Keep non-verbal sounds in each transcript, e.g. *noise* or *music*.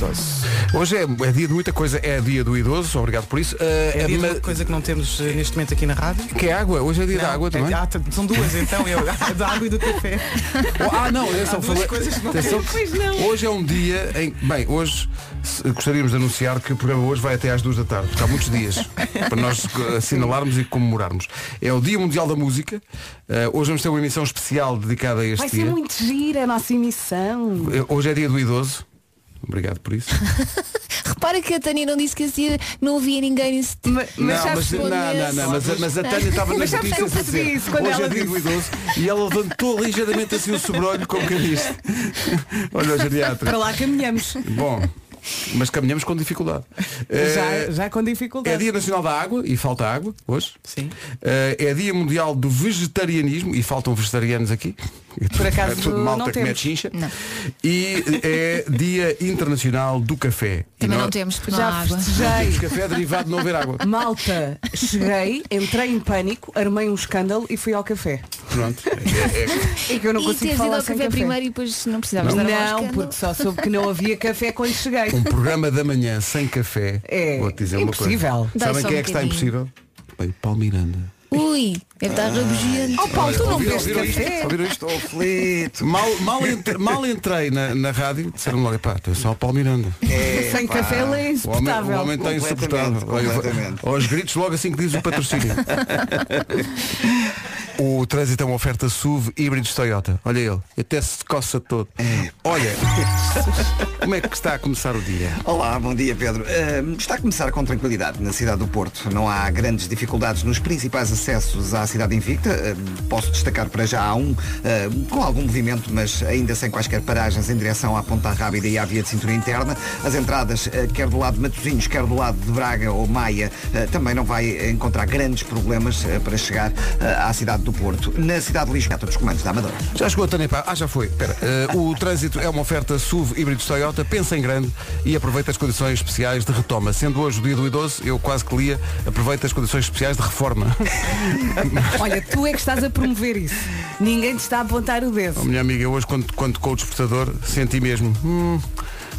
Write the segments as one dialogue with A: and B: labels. A: idoso.
B: Hoje é, é dia de muita coisa, é dia do idoso, obrigado por isso. Uh,
A: É
B: a
A: dia de
B: ma-
A: uma coisa que não temos eh, neste momento aqui na rádio.
B: Que é água, hoje é dia
A: Não,
B: da água
A: é-
B: também.
A: ah, t- são duas então, eu, *laughs* da água e do café.
B: *laughs* Oh, ah, não, atenção,
A: duas
B: falei-
A: coisas que não
B: atenção,
C: Pois não.
B: Hoje é um dia em. Bem, hoje se- gostaríamos de anunciar que o programa hoje vai até às duas da tarde, porque há muitos dias
A: *laughs*
B: para nós eh, assinalarmos e comemorarmos. É o Dia Mundial da Música. Eh, hoje vamos ter uma emissão especial dedicada a este
C: Vai
B: dia.
C: ser muito gira a nossa emissão.
B: Eh, Hoje é dia do idoso. Obrigado por isso.
D: Repara que a Tânia não disse que assim não ouvia ninguém nesse tipo.
C: Mas, mas já
B: não, não,
D: respondesse.
B: não, mas, a- mas a Tânia estava
C: Mas
B: nas
C: já
B: notícias
C: percebi
B: a dizer,
C: isso quando
B: hoje
C: ela
B: é dia do
C: disse."
B: idoso e ela levantou ligeiramente assim o sobrolho como que diz. Olha o
C: para
B: geriatra. *laughs*
C: lá caminhamos.
B: Bom, mas caminhamos com dificuldade. Eh,
A: Já, já com dificuldade.
B: É Dia Nacional da Água e falta água hoje.
A: Sim.
B: Eh, é Dia Mundial do Vegetarianismo e faltam vegetarianos aqui.
A: Por acaso,
B: é tudo malta
A: não
B: que
A: temos.
B: mete chincha. E é Dia Internacional do Café. E
D: Também
B: nós-
D: não temos, porque não há
C: Já
D: água.
B: Temos
C: festejei.
B: café derivado de não haver água.
C: *laughs* Malta, cheguei, entrei em pânico, armei um escândalo e fui ao café.
B: Pronto. É- é-
C: É que eu não
D: e
C: consigo
D: teres ido
C: falar
D: ao
C: sem
D: café
C: café.
D: primeiro e depois não precisavas dar a
C: Não, porque só soube que não havia café quando cheguei.
B: *laughs* Um programa da manhã sem café.
C: É
B: Vou-te dizer uma coisa.
C: impossível.
D: Dá
B: Sabem
D: só
B: quem
D: um
B: é que está
D: bocadinho.
B: impossível? Bem, Paulo Miranda.
D: Ui, deve estar rabugento.
C: Oh Paulo, tu não
B: Ah, Ouviram-
C: bebes
B: ouviram isto?
C: café?
B: Ouviram isto? Oh, flito. Mal, mal, entre- mal entrei na, na rádio, disseram-me logo, pá, tu és só o Paulo Miranda.
C: Sem café ele é
B: O homem,
C: insuportável.
B: o homem está insuportável.
E: Completamente, completamente.
B: Aos gritos logo assim que diz
E: *laughs*
B: o patrocínio. o trânsito é uma oferta SUV híbridos Toyota. Olha ele, até se coça todo.
E: É.
B: Olha, *laughs* como é que está a começar o dia?
E: Olá, bom dia Pedro. Ahm, está a começar com tranquilidade na cidade do Porto. Não há grandes dificuldades nos principais acessos à cidade invicta. Ahm, posso destacar para já há um ahm, com algum movimento, mas ainda sem quaisquer paragens em direção à Ponta Rábida e à via de cintura interna. As entradas, ah, quer do lado de Matosinhos, quer do lado de Braga ou Maia, ah, também não vai encontrar grandes problemas ah, para chegar ah, à cidade do Porto. Na cidade de Lisboa, dos comandos da Amadora.
B: Já chegou a Tânia Pá. Ah, já foi. Espera. Eh, o trânsito é uma oferta SUV híbridos Toyota. Pensa em grande e aproveita as condições especiais de retoma. Sendo hoje o dia do idoso, eu quase que lia, aproveita as condições especiais de reforma.
C: Olha, tu é que estás a promover isso. Ninguém te está a apontar o
B: A *laughs*
C: dedo.
B: minha amiga hoje, quando, quando tocou o despertador, senti mesmo. Hum,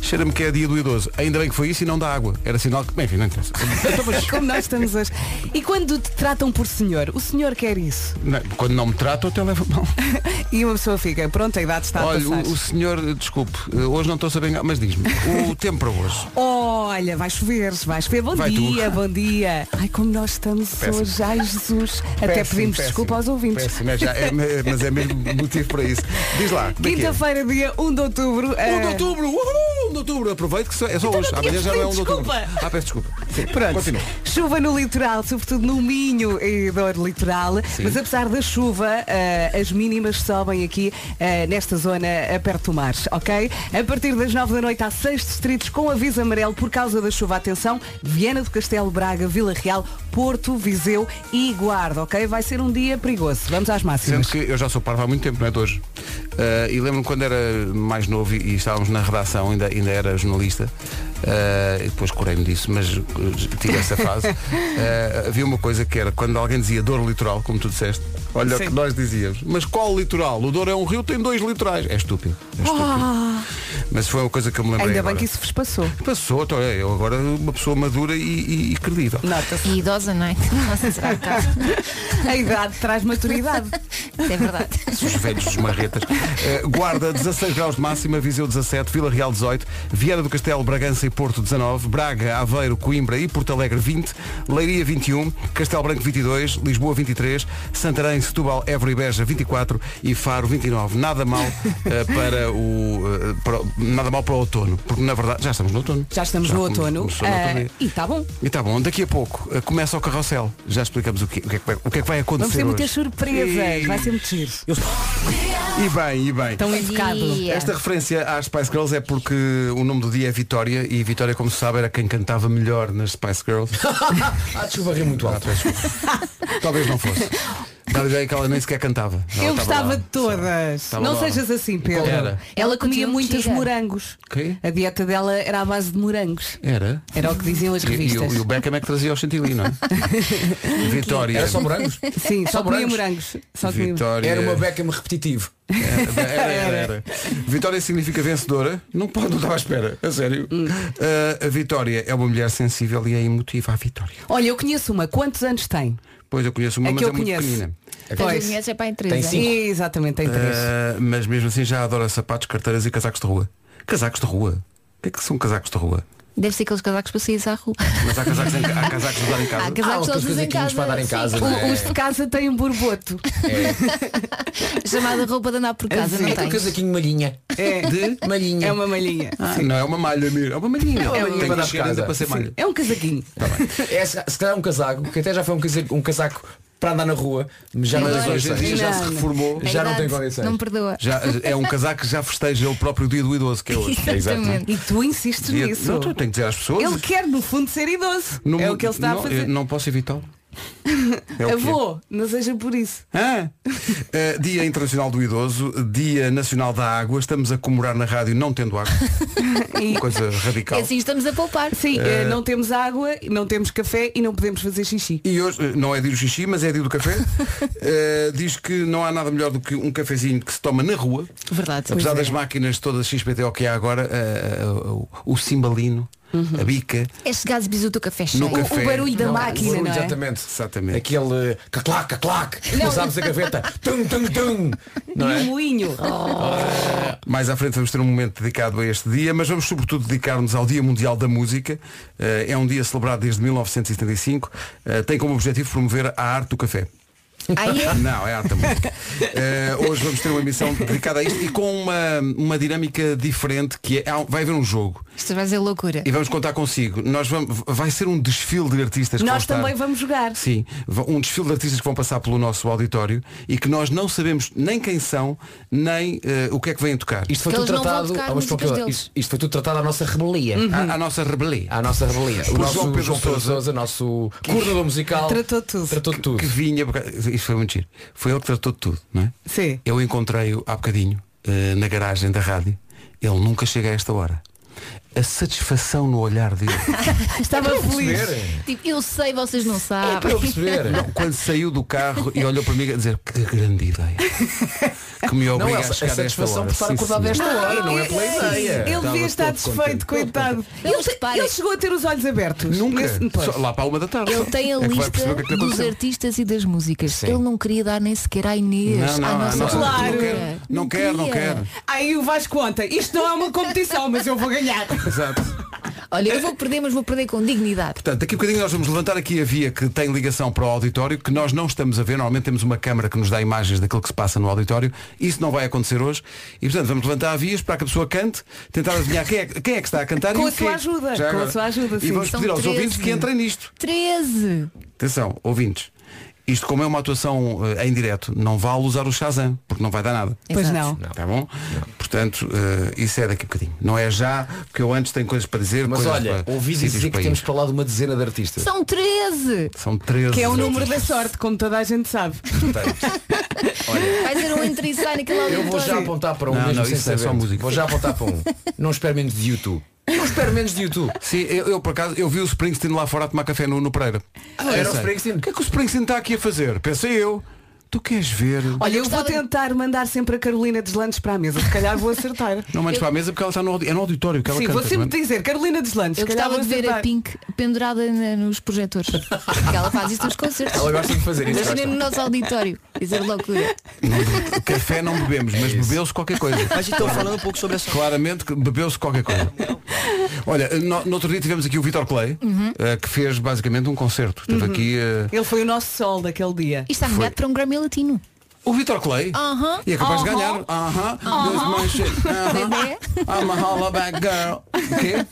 B: cheira-me que é dia do idoso. Ainda bem que foi isso e não da água. Era sinal que. Bem, enfim, não interessa. Então,
C: Como nós estamos hoje. E quando te tratam por senhor, o senhor quer isso. *laughs*
B: Não, quando não me trato, até levo mal.
C: E uma pessoa fica, pronto, a idade está a
B: Olha,
C: passar.
B: o, o senhor, eh, desculpe, eh, hoje não estou a saber, engan- mas diz-me, o tempo para hoje.
C: Olha, vai chover, vai chover. Bom
B: Vai
C: dia,
B: *laughs*
C: bom dia. Ai, como nós estamos hoje, ai Jesus. Até
B: Péssimo,
C: pedimos
B: péssimo,
C: desculpa aos ouvintes.
B: péssimo, é já- é- mas é mesmo motivo para isso. Diz lá. como é que é?
C: Quinta-feira, dia 1 de outubro.
B: 1 de
C: eh,
B: outubro, uhul, 1 de outubro, aproveito que só- é só hoje.
C: Então não
B: Amanhã
C: tinhas
B: já não é 1 de
C: pedido
B: outubro.
C: desculpa.
B: Ah, peço desculpa. Sim,
C: Pronto.
B: Continua.
C: Chuva no litoral, sobretudo no Minho e dor litoral. Mas apesar da chuva, eh, as mínimas sobem aqui eh, nesta zona eh, perto do mar, ok? A partir das 9 da noite há seis distritos com aviso amarelo por causa da chuva. Atenção, Viana do Castelo, Braga, Vila Real, Porto, Viseu e Guarda, ok? Vai ser um dia perigoso. Vamos às máximas.
B: Sendo que eu já sou parvo há muito tempo, não é de hoje. Ah, e lembro-me quando era mais novo e, e estávamos na redação, ainda, ainda era jornalista, ah, e depois curei-me disso, mas uh, tive essa
C: *laughs*
B: fase. Ah, havia uma coisa que era quando alguém dizia dor litoral, como tu disseste, olha o que nós dizíamos, mas qual litoral? O Douro é um rio, tem dois litorais. É estúpido. É estúpido. Mas foi uma coisa que eu me lembrei.
C: Ainda bem
B: agora.
C: que isso vos passou.
B: Passou, então, é, eu agora uma pessoa madura e, e, e credível.
C: Nota-se.
D: E idosa, não é? Nossa, será *laughs* que está?
C: A idade traz maturidade.
D: É verdade.
B: os velhos dos marretas. Eh, Guarda 16 graus de máxima, Viseu 17, Vila Real 18, Vieira do Castelo, Bragança e Porto 19, Braga, Aveiro, Coimbra e Porto Alegre 20, Leiria 21, Castelo Branco 22, Lisboa 23, Santarém, Setúbal, Évora e Beja 24 e Faro 29. Nada mal eh, para o eh, para o- nada mal para o outono, porque na verdade já estamos no outono.
C: Já estamos no
B: come-
C: outono.
B: começou no outono
C: eh,
B: e-
C: e está bom.
B: e tá bom, daqui a pouco eh, começa o carrossel. Já explicamos o que, o que, é, que vai, o que é que vai acontecer.
C: Vamos ter muitas
B: hoje.
C: surpresas. Vai ser muito giro.
B: E bem, e bem.
C: Tão
D: Bom
C: educado.
D: dia.
B: Esta referência às Spice Girls é porque o nome do dia é Vitória e Vitória, como se sabe, era quem cantava melhor nas Spice Girls.
F: *laughs*
B: é
F: Ah, deixa eu varrer muito alto.
B: Talvez não fosse. Dá a ideia que ela nem sequer cantava. Ela estava
C: Eu gostava
B: lá.
C: de todas.
B: Estava
C: não
B: lá.
C: sejas assim, Pedro.
B: Qual era?
C: Ela comia
D: Continua
C: muitos
D: mentira.
C: morangos.
B: Quê?
C: A dieta dela era à base de morangos.
B: Era?
C: Era o que diziam as
B: E, e
C: revistas.
B: o- e o Beckham é que trazia ao chantilly, não é? Vitória.
C: *laughs*
F: Era só morangos?
C: Sim, só,
F: Só
C: comia
F: morangos?
C: morangos. Só comia.
B: Vitória.
F: Era uma Beckham repetitivo. Era, era, era.
B: Vitória significa vencedora?
F: Não pode, não estava à espera. A sério.
C: Hum.
B: Uh, a Vitória é uma mulher sensível e é emotiva à Vitória.
C: Olha, eu conheço uma. Quantos anos tem?
B: Pois eu conheço uma,
C: É
B: mas
C: que eu
B: é muito
C: conheço.
B: pequenina.
C: Pois.
D: As é para a
F: Tem
D: Teresa.
F: cinco.
C: Exatamente, tem três.
B: Uh, mas mesmo assim já adora sapatos, carteiras e casacos de rua. Casacos de rua? O que é que são casacos de rua?
D: Deve ser aqueles casacos para sair à rua.
B: Mas há casacos, em, há casacos de dar
C: Ah,
B: em casa.
D: Há casacos
F: aqueles
D: todos em
F: casaquinhos
D: casa.
F: para dar em casa,
D: Sim.
F: não é?
C: O- Os de casa têm um borboto. *laughs*
D: Chamada roupa de andar por casa,
C: Sim.
D: não
F: É aquele
D: tens?
F: casaquinho malhinha. *laughs*
C: É,
F: De malhinha.
C: é uma malhinha.
B: Ah, não, é uma malha mesmo. É uma malhinha.
C: uma
B: Tem
C: malhinha.
B: que encher ainda para ser malha.
C: É um casaquinho.
F: É, se se calhar um casaco, que até já foi um casaco, um casaco para andar na rua, mas já não
B: Mas
F: tem
D: Agora-
B: hoje em dia
F: condições.
B: já se
C: Não.
B: reformou.
D: A
F: já não
D: idade
F: tem condições.
D: Não me perdoa.
B: Já, é um casaco que já festeja o próprio dia do idoso, que é
D: *laughs*
B: hoje.
D: Exatamente.
C: E tu insistes
B: Dia-
C: nisso.
B: Não, tu tem que dizer às pessoas.
C: Ele quer, no fundo, ser idoso.
B: No
C: é
B: mundo-
C: o que ele está
B: não,
C: a fazer.
B: eu Não posso evitá-lo.
C: *laughs*
B: É o que é.
C: Avô, não seja por
D: *laughs*
C: isso.
B: Hã? *laughs* Eh, Dia Internacional do Idoso, Dia Nacional da Água, estamos a comemorar na rádio não tendo água.
C: E- *laughs*
B: Coisa
D: E
B: radical.
C: É
D: assim estamos a poupar.
C: Sim, eh, não temos água, não temos café e não podemos fazer xixi.
B: E hoje, eh, não é dia do xixi, mas é dia do
C: *laughs*
B: café, Eh, diz que não há nada melhor do que um cafezinho que se toma na rua.
D: Verdade.
B: Apesar
C: Pois é.
B: das máquinas todas XPTO que há agora, eh, o, o cimbalino, a bica,
C: É
D: Este gás bisu do café cheio.
B: no café.
C: Uhum. O barulho da
D: Não,
C: máquina,
F: Barulho,
C: não é?
F: Exatamente.
B: Exatamente.
F: Aquele eh, caclac, caclac,
C: Não.
F: passámos a gaveta, tum, tum, tum. Não
C: E o
F: é?
D: *laughs*
C: moinho.
D: Oh,
B: Mais à frente vamos ter um momento dedicado a este dia, mas vamos sobretudo dedicar-nos ao Dia Mundial da Música. Eh, É um dia celebrado desde 1975. Eh, Tem como objetivo promover a arte do café.
D: Aí
B: *laughs*
D: é.
B: Não, é arte da música. Eh, hoje vamos ter uma emissão dedicada a isto e com uma, uma dinâmica diferente que é. há um- Vai haver um jogo
D: Isto vai ser loucura.
B: e vamos contar consigo. Nós vamos, vai ser um desfile de artistas que vão
C: Nós
B: estar-
C: também
B: *laughs*
C: vamos jogar.
B: Sim, va- um desfile de artistas que vão passar pelo nosso auditório e que nós não sabemos nem quem são, nem eh, o que é que vêm tocar.
F: Isto foi
D: Que
F: tudo
D: eles não vão
F: tratado.
D: tocar
F: Ah, mas
D: músicas
F: porque-
D: deles. Uhum.
F: isto, isto foi tudo tratado à nossa rebelia.
B: à, à nossa rebelia.
F: À nossa rebelia. O nosso
B: João
F: João
B: Pedro
F: Pedro, Souza,
B: Sousa,
F: nosso coordenador um musical.
C: Tratou tudo.
F: Tratou tudo.
B: que vinha. por causa- Isto foi muito giro. Foi ele que tratou de tudo, não é?
C: Sim.
B: Eu encontrei-o há bocadinho eh, na garagem da rádio. Ele nunca chega a esta hora. A satisfação no olhar dele.
C: Estava feliz.
F: Perceber?
D: Tipo, eu sei, vocês não
F: É para
D: sabem.
F: eu perceber.
B: Não, quando saiu do carro e olhou para mim a dizer que grande ideia. Que me
F: Não,
B: obriga a
F: Elsa,
B: chegar a esta
F: satisfação
B: hora.
F: por estar
B: Sim,
F: acordado a
B: senhor.
F: esta hora, não é pela ideia.
C: Ele devia estar
F: todo contente,
C: desfeito, coitado.
D: Não,
C: Ele,
D: reparem.
C: ele chegou a ter os olhos abertos. Nesse-
B: Nunca.
C: pois.
B: Só lá para a uma da tarde.
D: Ele tem a
B: É que vai perceber
D: lista
B: o que é que lhe
D: dos
B: aconteceu.
D: artistas e das músicas. Ele não queria dar nem sequer à
B: Não,
D: Inês,
B: não,
D: à
B: não,
D: nossa
B: não,
C: Claro.
B: não
D: cultura.
B: quero, não quero, não
D: queria.
B: quero.
C: Aí o Vasco conta, isto não é uma competição, mas eu vou ganhar.
B: *laughs* Exato.
D: Olha, eu vou perder, mas vou perder com dignidade.
B: Portanto, daqui a bocadinho nós vamos levantar aqui a via que tem ligação para o auditório, que nós não estamos a ver, normalmente temos uma câmara que nos dá imagens daquilo que se passa no auditório, isso não vai acontecer hoje, e portanto vamos levantar a via, esperar que a pessoa cante, tentar adivinhar quem é, quem é que está a cantar
C: Com
B: e
C: a
B: o
C: sua
B: quê.
C: ajuda,
B: Já
C: com a
B: agora.
C: sua ajuda,
B: E
C: sim.
B: vamos
D: São
B: pedir aos
D: 13.
B: ouvintes que entrem nisto.
D: 13.
B: Atenção, ouvintes, isto como é uma atuação eh, em direto, não vale usar o Shazam, porque não vai dar nada.
C: Pois
D: Exato.
C: não.
B: Tá bom? Portanto, eh, isso é daqui a bocadinho. Não é já, porque eu antes tenho coisas para dizer.
F: Mas
B: coisas
F: olha,
B: para-
F: ouvi
B: sítios
F: dizer
B: para
F: que
B: ir.
F: temos para lá de uma dezena de artistas.
D: São 13.
B: São 13.
C: Que é o número da sorte, como toda a gente sabe. *laughs*
D: Vai ser um entriçar naquele
F: Eu vou já
D: auditório.
F: apontar para um
B: Não,
F: mesmo
B: não,
F: sem
B: isso é
F: saber.
B: só música.
F: Vou já apontar para um. Não espero menos de YouTube. Não espero menos de YouTube.
B: Sim, eu, eu, por acaso, eu vi o Springsteen lá fora a tomar café no, no Pereira.
F: Ah, era o
B: Pensei,
F: Springsteen?
B: O que é que o Springsteen está aqui a fazer? Pensei eu. Tu queres ver?
C: Olha, eu vou
D: gostava-
C: tentar mandar sempre a Carolina Deslandes para a mesa, se calhar vou acertar.
B: *laughs* Não mandes para a mesa porque ela está no, audi- é no auditório que ela
C: Sim,
B: canta.
C: vou sempre
B: não é?
C: dizer Carolina Deslandes.
D: Eu
C: se calhar
D: gostava de
C: vou
D: ver a
C: acertar.
D: Pink pendurada na- nos projetores. Porque ela faz isso nos concertos.
F: Ela gosta de fazer isso.
D: Imagina no nosso auditório. Dizer loucura.
B: Não, café não bebemos, mas bebeu-se qualquer coisa.
G: Mas então, falando um pouco sobre a sua...
B: Claramente que bebeu-se qualquer coisa. Olha, no, no outro dia tivemos aqui o Vitor Clay,
D: Uhum.
B: eh, que fez basicamente um concerto.
G: Uhum.
B: Teve aqui. eh,
C: Uhum. Ele foi o nosso sol daquele dia.
D: Isto está nomeado para um Grammy Latino.
B: O Vitor Clay
D: Aham.
B: e é capaz de ganhar. Aham. Dois manchas.
D: Bebê.
B: Aham. *laughs* I'm a hollaback girl. O quê?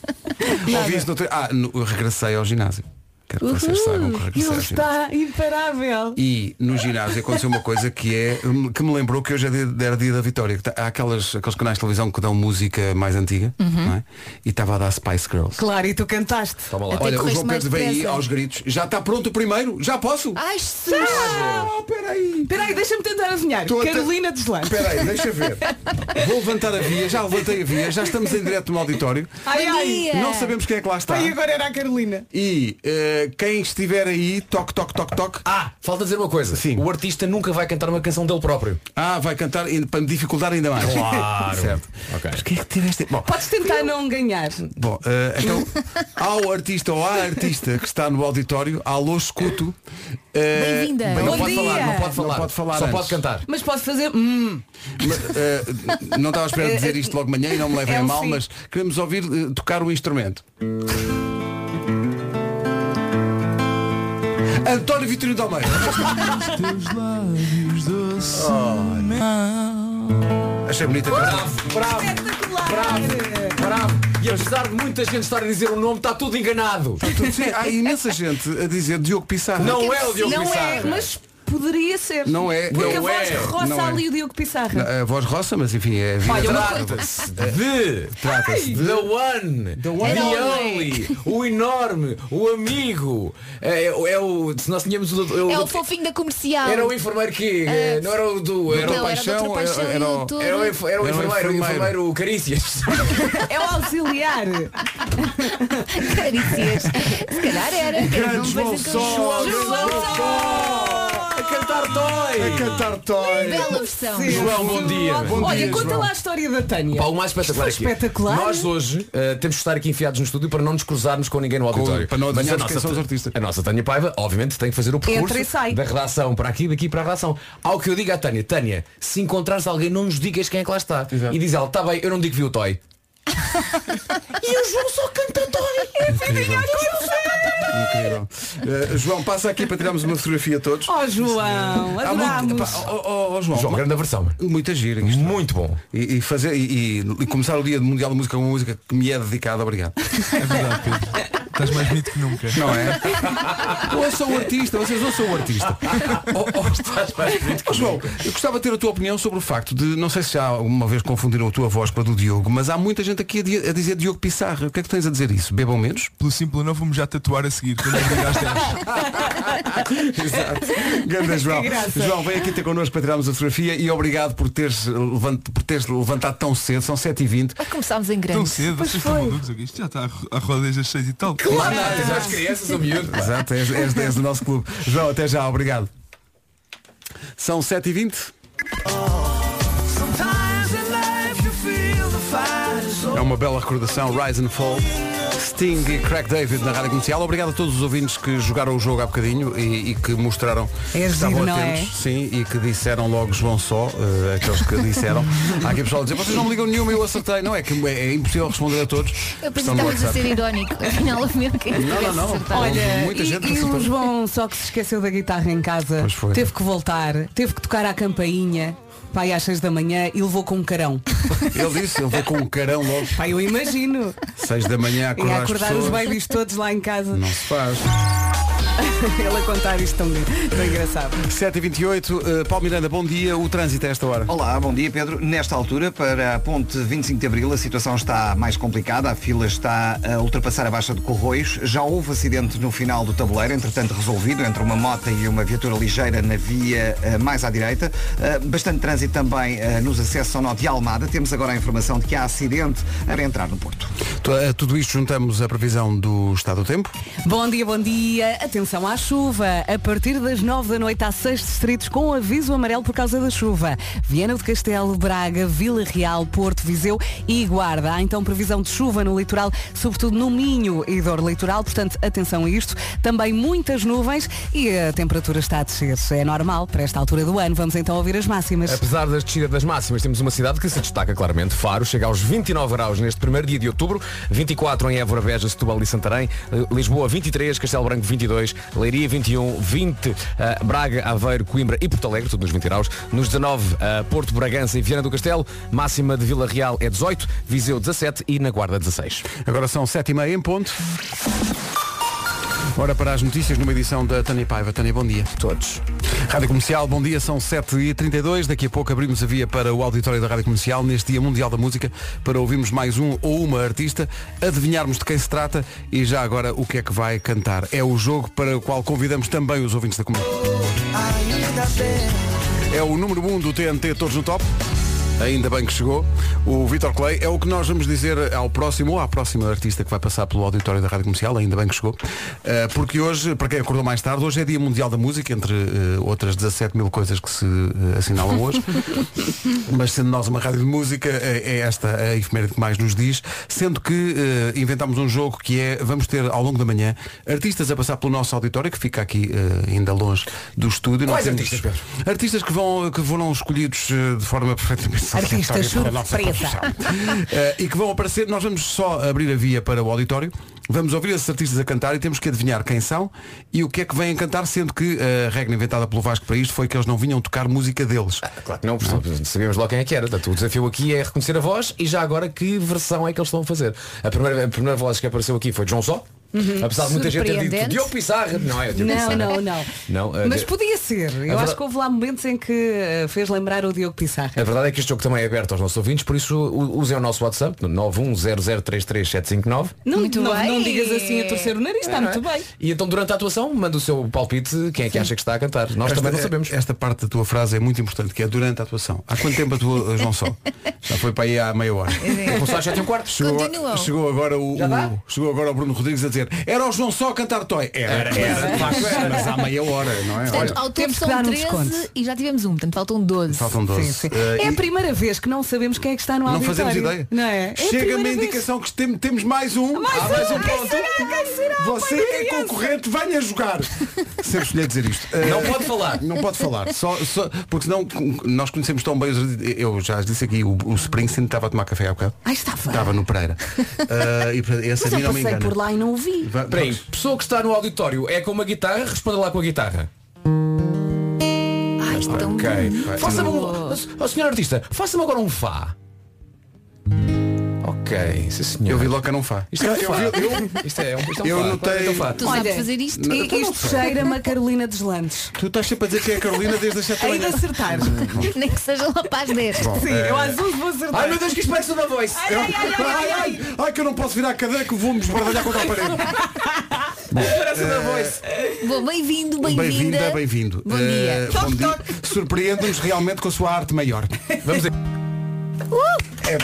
B: Ouvi isso no outro... Ah, no- eu regressei ao ginásio. Quero que vocês saibam que eu regressei
C: Ele
B: ao ginásio.
C: está imparável.
B: E no ginásio aconteceu uma coisa que é que me lembrou que hoje é dia- era dia da Vitória. que tá- Há aquelas, aqueles canais de televisão que dão música mais antiga
G: Uhum.
B: não é? e estava a dar Spice Girls.
C: Claro, e tu cantaste.
F: Toma lá.
D: Até
B: Olha, o
D: correste
B: João
D: mais
B: Pedro vem aí
D: depressa.
B: aos gritos. Já está pronto o primeiro? Já posso?
D: Ai, Jesus.
B: Ah, peraí.
C: Peraí, deixa-me tentar adivinhar.
B: Tô a te-
C: Carolina Deslandes.
B: Espera aí, deixa ver. Vou levantar a via, já levantei a via, já estamos em direto no auditório.
C: Ai,
D: Bom
C: ai.
D: dia.
B: Não sabemos quem é que lá está.
C: Ai, agora era a Carolina.
B: E eh, Uh, quem estiver aí, toque, toque, toque, toque.
F: Ah, falta dizer uma coisa.
B: Sim.
F: O artista nunca vai cantar uma canção dele próprio.
B: Ah, vai cantar ainda- para me dificultar ainda mais.
F: Claro.
B: *laughs* certo.
F: Ok.
B: Mas quem é que tiveste? Bom,
C: Podes tentar não ganhar.
B: Bom, eh, então, ao artista ou à artista que está no auditório, alô, escuto. eh,
D: Bem-vinda.
B: bem,
F: não
C: Bom
F: pode
C: dia.
F: falar, não pode falar.
B: Não pode falar
F: Só
B: antes.
F: pode cantar.
C: Mas posso fazer. Hum.
B: mas, eh, não estava a esperar dizer isto logo de manhã e não me levem
C: É
B: a
C: um
B: mal,
C: sim.
B: mas queremos ouvir eh, tocar o instrumento. António Vitorino de Almeida. Olha. Achei bonita a canção.
F: Bravo, bravo,
C: Espetacular!
F: bravo. E apesar de muita gente estar a dizer o nome, está tudo enganado.
B: Sim, Há imensa gente a dizer Diogo Pissarro.
F: Não é o Diogo
C: não é,
F: Pissarra.
C: mas poderia ser.
B: Não é,
C: Porque
F: não
C: a voz
F: é,
B: não
C: roça
B: é.
C: ali o Diogo Pissarra.
B: A voz roça, mas enfim, é a vida.
C: Olha, uma coisa-
F: Trata-se de
B: Trata-se
F: The One, The
B: One
D: and
F: Only, o enorme, o amigo. É, é o. Se nós tínhamos o. o-
D: É o fofinho da comercial.
F: Era o enfermeiro que. eh, Não era o do. Era,
D: Não,
F: o-
D: era
B: Paixão,
D: da outra paixão
B: era- era o-
D: e tudo.
F: era o, enf- era o
B: Era o
F: enfermeiro, o
B: enfermeiro.
F: enfermeiro Carícias.
C: É o auxiliar.
D: Carícias. Se calhar era. Era um
B: Grandes
D: beijo de
B: João Sol,
D: João Sol.
B: João Sol.
F: a cantar
B: A
F: toy!
B: cantar toy.
D: Bela versão.
F: João, bom dia.
B: Bom
C: Olha,
B: dia,
C: conta
B: João.
C: lá a história da Tânia. *laughs*
F: Pá, o mais espetacular
C: Isto
F: aqui. é,
C: foi espetacular.
F: Nós hoje eh, temos que estar aqui enfiados no estúdio para não nos cruzarmos com ninguém no auditório.
B: para não
F: Mas
B: adivinharmos
F: a nossa
B: quem são os
F: Ta-
B: artistas.
F: A nossa Tânia Paiva, obviamente, tem que fazer o percurso
C: Entra e sai.
F: da redação para aqui, daqui para a redação. Ao que eu digo à Tânia, Tânia, se encontrares alguém, não nos digas quem é que lá está.
B: Exato.
F: E diz ela, está bem, eu não digo que vi o Toy.
D: E o João só canta É dói.
B: Incrível. Eh, João, passa aqui para tirarmos uma fotografia a todos.
C: Oh João,
B: Há muito-
C: adorámos.
B: pá, oh, ó, ó, ó, João,
F: João, grande versão. mano.
B: muita gira isto.
F: Muito bom.
B: E, e fazer, e, e- e começar o dia do Mundial de Música com uma música que me é dedicada, obrigado.
G: É verdade, Pedro. Estás mais bonito que nunca.
B: Não é? eu sou o artista, vocês não são o artista.
F: Oh, *laughs* oh, estás mais bonito.
B: Ó, Oh, João, eu gostava de ter a tua opinião sobre o facto de, não sei se já alguma vez confundiram a tua voz com a do Diogo, mas há muita gente aqui a, di- a dizer Diogo Pissarra. O que é que tens a dizer isso? Bebam menos?
G: Pelo simples não vamos já tatuar a seguir. Quando abrir às 10.
B: *laughs* Exato.
H: *laughs*
B: Ganda João.
C: graça.
B: João, vem aqui ter connosco para tirarmos a fotografia e obrigado por teres, eh, levant- por teres levantado tão cedo, são 7h20.
D: Ah, Começámos em
G: Tão
D: grande.
G: cedo, vocês estão malucos
F: é,
G: aqui. Isto já está a ro- a roda desde as 6 e tal.
F: Lá nada, já as crianças, o miúdo. pá.
B: Exato, és, és 10 do nosso clube. João, até já, obrigado. São 7h20. É uma bela recordação, Rise and Fall. Sting e Crack David na Rádio Comercial. Obrigado a todos os ouvintes que jogaram o jogo há bocadinho e, e que mostraram que
C: É
B: estavam
C: giro, não é?
B: atentos. Sim, e que disseram logo João só, eh, aqueles que
D: *laughs*
B: disseram. Há aqui pessoal a dizer, vocês não me ligam nenhuma, eu acertei. Não é que é, é impossível responder a todos.
D: Eu pensei
B: Estão
D: que
B: no
D: estavas a
B: WhatsApp.
D: ser irónico. Afinal, mesmo que
B: Não, não, não.
C: Olha,
B: Muita
C: e,
B: gente
C: e
B: acertou.
C: o João só que se esqueceu da guitarra em casa,
B: Pois foi.
C: teve que voltar, teve que tocar à campainha, pai às 6 da manhã e levou com
B: *laughs*
C: um carão.
B: Ele disse, eu vou com um carão logo,
C: Pai, eu imagino.
B: 6 da manhã a
C: E a
B: acordar,
C: É acordar
B: as
C: os
B: pessoas.
C: babies todos lá em casa.
B: Não se faz.
C: *laughs* Ele a contar isto tão, tão engraçado.
B: 7h28, eh, Paulo Miranda, bom dia. O trânsito a esta hora.
E: Olá, bom dia Pedro. Nesta altura, para a ponte 25 de Abril, a situação está mais complicada. A fila está a ultrapassar a Baixa de Corroios. Já houve acidente no final do tabuleiro, entretanto resolvido, entre uma moto e uma viatura ligeira na via eh, mais à direita. Eh, Bastante trânsito também eh, nos acessos ao nó de Almada. Temos agora a informação de que há acidente para entrar no Porto.
B: Tu- A tudo isto juntamos a previsão do estado do tempo.
C: Bom dia, bom dia. Atenção à chuva. A partir das 9 da noite há seis distritos com aviso amarelo por causa da chuva. Viana do Castelo, Braga, Vila Real, Porto, Viseu e Guarda. Há então previsão de chuva no litoral, sobretudo no Minho e Dor Litoral. Portanto, atenção a isto. Também muitas nuvens e a temperatura está a descer. É normal para esta altura do ano. Vamos então ouvir as máximas.
F: Apesar das descidas das máximas, temos uma cidade que se destaca claramente. Faro chega aos 29 graus neste primeiro dia de outubro, 24 em Évora, Beja, Setúbal e Santarém, Eh, Lisboa 23, Castelo Branco 22, Leiria 21, 20 eh, Braga, Aveiro, Coimbra e Porto Alegre, tudo nos 20 graus. Nos 19, eh, Porto, Bragança e Viana do Castelo, máxima de Vila Real é 18, Viseu 17 e na Guarda 16.
B: Agora são 7h30 em ponto. Ora para as notícias numa edição da Tânia Paiva. Tânia, bom dia. Todos. Rádio Comercial, bom dia, são 7h32. Daqui a pouco abrimos a via para o auditório da Rádio Comercial, neste Dia Mundial da Música, para ouvirmos mais um ou uma artista, adivinharmos de quem se trata e já agora o que é que vai cantar. É o jogo para o qual convidamos também os ouvintes da comunidade. É o número 1 um do TNT Todos no Top. Ainda bem que chegou. O Vitor Clay é o que nós vamos dizer ao próximo ou à próxima artista que vai passar pelo auditório da Rádio Comercial. Ainda bem que chegou. Eh, porque hoje, para quem acordou mais tarde, hoje é Dia Mundial da Música, entre eh, outras 17 mil coisas que se eh,
F: *laughs*
B: assinalam hoje. Mas sendo nós uma rádio de música, eh, é esta a efeméride que mais nos diz. Sendo que eh, inventámos um jogo que é, vamos ter ao longo da manhã, artistas a passar pelo nosso auditório, que fica aqui eh, ainda longe do estúdio. Nós
F: Quais artistas, Pedro?
B: Artistas que, vão, que foram escolhidos eh, de forma perfeitamente
C: Artistas
B: satisfatória pela nossa
C: surpresa.
B: produção. Eh, e que vão aparecer, nós vamos só abrir a via para o auditório, vamos ouvir esses artistas a cantar e temos que adivinhar quem são e o que é que vêm a cantar, sendo que eh, a regra inventada pelo Vasco para isto foi que eles não vinham tocar música deles.
F: Ah, Claro que não, porque sabíamos logo quem é que era. Portanto, o desafio aqui é reconhecer a voz e já agora que versão é que eles estão a fazer. A primeira, a primeira voz que apareceu aqui foi de João Só. Apesar de muita gente ter dito
D: Surpreendente.
F: Diogo Pissarra. Não, é o Diogo
C: Uhum. Não,
F: Pissarra.
C: não, não.
F: Não, eh,
C: Mas
F: de-
C: podia ser. Eu
F: verdade-
C: acho que houve lá momentos em que eh, fez lembrar o Diogo Pissarra.
F: A verdade é que este jogo também é aberto aos nossos ouvintes, por isso u- usem o nosso WhatsApp, 910033759.
C: Não,
D: Muito
C: não,
D: bem. Uhum.
C: não digas assim a torcer o nariz, está muito bem.
F: E então durante a atuação manda o seu palpite quem é que acha que está a cantar. Nós também não
B: Esta- é
F: sabemos.
B: Esta parte da tua frase é muito importante, que é durante a atuação. Há quanto tempo atuou eh, João Sol? Já foi para aí há meia hora.
F: Começou às 7 e um quarto.
B: Chegou,
D: Continuam.
B: chegou agora o,
F: Já
B: o-
F: dá?
B: chegou agora o Bruno Rodrigues a dizer era o João Só a cantar Toy. Era, era, de facto era, mas há meia hora, não é?
D: Portanto,
B: Olha,
D: ao todo
C: temos que dar
D: são
C: um
D: 13
C: desconto.
D: e já tivemos um, portanto faltam 12.
B: faltam 12.
C: Sim, sim.
B: Eh,
C: é a
B: e-
C: primeira vez que não sabemos quem é que está no
B: Não
C: auditório.
B: fazemos ideia.
C: Não é? É a
B: Chega-me a
C: primeira vez.
B: indicação que tem- temos mais um.
C: Mais
B: Há
C: um, quem será? Quem será?
B: Você
C: Põe na
B: é
C: criança.
B: concorrente, venha jogar. Sempre escolher dizer isto. Eh,
F: Não pode falar.
B: Não pode falar, só, só- porque senão com- nós conhecemos tão bem os Eu já disse aqui, o, o Springsteen estava a tomar café há bocado.
C: Ai, estava.
B: Estava no Pereira. Eh, e portanto, esse
C: Mas
B: a
C: eu
B: mim não me
C: passei
B: engana.
C: por lá e não o vi.
B: Va-
F: Peraí, pessoa que está no auditório é com uma guitarra, responda lá com a guitarra.
D: Ai, tão bom.
B: vai.
F: Faça-me um. Ó senhor artista, faça-me agora um Fá. Ok, sim senhor.
B: Eu vi logo que não faz.
F: Isto é um
B: Eu
F: Fá.
B: vi- eu-
F: Isto é um, isto é um
B: eu
F: Fá.
B: notei- então
F: Isto é um Fá.
D: Tu sabes fazer isto?
C: E- Isto então cheira-me a Carolina Deslandes.
B: Tu estás sempre a dizer que é a Carolina desde as 7 da
C: Ainda
B: manhã.
C: acertar.
D: Nem que seja lá para as 10.
C: Sim,
H: eh,
C: eu às 11 vou acertar.
F: Ai meu Deus, que isto parece uma voice.
B: Ai, ai, ai, ai, que eu não posso virar a cadeira é que vou-me esbardalhar contra a parede.
F: Parece uma voice.
D: Bom, bem-vindo,
B: Bem-vinda,
D: eh, bem-vinda.
B: bem-vindo.
D: Bom dia.
B: Eh, bom dia. Surpreende-nos realmente com a sua arte maior.
F: Vamos aí.
D: Uh!
F: É,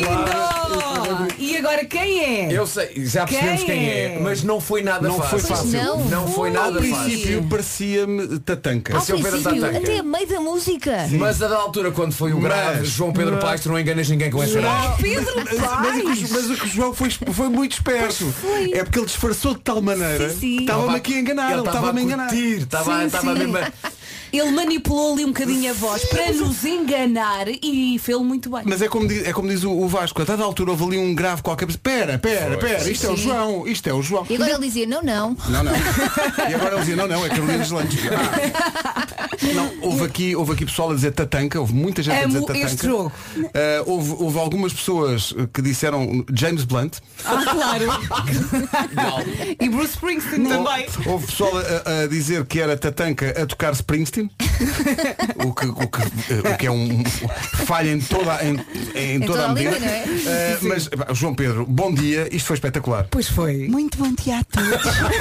C: Lindo! E agora quem é?
F: Eu sei, já percebemos quem,
C: Quem
F: é?
C: é?
F: mas não foi nada
B: Não
F: fácil.
B: foi fácil.
D: Pois não,
F: Não foi
D: foi.
B: Ao
F: nada fácil.
B: princípio parecia-me tatanca.
D: Ao
F: Seu Pedro
D: princípio,
F: Tatanka.
D: até a meio da música.
F: Mas a da altura, quando foi o
B: Mas-
F: grave, João Pedro Paes, tu não enganas ninguém com essa
C: Ah,
F: grave.
C: Pedro
B: Mas, o que,
C: Paes!
B: mas o que o João foi, foi muito esperto.
D: foi.
B: É porque ele disfarçou de tal maneira
D: Sim, sim.
B: que estava-me aqui a enganar. Ele
F: estava a
B: estava-me a enganar.
F: curtir, estava
D: Sim,
F: estava
D: sim.
F: mesmo a-
C: Ele manipulou ali um bocadinho a voz para nos enganar e fez-lo muito bem.
B: Mas é como diz, é como diz o, o Vasco, a dada altura houve ali um grave qualquer. Pera, pera, pera, isto é o
D: Sim.
B: João, isto é o João.
D: E agora ele dizia, não, não.
B: Não, não. E agora ele dizia, não, não, é Carolina Deslandes. Ah. Não, houve aqui, houve aqui pessoal a dizer tatanca, houve muita gente a dizer
C: Amo
B: tatanca.
C: este jogo.
B: Ah, houve, houve algumas pessoas que disseram James Blunt.
C: Ah, claro. E Bruce Springsteen também.
B: Houve pessoal a, a dizer que era tatanca a tocar Springsteen. o, que, o, que, eh, o que é um falha em toda, em, em toda,
D: toda
B: a
D: a
B: medida.
D: linha, não é?
B: Eh, mas, pá, João Pedro, bom dia, isto foi espetacular.
C: Pois foi.
A: Muito bom teatro.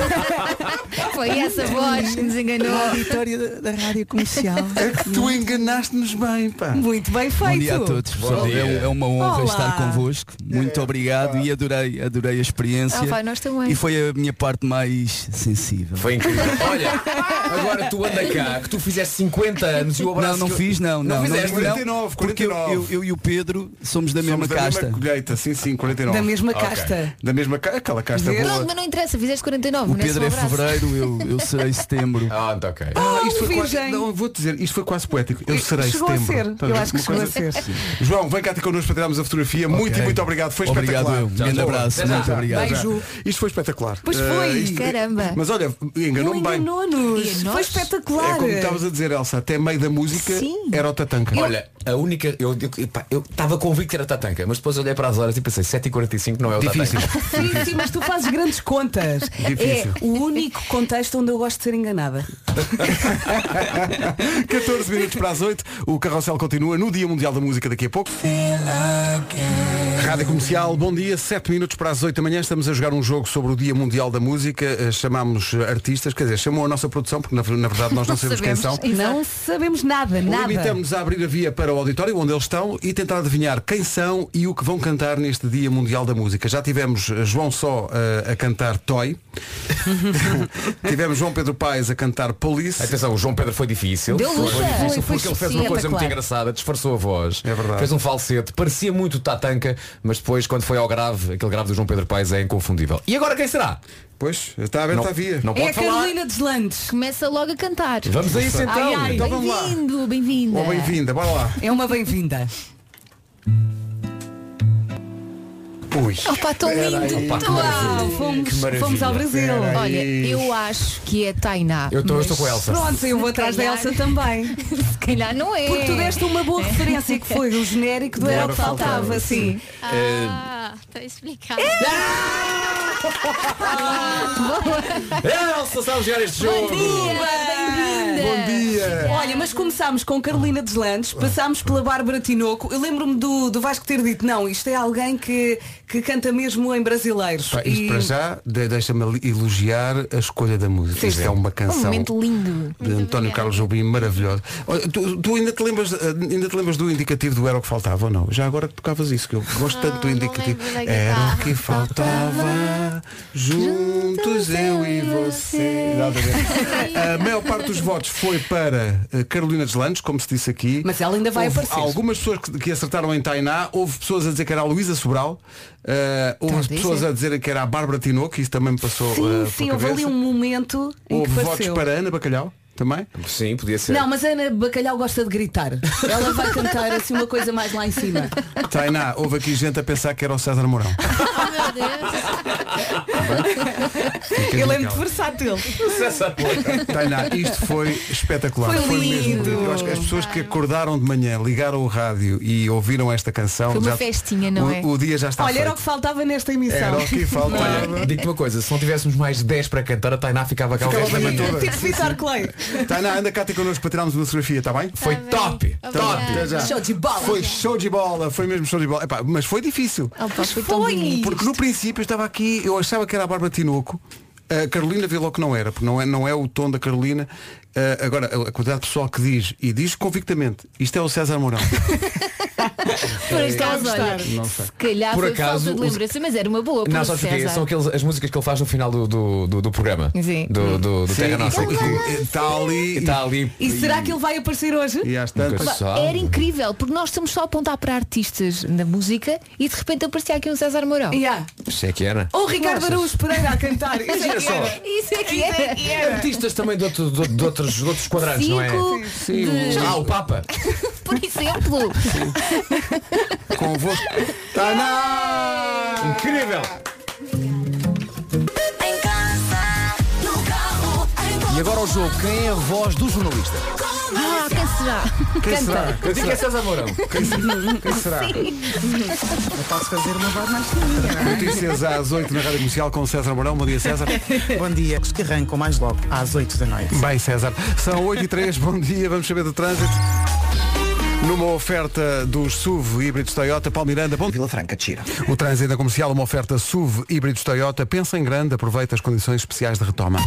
H: *laughs*
D: Foi essa voz que nos enganou.
A: Auditório da, da Rádio Comercial.
B: É que tu enganaste-nos bem, pá.
C: Muito bem feito.
I: Bom dia a todos, pessoal.
F: dia.
I: É, é uma honra
C: Olá. É.
I: estar convosco. Muito obrigado e adorei, adorei a experiência.
D: Ah, vai, nós também.
I: E foi a minha parte mais sensível.
F: Foi incrível.
I: *laughs*
F: Olha, agora tu anda cá, que tu fizeste 50 anos e o abraço.
I: Não, não
F: que eu-
I: fiz, não, não.
F: fizeste,
I: não,
B: 49,
I: porque eu,
B: 49.
I: eu, eu e o Pedro somos da
B: Somos
I: mesma casta.
B: mesma colheita, sim, sim, 49.
C: Da mesma casta.
B: Da mesma ca- aquela casta
C: Verde.
D: Pronto,
B: boa.
D: mas não interessa, fizeste 49,
I: O
D: não é só
I: Pedro
D: um
I: é
D: abraço.
I: fevereiro, eu, eu serei setembro.
F: Ah, tá ok.
B: *laughs* Ah, isto
C: Oh,
B: foi quase,
C: virgem.
B: não, vou dizer, isto foi quase poético. Eu serei
C: Chegou
B: setembro.
C: a ser.
B: Estás
C: Eu
B: ver?
C: acho que
B: Uma
C: chegou
B: coisa- *laughs*
C: a ser.
B: João, vem cá ter connosco para tirarmos a fotografia. Muito e
I: Ok.
B: muito obrigado. Foi
I: Obrigado, eu.
B: espetacular.
I: Um grande
F: Tchau.
I: abraço.
F: Até já.
I: Muito obrigado.
C: Beijo.
B: Isto foi espetacular.
C: Pois
B: Eh,
C: foi.
D: Caramba.
B: Mas olha,
C: Não
B: enganou-me bem.
C: enganou-nos.
D: E a
C: Foi
D: nós?
B: É
C: espetacular.
B: como estavas a dizer, Elsa, até meio da música
D: Sim.
B: era o
C: *laughs*
B: tatanca.
F: Olha, a única. Eu eu- pá, eu estava convicto que era Tatanka, mas depois olhei para as horas e pensei, 7h45 não é o
B: difícil.
F: Tatanka.
C: Sim, sim, mas tu fazes grandes contas.
B: Difícil.
C: É o único contexto onde eu gosto de ser enganada.
B: 14 minutos para as 8. O carrossel continua no Dia Mundial da Música daqui a pouco. Rádio Comercial, bom dia. 7 minutos para as 8 da manhã. Estamos a jogar um jogo sobre o Dia Mundial da Música. Eh, Chamámos eh, artistas, quer dizer, chamou a nossa produção, porque na, na verdade nós não, sabemos quem são. é
C: Não sabemos nada, nada.
B: Limitamos a abrir a via para o auditório onde eles estão e tentar adivinhar quem são e o que vão cantar neste Dia Mundial da Música. Já tivemos eh, João Só eh, a cantar
D: *laughs*
B: Toy, tivemos João Pedro Paes a cantar Police.
F: Atenção, o João Pedro foi difícil.
D: Deu
F: foi,
D: luta.
F: difícil
D: Foi, foi
F: porque ele fez uma coisa muito
D: espetacular.
F: engraçada, disfarçou a voz.
B: É verdade.
F: Fez um falsete, parecia muito tatanca, mas depois quando foi ao grave, aquele grave do João Pedro Paes é inconfundível. E agora quem será?
B: Pois, está aberta
F: não,
B: a via.
F: não
C: É
F: pode
C: a
F: falar.
C: Carolina Deslandes.
D: Começa logo a cantar.
F: Vamos a isso então.
C: Ai, ai,
B: então vamos lá.
D: Bem-vindo, bem-vinda.
B: Oh, bem-vinda, bora lá.
C: É uma bem-vinda.
B: Ui.
D: Opa, tão
H: É
D: lindo.
F: Opa, que
D: tão
F: maravilha.
D: lindo.
C: Então, Fomos,
F: maravilha.
C: fomos ao Brasil.
D: Olha, eu acho que é Tainá.
F: Eu estou- eu
D: mas
F: estou com a Elsa.
C: Pronto, eu vou atrás da Elsa *laughs* também.
D: Se calhar não é.
C: Porque tu deste uma boa referência que foi o genérico do Era o que Faltava, sim.
J: Ah, tá explicado.
H: É!
D: Ah!
F: Elsa, sabe jogar este
D: Bom
F: jogo.
D: dia, bem-vinda.
B: Bom dia. Ah.
C: Olha, mas começámos com Carolina Deslandes, passámos pela Bárbara Tinoco. Eu lembro-me do, do Vasco ter dito, não, isto é alguém que, que canta mesmo em brasileiros.
B: Pá, isto para já, de- deixa-me ali elogiar a escolha da música. Isto é uma
D: Um
B: canção.
D: momento *laughs* lindo.
B: de António Carlos Jobim, maravilhosa. Olha, Tu, tu ainda, te lembras, eh, ainda te lembras do indicativo do Era o que Faltava ou não? Já agora que tocavas isso, que eu gosto tanto do
J: Ah, não
B: indicativo.
J: lembro da
B: Era o que
J: guitarra.
B: faltava, juntos eu e você. Exatamente. A maior parte dos votos foi para eh, Carolina Deslandes, como se disse aqui.
C: Mas ela ainda vai
B: Houve
C: aparecer.
B: Algumas pessoas que, que acertaram em Tainá, houve pessoas a dizer que era a Luísa Sobral, eh, houve
D: Talvez,
B: pessoas
D: é.
B: a dizer que era a Bárbara Tinoco, isso também me passou eh,
C: Sim,
B: por
C: sim, houve
B: cabeça.
C: ali um momento em
B: Houve
C: que
B: votos
C: pareceu.
B: para Ana Bacalhau também.
F: Sim, podia ser.
C: Não, mas a Ana Bacalhau gosta de gritar. Ela vai cantar assim uma coisa mais lá em cima.
B: Tainá, houve aqui gente a pensar que era o César Mourão.
J: Oh, meu Deus.
C: Ele é muito versátil.
B: Então,
H: é
B: Tainá, isto foi espetacular. mesmo.
C: Foi lindo.
B: Eu acho que as pessoas que acordaram de manhã, ligaram o rádio e ouviram esta canção.
D: Foi uma
B: já-
D: festinha, não
B: o,
D: é?
B: O dia já está
C: Olha, era o
B: feito.
C: que faltava nesta emissão. é?
B: Era o que faltava.
F: Olha, digo-te uma coisa, se não tivéssemos mais 10 para cantar, a Tainá ficava cá o
B: Ficava
F: resto da
B: bem
F: manhã.
B: toda.
C: Tipo Vitor Clay.
B: Tainá, anda cá ter connosco para tirarmos uma fotografia, está bem?
F: Foi
J: bem.
F: top,
J: Obrigada.
F: top.
B: Até já.
C: Show de bola.
B: Foi show de bola, foi mesmo show de bola. Epá, mas foi difícil.
D: Oh, pá, foi tão
C: Foi.
D: bonito.
B: Porque no princípio eu estava aqui, eu achava que era a Bárbara Tinoco. A Carolina vê logo que não era, porque não é, não é o tom da Carolina. Ah, agora, a a quantidade de pessoal que diz, e diz convictamente, isto é o César Mourão.
D: Por acaso, olha, se calhar
F: Por
D: foi
F: acaso,
D: falta de
F: os-
D: lembrança, mas era uma boa para
F: Não,
D: o
F: sabes porquê?
D: César.
F: São aqueles, as músicas que ele faz no final do, do, do- do programa.
D: Sim.
F: Do, do, do Terra Nossa.
B: e- e- Está ali. e-
F: Está ali.
C: E será que ele vai aparecer hoje?
B: E às
F: Nunca
B: tantas.
F: se sabe.
D: Era incrível, porque nós estamos só a apontar para artistas na música e de repente aparecia aqui um César Mourão.
C: Yeah.
F: Isso é que era.
D: Oh,
C: Ou Ricardo Araújo Pereira a
D: *laughs*
C: cantar. Isso é que
F: só.
C: era.
D: Isso é que é.
F: Artistas também de, outro- de- de outros, de outros quadrantes, não é?
D: Cinco, de-
F: Ah, o Papa.
D: por exemplo. *laughs*
B: Convosco. Tá Tainá!
F: Incrível.
J: Em casa, no carro, em
D: Então,
F: E agora o jogo. Quem é a voz do jornalista?
D: Ah, quem será?
B: Quem será?
F: Eu digo que é César Mourão.
B: Quem será?
A: Posso fazer uma voz mais
B: Notícias às 8 na Rádio Comercial com César Mourão. Bom dia, César.
A: *laughs* Bom dia. Os que arrancam mais logo, às 8 da noite.
B: Bem, César, são 8 e 3 bom dia, vamos saber do trânsito. Numa oferta dos SUV híbridos Toyota, Paulo Miranda, bom
E: Vila Franca de Xira.
B: O trânsito da comercial, uma oferta SUV híbridos Toyota. Pensa em grande, aproveita as condições especiais de retoma.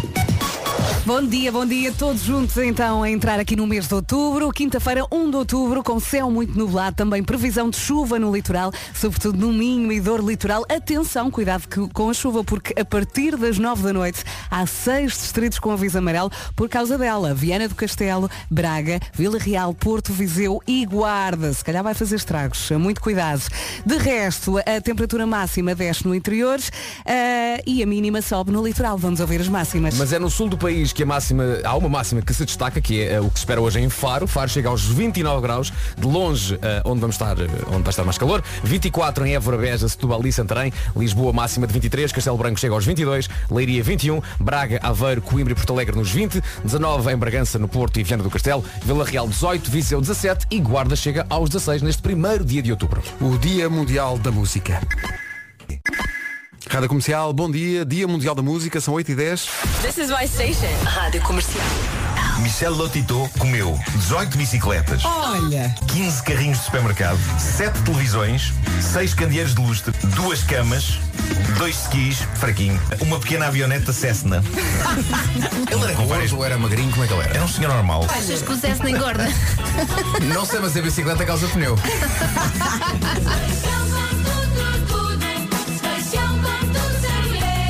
C: Bom dia, bom dia a todos juntos então a entrar aqui no mês de outubro, quinta-feira 1 de outubro, com céu muito nublado, também previsão de chuva no litoral, sobretudo no Minho e Dor Litoral. Atenção, cuidado que- com a chuva, porque a partir das 9 da noite há seis distritos com aviso amarelo por causa dela. Viana do Castelo, Braga, Vila Real, Porto Viseu e Guarda. Se calhar vai fazer estragos, muito cuidado. De resto, a temperatura máxima desce no interior eh, e a mínima sobe no litoral. Vamos ouvir as máximas.
F: Mas é no sul do país que a máxima, há uma máxima que se destaca, que é eh, o que se espera hoje em Faro. Faro chega aos 29 graus, de longe eh, onde vamos estar, eh, onde vai estar mais calor. 24 em Évora, Beja, Setúbal e Santarém. Lisboa máxima de 23, Castelo Branco chega aos 22, Leiria 21, Braga, Aveiro, Coimbra e Porto Alegre nos 20, 19 em Bragança, no Porto e Viana do Castelo, Vila Real 18, Viseu 17 e Guarda chega aos 16 neste primeiro dia de outubro.
B: O Dia Mundial da Música. Rádio Comercial, bom dia. Dia Mundial da Música, são 8 e 10. *laughs*
K: This is my station. Rádio Comercial. Michel Lotito comeu 18 bicicletas,
C: Olha,
K: 15 carrinhos de supermercado, 7 televisões, 6 candeeiros de lustre, 2 camas, 2 skis, fraquinho, uma pequena avioneta Cessna.
F: Ele era gordo ou era magrinho? Como é que ele era?
K: Era um senhor normal.
J: Achas que o Zé se nem engorda?
F: Não sei, mas a bicicleta causa pneu.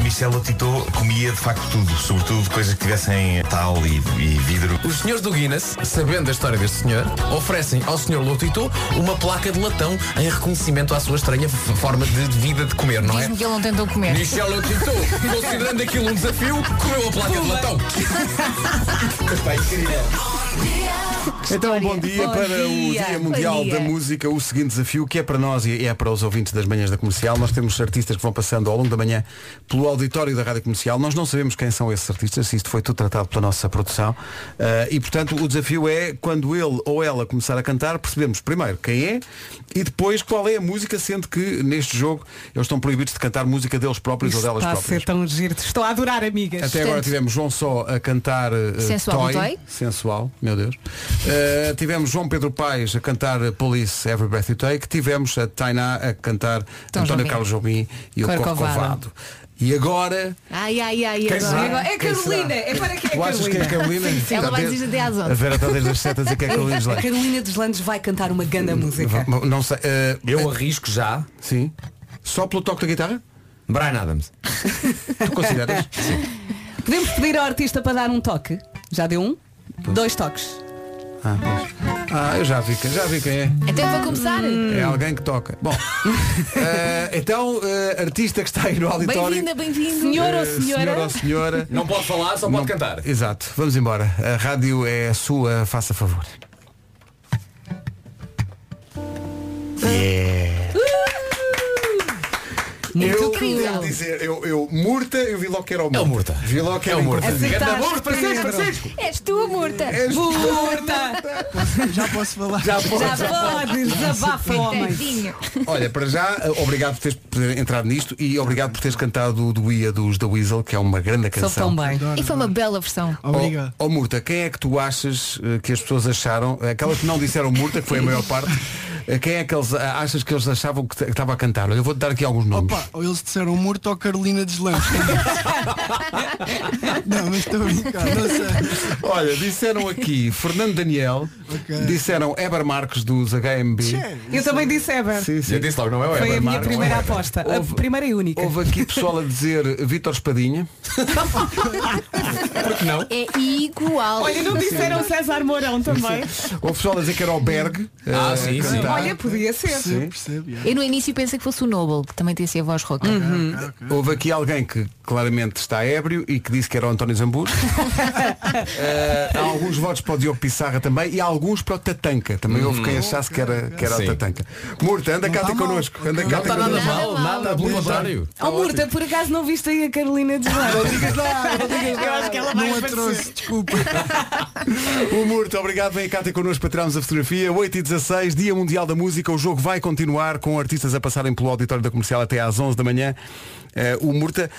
K: Michel Lotito comia de facto tudo, sobretudo coisas que tivessem eh, tal e, e vidro.
F: Os senhores do Guinness, sabendo a história deste senhor, oferecem ao senhor Lotito uma placa de latão em reconhecimento à sua estranha f- forma de vida de
D: *laughs*
F: comer, não é?
D: Diz-me que ele não tentou comer.
F: Michel Lotito, considerando aquilo um desafio, comeu a placa de latão.
B: Então, bom dia
C: Bom
B: para
C: dia.
B: o Dia
C: Bom
B: Mundial
C: dia.
B: da Música, o seguinte desafio, que é para nós e é para os ouvintes das manhãs da comercial. Nós temos artistas que vão passando ao longo da manhã pelo auditório da Rádio Comercial. Nós não sabemos quem são esses artistas, se isto foi tudo tratado pela nossa produção. Ah, e, portanto, o desafio é, quando ele ou ela começar a cantar, percebemos primeiro quem é e depois qual é a música, sendo que neste jogo eles estão proibidos de cantar música deles próprios
C: isto
B: ou delas
C: está a
B: próprias.
C: ser tão giro. Estou a adorar, amigas.
B: Até agora tivemos João Só a cantar eh,
D: Sensual
B: Toy,
D: do Toy.
B: Sensual, meu Deus Eh, Tivemos João Pedro Paes a cantar eh, Police Every Breath You Take Tivemos a Tainá a cantar
D: Tom
B: António
D: Jobim.
B: Carlos Jobim e o
D: Corcovado.
B: Corcovado E agora
D: Ai, ai, ai,
B: Quem
D: agora.
B: será?
D: agora-
C: É
B: Quem será?
C: Carolina, é para que é
B: Tu achas que é a
C: Carolina.
B: Carolina?
D: sim. Ela vai
B: Está
D: dizer até às onze.
B: A Vera está desde as 7 a dizer
C: *laughs*
B: que é a Carolina
C: A
B: Gilante.
C: Carolina dos Landes vai cantar uma ganda música.
B: Não- Não sei eh,
F: Eu arrisco já.
B: Sim Só pelo toque da guitarra?
F: Brian Adams.
B: Tu
D: *laughs*
B: consideras?
C: Podemos pedir ao artista para dar um toque? Já deu um? Dois toques.
B: Ah, pois. Ah, eu já vi, quem- já vi quem é
D: Então para começar.
C: Hum.
B: É alguém que toca.
C: *laughs*
B: Bom, eh, então, eh, artista que está aí no auditório.
D: Bem-vinda, bem-vindo.
C: Senhor ou
B: eh, senhora
C: senhora?
B: ou senhora.
F: Não pode falar, só pode
B: Não-
F: cantar.
B: Exato. Vamos embora. A rádio é a sua, faça favor.
D: Uh!
C: Muito
B: Eu,
C: incrível.
B: devo dizer, eu, eu murta, eu vi logo que era o
F: É o
B: murta.
F: Murta.
B: Vi logo que
F: É
B: era
F: o Murta.
B: importante.
C: Acertaste,
F: Grande aborto, Francisco,
C: Pedro.
F: Francisco.
D: És tu, Murta.
C: Burta!
I: Já posso falar?
B: Já pode.
C: Já podes, desabafa homem.
D: Tadinho.
B: Olha, para já, eh, obrigado por teres eh, entrado nisto e obrigado por teres cantado o do Ia dos The Weasel, que é uma grande canção.
C: Soube tão bem.
D: E foi uma bela versão.
I: Obrigado.
B: Ó oh, Murta, quem é que tu achas eh, que as pessoas acharam, aquelas que não disseram Murta, que foi a maior parte, eh, quem é que eles ah, achas que eles achavam que t- que estava a cantar? Olha, eu vou-te dar aqui alguns nomes.
I: Opa, ou eles disseram Murto ou Carolina
D: *laughs*
I: Deslandes. não, mas estou a brincar, não sei.
B: Olha, disseram aqui
I: *laughs*
B: Fernando Daniel,
I: Ok.
B: disseram Eber Marques dos HMB.
C: Eu também disse Eber.
B: Sim,
F: Já
B: sim.
F: disse logo, não é o
C: Foi a
F: Eber
C: minha
F: Marques.
C: primeira aposta. A primeira e única.
B: Houve aqui pessoal a dizer Vítor
F: *laughs*
B: Espadinha.
F: Porque não?
D: É igual.
C: Olha, não disseram César Mourão também.
B: Houve pessoal a dizer que era o Berg.
F: Ah,
B: eh,
F: sim,
B: a
F: sim.
B: cantar.
C: Olha, podia ser.
I: Percebo, percebo. yeah.
D: Eu no início pensei que fosse o Noble, que também tem assim a voz rouca.
B: Houve aqui alguém que claramente está ébrio e que disse que era o António Zamburgo. Eh, há alguns votos para o Diogo Pissarra também e há alguns para o Tatanca. Também houve quem achasse que era, que era o
F: Uhum. Sim. tá
B: Tatanca. Murta, anda cá ter
I: está mal.
B: connosco. Anda
F: Não
B: cá ter
F: está nada
B: connosco.
F: mal, nada, pelo contrário.
C: Oh, Murta, por acaso não viste aí a Carolina de Não digas nada, não digas nada. Eu acho que ela vai
I: Não a trouxe, desculpa.
B: O Murta, obrigado, vem cá ter connosco para tirarmos a fotografia. 8 e 16 Dia Mundial da Música. O jogo vai continuar com artistas a passarem pelo auditório da comercial até às 11 da manhã. Eh, o Murta,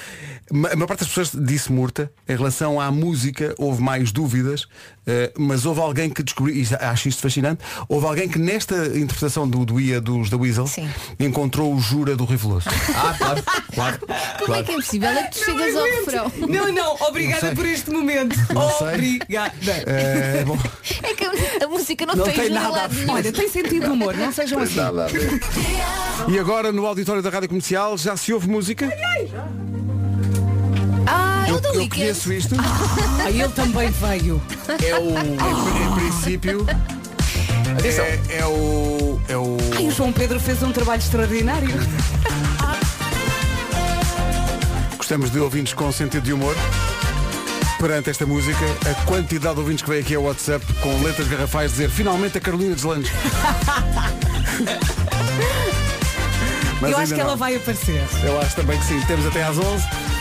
B: ma- a maior parte das pessoas disse Murta. Em relação à música, houve mais dúvidas, eh, mas houve alguém que descobriu, e acho isto fascinante, houve alguém que nesta interpretação do, do Ia dos da Weasel
D: Sim.
B: encontrou o Jura do Rui Veloso.
F: Ah, claro, claro.
D: Como é que é possível? É que tu chegas ao refrão.
C: Não, não, obrigada por este momento.
B: sei.
C: Obrigada.
B: Eh, bom,
D: É que a, a música não, um
B: Não
D: tem,
B: tem
D: ajuda
B: nada
D: lá
B: a ver.
D: nenhum.
C: Olha, tem sentido de humor, não sejam assim.
B: *laughs* e agora no auditório da Rádio Comercial já se ouve música?
D: Ah, é o da
B: eu
D: Weekend.
B: conheço isto.
C: Aí Ah, ele também
D: *laughs*
C: veio.
B: É o. Em princípio. É, é o. É o.
C: E o João Pedro fez um trabalho extraordinário.
B: Gostamos de ouvintes com sentido de humor. Perante esta música, a quantidade de ouvintes que veio aqui ao WhatsApp com letras garrafais dizer finalmente a Carolina Deslandes. Mas
C: eu
B: ainda
C: acho que ela
B: não.
C: vai aparecer.
B: Eu acho também que sim. Temos até às 11.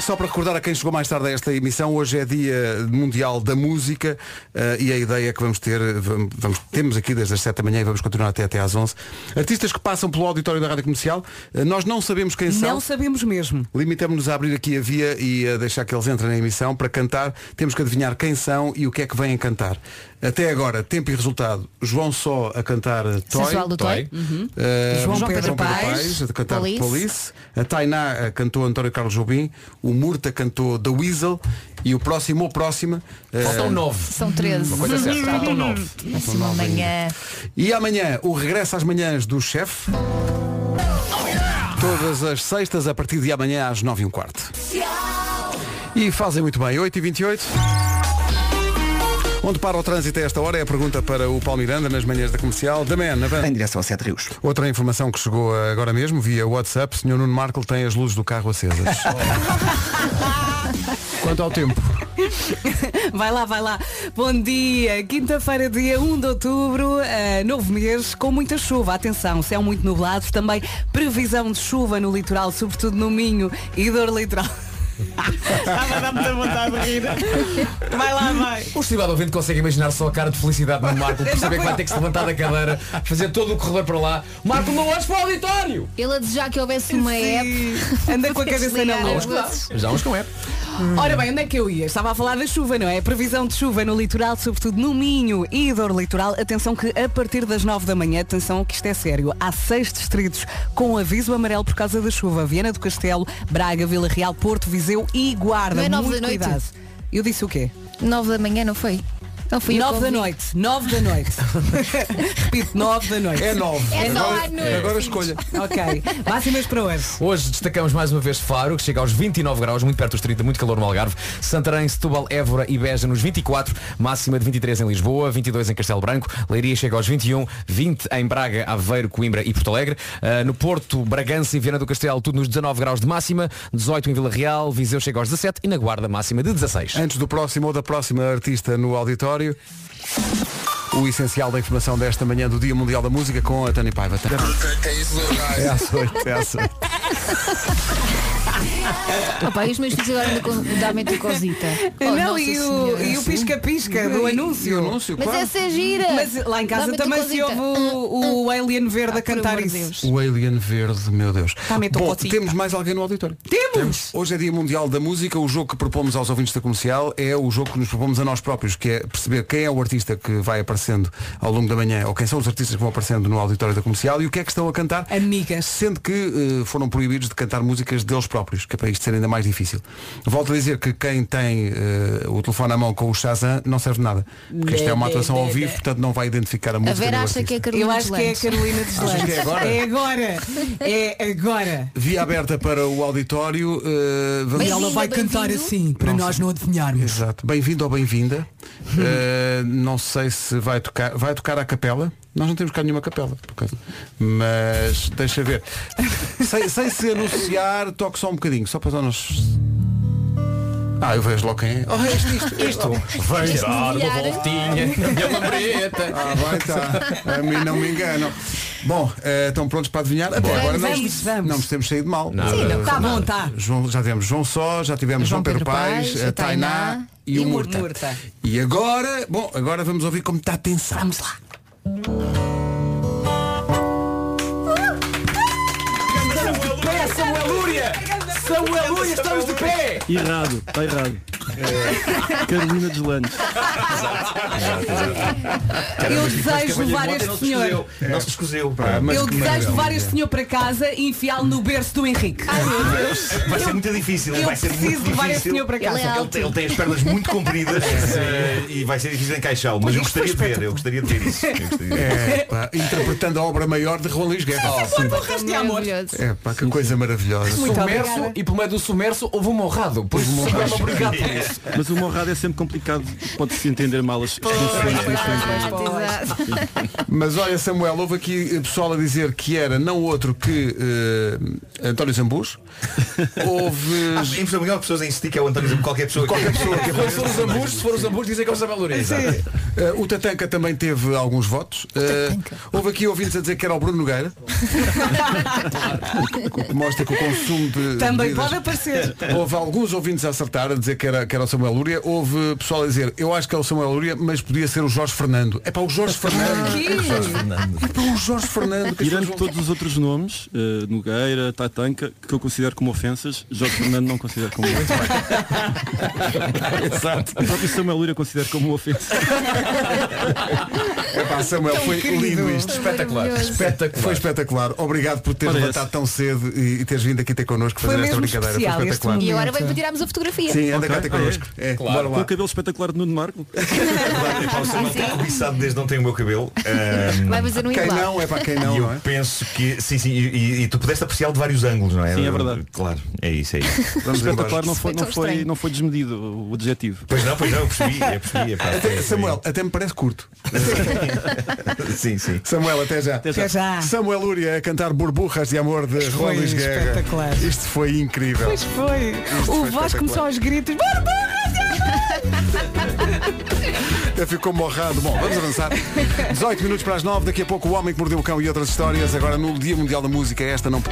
B: Só para recordar a quem chegou mais tarde a esta emissão, hoje é dia mundial da música eh, e a ideia que vamos ter, eh, vam- vamos, temos aqui desde as 7 da manhã e vamos continuar até, até às 11. Artistas que passam pelo auditório da Rádio Comercial, eh, nós não sabemos quem são.
C: Não sabemos mesmo. *laughs*
B: Limitamos-nos a abrir aqui a via e a deixar que eles entrem na emissão para cantar. Temos que adivinhar quem são e o que é que vêm cantar. Até agora, tempo e resultado. João Só a cantar eh, Toy.
D: Sensual do Toy. Uhum.
B: Eh,
D: João Pedro Paes,
B: a cantar Police.
D: Police.
B: A Tainá eh, cantou António Carlos Jobim. O Murta cantou The Weasel. E o próximo ou próxima... eh,
D: um
F: Faltam nove.
D: São 13.
F: Uma coisa certa. Faltam nove.
D: Assim, uma manhã.
B: E amanhã, o regresso às manhãs do chefe. Todas as sextas, a partir de amanhã às 9 e um quarto. E fazem muito bem, 8 e 28 Onde para o trânsito a esta hora é a pergunta para o Paulo Miranda nas manhãs da comercial. Da Man, avança.
E: Em direção a Sete Rios.
B: Outra informação que chegou agora mesmo via WhatsApp, Sr. Nuno Marco tem as luzes do carro acesas. Quanto ao tempo,
C: Vai lá, vai lá. Bom dia. Quinta-feira, dia 1 de outubro, eh, novo mês, com muita chuva. Atenção, céu muito nublado. Também previsão de chuva no litoral, sobretudo no Minho e dor litoral. Estava a dar Ah, muita vontade de rir. Vai lá, vai.
F: O estimado ouvinte consegue imaginar só a cara de felicidade no Marco, por saber que vai ter que se levantar da cadeira, fazer todo o corredor para lá. Marco, não olhes para o auditório!
D: Ele a desejar que houvesse uma app.
C: Sim. Anda com a cabeça na
D: Desligar as
C: luz.
D: luzes.
F: Já uns com é.
C: Ora bem, onde é que eu ia? Estava a falar da chuva, não é? Previsão de chuva no litoral, sobretudo no Minho e dor litoral. Atenção que a partir das 9 da manhã, atenção que isto é sério, há seis distritos com aviso amarelo por causa da chuva. Viana do Castelo, Braga, Vila Real, Porto, Viseu e Guarda.
D: Não é nove
C: Muito
D: da noite?
C: cuidado. Eu disse o quê?
D: 9 da manhã, não foi? Não fui eu
C: 9
D: que
C: da
D: ouvi.
C: noite. 9 da
F: *laughs*
C: noite. Repito, 9 da noite.
B: é 9.
D: É só
B: agora
D: lá no-
B: agora escolha.
C: Ok. Máximas para hoje.
F: Hoje destacamos mais uma vez Faro, que chega aos 29 graus, muito perto dos 30, muito calor no Algarve. Santarém, Setúbal, Évora e Beja nos 24, máxima de 23 em Lisboa, 22 em Castelo Branco, Leiria chega aos 21, 20 em Braga, Aveiro, Coimbra e Porto Alegre. Ah, no Porto, Bragança e Viana do Castelo, tudo nos 19 graus de máxima, 18 em Vila Real, Viseu chega aos 17 e na Guarda, máxima de 16.
B: Antes do próximo ou da próxima artista no auditório, o essencial da informação desta manhã do Dia Mundial da Música com a Tânia Paiva. É às 8, é às 8.
D: Opa, e os meus filhos agora andam com- da mente cosita. Oh,
C: não,
D: Nossa
C: e o-
D: Senhora.
C: e o pisca-pisca do anúncio.
B: anúncio,
D: Mas essa é gira.
C: Mas lá em casa
D: Dá-me
C: também
D: tua Ah,
C: se ouve
D: cosita.
C: o, o Alien Verde a
D: Por
C: cantar
D: amor de
C: isso.
D: Deus. Tá,
B: O Alien Verde, meu Deus.
C: Também tô
B: Bom,
C: contigo.
B: temos mais alguém no auditório.
C: Temos!
B: Hoje é Dia Mundial da Música, o jogo que propomos aos ouvintes da comercial é o jogo que nos propomos a nós próprios, que é perceber quem é o artista que vai aparecendo ao longo da manhã, ou quem são os artistas que vão aparecendo no auditório da comercial e o que é que estão a cantar.
C: Amigas.
B: Sendo que eh, foram proibidos de cantar músicas deles próprios, que é para isto ser ainda mais difícil. Volto a dizer que quem tem eh, o telefone à mão com o Shazam não serve de nada. Porque isto é uma atuação ao vivo, portanto não vai identificar a
D: A
B: música.
D: Vera
B: do
D: acha
B: artista.
D: que é Carolina
C: Eu acho que é a
D: Deslandes.
C: Carolina
B: *laughs* Achas que
C: Deslandes.
B: é agora?
C: É agora. É agora.
B: Via aberta para o auditório. eh, vamos...
D: Mas ela vai cantar assim,
B: para nós
C: não adivinharmos.
B: Exato. Bem-vindo ou bem-vinda. Uh, não sei se vai tocar. Vai tocar à capela. Nós não temos cá nenhuma capela, por acaso. Mas deixa ver. sem, sem se anunciar, toque só um bocadinho, só para nós. Ah, eu vejo logo quem é. Oh, é isto,
F: *laughs*
B: isto, isto.
F: Vem dar uma
D: desviar.
F: voltinha e uma preta.
B: Ah, vai tá. A mim não me enganam. Bom, eh, estão prontos para adivinhar? Até agora não,
C: Vamos, vamos.
B: não nos temos saído mal.
F: Nada. Sim, não.
C: Está Tá bom, está.
B: João, já tivemos João Só, já tivemos João,
D: João
B: Pedro,
D: Pedro
B: Paes,
D: Paes,
B: a
D: a
B: Tainá
D: Tainá
B: e o
C: e
B: Murta.
C: Murta.
B: E agora, bom, agora vamos ouvir como está a pensar.
C: Vamos lá.
F: Pé, Samuel Lúria! Samuel Lúria, estamos de pé!
I: Errado,
L: tá
I: está errado.
B: É.
I: Carolina dos Landes.
C: Eu
K: Mas
B: é
C: desejo
K: quem
C: levar
K: veio de
C: este
K: ontem
C: senhor.
K: Não se escuseu.
F: Ah,
K: pá.
B: mas
C: Eu
B: que
C: desejo
B: maravilha.
C: levar este senhor para casa e enfiá-lo no berço do Henrique.
K: Vai ser muito difícil.
C: Eu
K: vai ser
C: preciso
K: muito
C: levar este
K: difícil.
C: senhor para
D: Ele é
C: casa.
K: Ele tem, ele tem as pernas muito
C: *laughs*
K: compridas eh, e vai ser difícil encaixá-lo, mas eu gostaria de ver, eu gostaria de ver isso. Eu gostaria de ver.
B: É, pá, interpretando a obra maior de Juan Luís Guerra.
C: Resto de amor.
D: Maravilhoso.
B: É pá, que coisa maravilhosa.
C: Muito
F: submerso
C: obrigada.
F: e pelo meio do submerso é houve um honrado. Pois
B: Houve um
F: sim,
B: honrado.
F: é obrigado por
L: isso. Mas o morrado é sempre complicado. Pode-se entender mal as funções.
B: Mas olha, Samuel, houve aqui eh, pessoal a dizer que era não outro que eh, António Zambus. Houve.
K: Ah, em Portugal, pessoas em stick é o António Zambu, *laughs* qualquer pessoa.
B: Qualquer pessoa que-
K: Se for os Zambus,
F: se for os Zambus, dizem que é o Samuel Lourenço.
B: Sim. Eh, o Tatanka também teve alguns votos. Eh, houve aqui ouvintes a dizer que era o Bruno Nogueira. O que mostra que o consumo de.
C: Também
B: bebidas-
C: pode aparecer.
B: Houve alguns ouvintes a acertar, a dizer que era, que era o Samuel Lúria. Houve pessoal a dizer, eu acho que é o Samuel Lúria, mas podia ser o Jorge Fernando. É para o Jorge Fernando.
L: quê?
B: O Jorge Fernando. É para o Jorge Fernando. que as
L: Tirando
B: pessoas vão-
L: todos os outros nomes, eh, Nogueira, Tatanka, que eu considero como ofensas, Jorge Fernando não considero como
B: *laughs*
L: ofensa. Exato. O próprio Samuel Lúria considero como uma ofensa.
B: Epá, Samuel,
L: Tão
B: foi
L: querido.
B: lindo isto.
L: Foi Espetacular. maravilhoso.
B: espetacular. Foi espetacular. Obrigado por teres
L: Parece.
B: levantado tão cedo e, e teres vindo aqui ter connosco
D: Foi
B: fazer esta
D: mesmo
B: brincadeira.
D: especial
B: foi
D: este
B: espetacular.
D: momento. E agora vem para tirarmos a fotografia.
B: Sim, anda
L: Ok,
B: cá ter connosco. É,
K: Claro.
B: bora
L: Com o
B: lá.
L: cabelo espetacular de Nuno
K: *laughs*
L: Marco.
K: Claro, é para o Samuel ter cobiçado desde não tem o meu cabelo. Ahm,
D: Ah, *laughs* Vai fazer um Quem igual. não, é para quem não,
K: E eu
D: não é?
K: penso que. Sim, sim, e, e- e tu pudeste apreciá-lo de vários ângulos, não é?
L: Sim, é verdade.
K: Claro, é isso, é isso.
L: espetacular não foi,
K: Foi tão
L: não, foi,
K: estranho.
L: não foi desmedido o adjetivo.
K: Pois não, pois não, eu percebi, eu percebi, é pá, foi- *laughs*
B: Até,
K: foi-
B: Samuel, até me parece curto.
K: Sim, sim.
B: Samuel, até já.
K: Até já. Até já.
B: Samuel Lúria a cantar Burburras de Amor de
C: Isto
B: Juan
C: foi
B: Luís Guerra.
C: espetacular.
B: Isto foi incrível.
C: Pois foi.
B: Isto
C: O
B: foi
C: Vasco
B: espetacular.
C: começou aos gritos. Bora,
B: Até ficou morrado. Bom, vamos
C: *laughs*
B: avançar. 18 minutos para as 9, daqui a pouco o Homem que Mordeu o Cão e outras histórias. Agora no Dia Mundial da Música, esta não.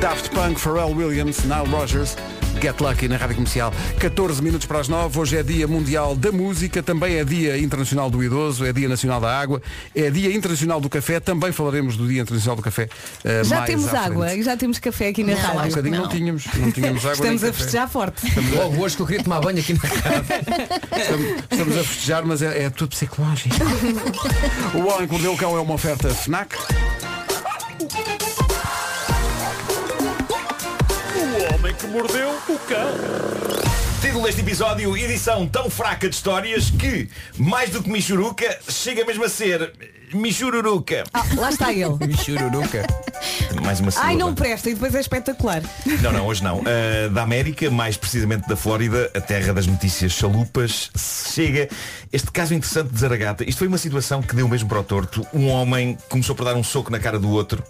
B: Daft Punk, Pharrell Williams, Nile Rogers. Get Lucky na Rádio Comercial. 14 minutos para as 9. Hoje é Dia Mundial da Música, também é Dia Internacional do Idoso, é Dia Nacional da Água, é Dia Internacional do Café. Também falaremos do Dia Internacional do Café. eh,
C: Já
B: mais
C: temos
B: à frente.
C: água e já temos café aqui na
B: Não,
C: rádio.
B: há bocadinho não tínhamos.
C: *laughs*
B: Não tínhamos água nem
C: Estamos a
B: café.
C: festejar forte.
F: Logo hoje que eu queria tomar banho aqui na
B: Estamos a festejar, mas é, é tudo psicológico.
K: *laughs*
B: O Homem que Mordeu o Cão é uma oferta FNAC.
K: O homem que mordeu o cão. Título deste episódio, edição tão fraca de histórias que, mais do que Michuruca, chega mesmo a ser Michururuca.
C: Ah, lá está ele.
K: Michururuca. Mais uma
C: Ai, não
K: sílaba.
C: presta e depois é espetacular.
K: Não, não, hoje não. Ah, da América, mais precisamente da Flórida, a terra das notícias chalupas, chega este caso interessante de Zaragata. Isto foi uma situação que deu mesmo para o torto. Um homem começou por dar um soco na cara do outro.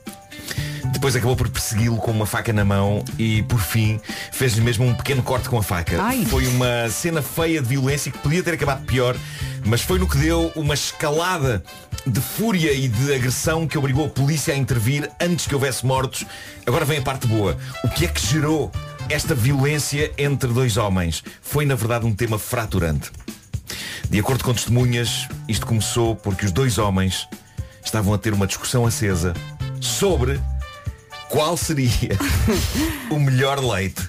K: Depois acabou por persegui-lo com uma faca na mão e, por fim, fez-lhe mesmo um pequeno corte com a faca.
H: Ai.
K: Foi uma cena feia de violência que podia ter acabado pior, mas foi no que deu uma escalada de fúria e de agressão que obrigou a polícia a intervir antes que houvesse mortos. Agora vem a parte boa. O que é que gerou esta violência entre dois homens? Foi, na verdade, um tema fraturante. De acordo com testemunhas, isto começou porque os dois homens estavam a ter uma discussão acesa sobre qual seria *laughs* o melhor leite,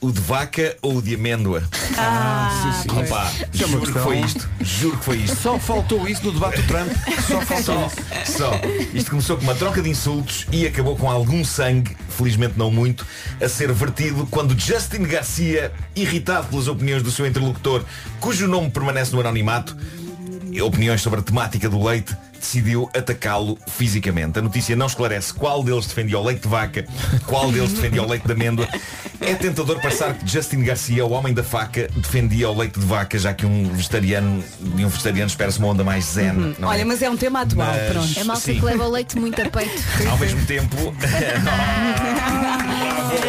K: o de vaca ou o de amêndoa.
B: Ah, sim, sim.
K: Opa,
B: Isso é uma
K: juro que
B: questão.
K: foi isto. Juro que foi isto.
B: Só faltou isso no debate do Trump. Só faltou
K: Só,
B: isso.
K: só. Isto começou com uma troca de insultos e acabou com algum sangue, felizmente não muito, a ser vertido quando Justin Garcia, irritado pelas opiniões do seu interlocutor, cujo nome permanece no anonimato, e opiniões sobre a temática do leite, decidiu atacá-lo fisicamente. A notícia não esclarece qual deles defendia o leite de vaca, qual deles defendia o leite de amêndoa. É tentador pensar que Justin Garcia, o homem da faca, defendia o leite de vaca, já que um vegetariano, de um vegetariano espera-se uma onda mais zen.
C: Hum,
K: não é?
C: Olha, mas é um tema atual,
K: Mas,
C: pronto.
K: É malta sim. que leva
C: o leite muito a peito. *laughs*
K: Ao mesmo tempo.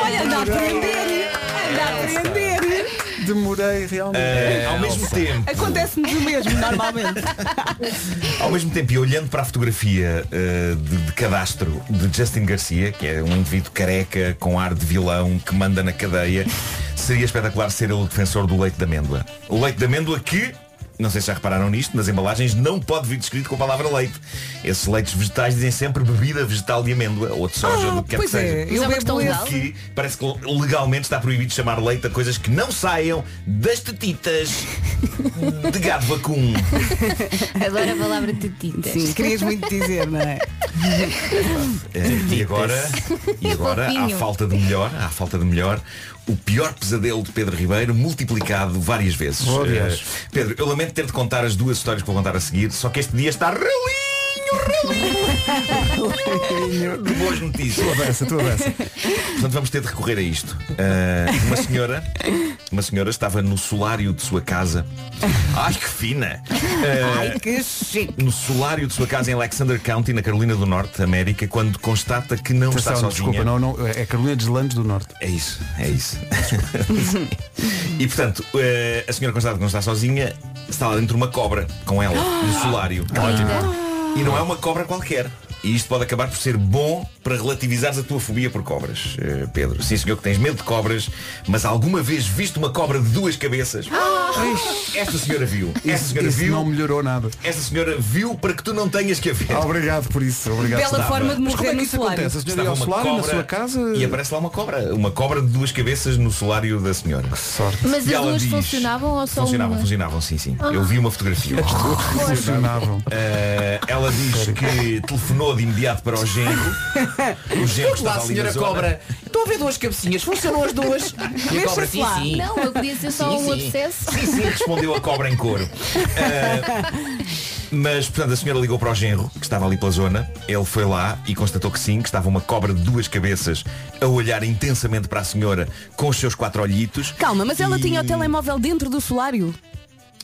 C: Olha, anda a aprender. Anda a aprender.
B: Demorei realmente.
K: Eh, ao mesmo tempo.
C: Acontece-nos o mesmo, normalmente.
B: *laughs*
K: Ao mesmo tempo, e olhando para a fotografia eh, de, de cadastro de Justin Garcia, que é um indivíduo careca, com ar de vilão, que manda na cadeia, seria espetacular ser ele o defensor do leite de amêndoa. O leite de amêndoa que, não sei se já repararam nisto, nas embalagens não pode vir descrito com a palavra leite. Esses leites vegetais dizem sempre bebida vegetal de amêndoa, ou de soja, ou do que quer
C: pois
K: que
C: é,
K: seja.
C: eu Mas é uma bebo questão esse. legal.
K: Que parece que legalmente está proibido chamar leite a coisas que não saiam das tetitas de gado vacum.
D: Adoro a palavra tetitas.
C: Sim, querias muito dizer, não é?
K: Eh, E agora,
C: *laughs*
K: e agora à
C: Fofinho.
K: falta de melhor, à falta de melhor, o pior pesadelo de Pedro Ribeiro multiplicado várias vezes.
B: Oh, Deus.
K: Eh, Pedro, eu lamento ter de contar as duas histórias que vou contar a seguir, só que este dia está relíquias
H: *laughs*
K: De boas notícias.
B: Tu avança, tu avança.
K: Portanto, vamos ter de recorrer a isto. Ah, uma senhora, uma senhora estava no solário de sua casa. Ai, que fina! Ah,
H: Eh,
C: Ai, que chique.
K: no solário de sua casa em Alexander County, na Carolina do Norte, América, quando constata que não está
B: Atenção,
K: sozinha.
B: desculpa, não, não, é Carolina dos Landes do Norte.
K: É isso, é isso. e portanto, eh, a senhora constata que não está sozinha, está lá dentro uma cobra com ela,
C: *gasps*
K: no solário.
C: Ah.
K: E não é uma cobra qualquer. E isto pode acabar por ser bom para relativizares a tua fobia por cobras, eh, Pedro. Sim, senhor, que tens medo de cobras, mas alguma vez viste uma cobra de duas
C: Ah,
K: cabeças? Esta senhora viu. Esta
B: Isso-
K: senhora
B: isso
K: viu.
B: não melhorou nada.
K: Esta senhora viu para que tu não tenhas que a ver.
B: Obrigado por isso. Obrigado.
C: Bela
K: Estava.
C: forma de
B: Mas como
C: morrer
B: é que
C: no
B: isso
C: solário.
B: acontece? A senhora
K: Estava
B: ia ao
K: uma
B: solário na
K: cobra
B: sua casa?
K: E aparece lá uma cobra. Uma cobra de duas cabeças no solário da senhora. Que sorte.
D: Mas
K: E
D: as
K: ela
D: duas
K: diz-
D: funcionavam ou só
K: Funcionavam,
D: uma?
K: funcionavam, sim, sim.
D: Ah.
K: Eu vi uma fotografia.
B: Funcionavam.
K: Eh, ela diz que telefonou de imediato para o genro. O genro
H: Vamos lá,
K: estava ali na
H: senhora
K: zona.
H: cobra. Estou a ver duas cabecinhas. Funcionam as duas. assim, E a cobra, sim, sim.
D: Não, eu podia ser só
H: Sim,
D: um
H: sim. Eh,
D: abscesso.
K: Sim, sim, respondeu a cobra em couro. Ah, mas, portanto, a senhora ligou para o genro, que estava ali pela zona. Ele foi lá e constatou que sim, que estava uma cobra de duas cabeças a olhar intensamente para a senhora com os seus quatro olhitos.
C: Calma, mas ela
K: E-
C: tinha o telemóvel dentro do solário?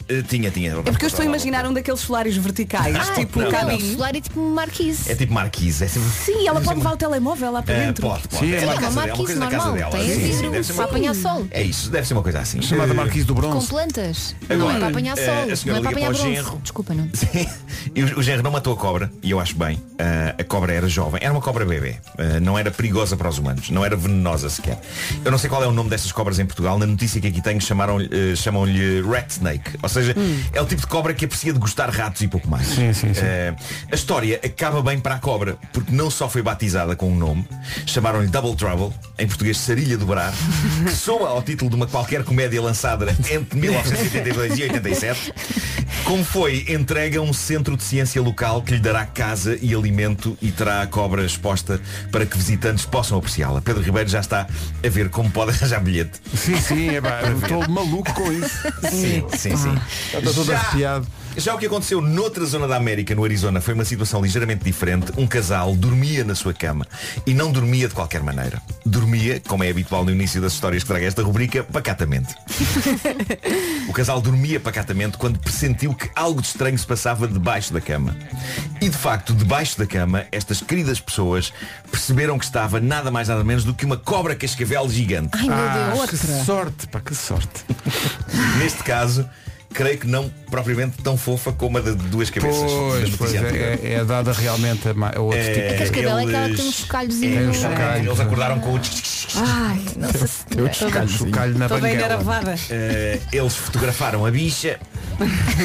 K: Eh, Tinha, tinha.
C: É porque eu estou a imaginar um daqueles solários verticais,
K: Ah,
C: tipo
K: não,
C: um
K: não.
C: caminho.
D: Solar e tipo marquise.
K: É tipo marquise. É sempre...
C: Sim, ela pode levar o telemóvel lá para
K: Eh,
C: dentro.
K: pode, pode.
D: Sim,
K: uma
D: é uma
K: casa dela,
D: marquise
K: uma coisa da casa
D: normal.
K: dela.
D: Tem
K: Sim, sim,
D: vidro um
K: deve ser
D: para
K: uma-
D: apanhar sol.
K: É isso, deve ser uma coisa assim.
B: Chamada
K: Eh,
B: Marquise do
D: Com
B: Bronze.
D: plantas. não
K: Agora,
D: é para apanhar
K: eh,
D: sol.
K: a
D: Não
K: senhora
D: é para
K: liga para
D: apanhar
K: o
D: bronze.
K: genro.
D: Desculpa, não.
K: Sim. E o, o genro não matou a cobra, e eu acho bem. Ah, a cobra era jovem, era uma cobra bebê. Ah, não era perigosa para os humanos, não era venenosa sequer. Eu não sei qual é o nome destas cobras em Portugal. Na notícia que aqui tenho chamaram-lhe, eh, chamam-lhe rat snake. Ou seja, é o tipo de cobra que aprecia degustar ratos e pouco mais.
B: Hum. Sim, sim, sim.
K: Eh, a história acaba bem para a cobra, porque não só foi batizada com um nome, chamaram-lhe Double Trouble, em português Sarilha do Brar, que soa ao título de uma qualquer comédia lançada entre 1982 e 87, como foi entregue a um centro de ciência local que lhe dará casa e alimento e terá a cobra exposta para que visitantes possam apreciá-la. Pedro Ribeiro já está a ver como pode arranjar bilhete.
B: Sim, sim, é pá, eu estou maluco com isso.
K: Sim, sim, sim.
B: Estou todo
K: Já-
B: Ah. Tá arrepiado.
K: Já o que aconteceu noutra zona da América, no Arizona, foi uma situação ligeiramente diferente. Um casal dormia na sua cama e não dormia de qualquer maneira. Dormia, como é habitual no início das histórias que traga esta rubrica,
D: *laughs*
K: pacatamente. O casal dormia pacatamente quando pressentiu que algo de estranho se passava debaixo da cama. E de facto, debaixo da cama, estas queridas pessoas perceberam que estava nada mais nada menos do que uma cobra cascavel gigante.
D: Ai meu Deus.
B: Ah, que sorte, pá, que sorte.
K: Neste caso, creio que não propriamente tão fofa como a de duas cabeças. da
B: Pois,
K: notícia
B: pois,
K: anterior.
B: é, é- é dada realmente a, ma- a outro
K: É,
D: A
B: tipo.
D: cascavel é aquela que tem
K: eles-
D: um
B: É,
D: chocalhozinho.
B: um chocalho.
K: Eles acordaram com o tch-tch-tch.
D: Ai, nossa senhora.
B: Chocalho na
C: Toda
B: banguela.
C: engaravada.
K: Eh, Eles fotografaram a bicha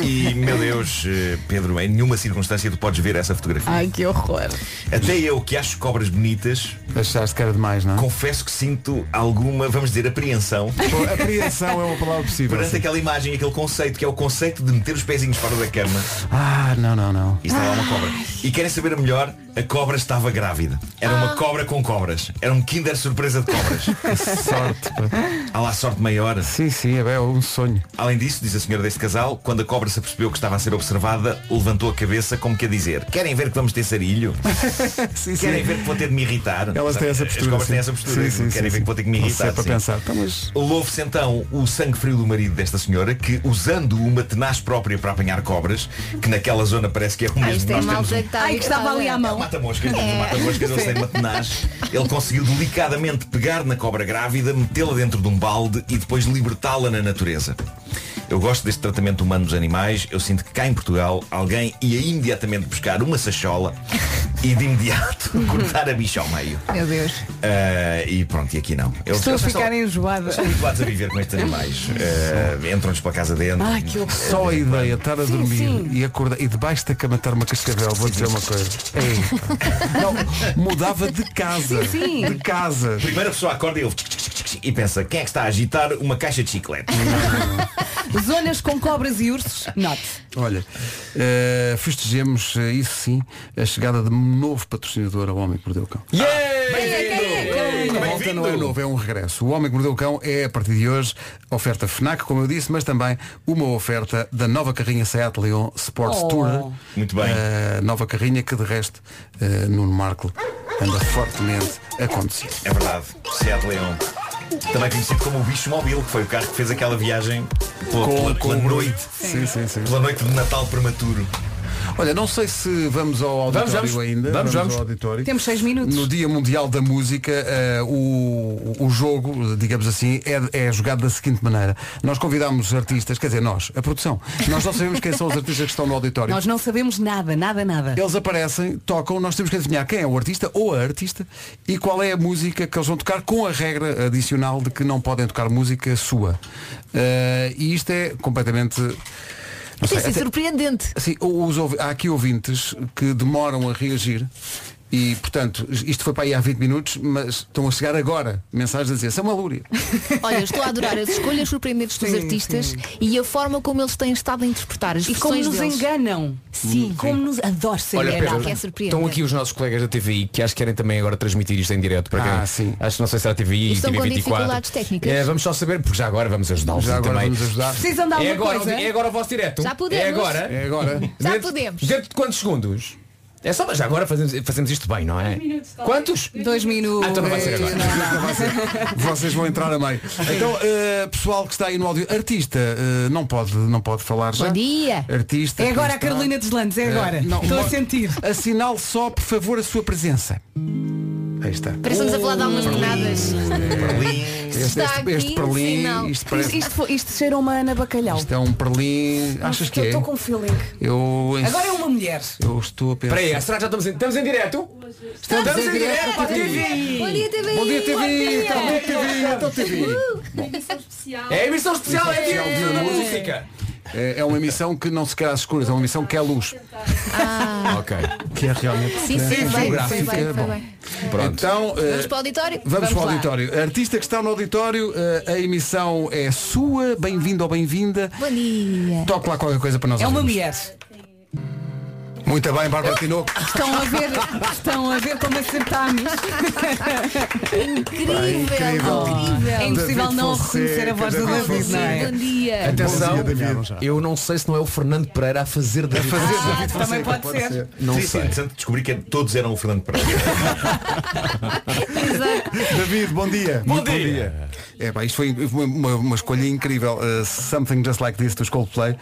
K: E meu Deus eh, Pedro, em nenhuma circunstância tu podes ver essa fotografia
D: Ai, que horror.
K: Até eu que acho cobras bonitas
B: Achaste que era demais, não? é?
K: Confesso que sinto alguma, vamos dizer, apreensão
B: Pô, apreensão é uma palavra possível.
K: Perante
B: sim.
K: aquela imagem, aquele conceito Que é o conceito de meter os pezinhos fora da cama
B: Ah, não, não, não.
K: E está lá é uma cobra E querem saber a melhor, a cobra estava grávida Era uma cobra com cobras Era um kinder surpresa de cobras
B: Ah. *laughs* Que sorte, pá.
K: Há lá sorte maior
B: Sim, sim, é bem, é um sonho.
K: Além disso, diz a senhora deste casal, quando a cobra se apercebeu que estava a ser observada, levantou a cabeça como que a dizer, querem ver que vamos ter sarilho?
B: Sim,
K: Querem ver que vou ter de me irritar?
B: Elas têm essa
K: As
B: postura.
K: cobras
B: sim.
K: têm essa postura.
B: Sim, sim,
K: Querem
B: sim,
K: ver
B: sim.
K: que vou ter que me
B: Não
K: irritar.
B: sei, é para
K: sim.
B: pensar. Então, mas
K: Louve-se então o sangue frio do marido desta senhora que, usando uma tenaz própria para apanhar cobras, que naquela zona parece que é o
D: Ah,
K: mesmo
D: isto
K: que
D: é
K: nós
D: malta
H: um-
K: temos
D: que está
C: Ai, que estava ali à
K: é
C: mão.
K: o mata-moscas, é. o mata-moscas ele tem uma tenaz. Ele conseguiu delicadamente pegar na cobra grávida, metê-la dentro de um balde e depois libertá-la na natureza. Eu gosto deste tratamento humano dos animais. Eu sinto que cá em Portugal alguém ia imediatamente buscar uma sachola e de imediato *laughs* cortar a bicha ao meio.
D: Meu Deus.
K: Ah, e pronto, e aqui não. Eles,
C: Estou a
K: eles são-
C: ficar enjoada.
K: são habituados a viver com estes animais. Ah, Entram-nos pela casa dentro.
C: Ai, que horror.
B: só a ideia de estar a
C: Sim,
B: dormir
C: sim.
B: e acordar e debaixo da cama estar uma cascavel, vou dizer uma coisa. Ei. Não, mudava de casa.
C: Sim, sim.
B: De casa.
K: Primeira pessoa acorda e ouve tch, tch, tch, tch, tch, e pensa, quem é que está a agitar uma caixa de chiclete?
C: *laughs* Zonas com cobras e ursos, note.
B: Olha, eh, festejemos, eh, isso sim, a chegada de um novo patrocinador ao Homem que Perdeu o Cão.
F: Yeah!
C: Quem é, quem é, quem é?
B: volta não é novo, é um regresso. O Homem que Mordeu o Cão é, a partir de hoje, oferta FNAC, como eu disse, mas também uma oferta da nova carrinha Seat Leon Sports
K: Oh.
B: Tour.
K: Muito bem.
B: Eh, nova carrinha que, de resto, eh, Nuno Marco anda fortemente acontecido.
K: É verdade, Seat Leon. Também conhecido como o bicho móvel, que foi o carro que fez aquela viagem pela,
B: Com-
K: pela-
B: com
K: pela
B: o Rui.
K: noite.
B: Sim, sim, sim.
K: Pela noite de Natal prematuro.
B: Olha, não sei se vamos ao auditório
K: Vamos, vamos.
B: ainda.
K: Vamos, vamos.
B: ao auditório.
C: Temos seis minutos.
B: No Dia Mundial da Música, eh, o, o jogo, digamos assim, é, é jogado da seguinte maneira. Nós convidámos artistas, quer dizer, nós, a produção. Nós só sabemos quem são os artistas que estão no auditório.
C: Nós não sabemos nada, nada, nada.
B: Eles aparecem, tocam, nós temos que adivinhar quem é o artista ou a artista e qual é a música que eles vão tocar com a regra adicional de que não podem tocar música sua. Eh, e isto é completamente. não sei,
D: Isso é
B: até-
D: surpreendente.
B: Sim, o- os ouvi- há aqui ouvintes que demoram a reagir e, portanto, isto foi para aí há 20 minutos, mas estão a chegar agora mensagens a dizer, são uma lúria.
D: Olha, estou a adorar as escolhas surpreendentes dos
B: Sim,
D: artistas
B: sim.
D: e a forma como eles têm estado a interpretar as
C: E como
D: expressões
C: nos
D: deles. É
C: enganam.
D: Sim,
C: como nos adoro ser
F: Olha,
C: enganado.
F: Pedro, estão aqui os nossos colegas da TVI que acho que querem também agora transmitir isto em direto para quem. Ah, sim. Acho que não sei se era a TVI,
D: Estão com dificuldades
F: TV24.
D: técnicas.
F: É, vamos só saber, porque já agora vamos ajudá-los.
B: Já agora
F: também.
B: vamos ajudar.
D: Precisam de alguma
F: é agora,
D: coisa?
F: É agora o vosso direto.
D: Já podemos.
F: É agora.
D: É agora. Já podemos.
F: Dentro de quantos segundos? É só, mas já agora fazemos, fazemos isto bem, não é? Quantos?
C: Dois minutos.
F: Ah, então não vai ser agora.
B: Não vai ser. Vocês vão entrar a meio. Então, eh, pessoal que está aí no áudio, artista, eh, não, pode, não pode falar já.
C: Bom dia.
B: Artista.
C: É agora
B: quem
C: a
B: está?
C: Carolina dos Landes, é
B: Eh,
C: agora.
B: não,
C: Estou a
B: mo-
C: sentir.
B: Assinale só, por favor, a sua presença. Aí está. Oh.
D: Parece-nos a falar de algumas penadas.
B: Este, este,
D: Está aqui
B: este
D: um
B: perlim,
D: sinal.
B: isto parece.
C: Isto, foi- isto cheira uma Ana Bacalhau.
B: Isto é um perlim. Achas que
C: eu
B: é?
C: estou com um feeling.
B: Eu,
C: Agora é uma mulher.
B: eu estou a pensar.
F: Espera aí, será que já estamos em, estamos em direto?
B: Estamos em direto para a
F: TVI.
J: Bom dia, TVI.
F: Bom dia, TVI.
J: Bom dia.
F: Então, TVI,
H: Tá
F: então, TVI.
J: Emissão especial.
F: É a emissão especial, é
B: Especial
F: dia
B: de
F: da
B: música.
F: música.
B: É, é uma emissão que não se quer às escuras, é uma emissão que é luz.
D: Ah,
B: Ok. Que é realmente.
D: sim, sim, foi bem, foi bem, foi
B: é Bom,
D: bem.
B: Então, eh,
D: Vamos para o auditório?
B: Vamos, para o
D: lá.
B: auditório. Artista que está no auditório, eh, a emissão é sua, bem-vindo ou bem-vinda.
D: Bom dia.
B: Toque lá qualquer coisa para nós.
C: É uma
B: ouvirmos.
C: mulher.
B: Muito bem, Bárbara
M: *laughs*
B: Tinoco.
C: Estão a ver, estão a ver como acertámos.
D: Incrível,
B: Pá, incrível.
D: incrível.
C: É impossível
B: David
C: não
B: Fonseca,
C: reconhecer a voz do
B: David
C: David, não é?
B: Fonseca.
D: Bom dia.
F: Atenção,
B: Bom dia, David.
F: eu não sei se não é o Fernando Pereira a fazer David.
B: fazer
F: Fonseca.
B: David Fonseca, pode ser.
F: Não
K: Seria
F: sei.
K: interessante descobrir que todos eram o Fernando Pereira.
B: David, bom dia.
K: Bom
B: Muito
K: dia.
B: É, pá, isto foi uma, uma- uma escolha incrível. Uh, Something Just Like This dos Coldplay uh,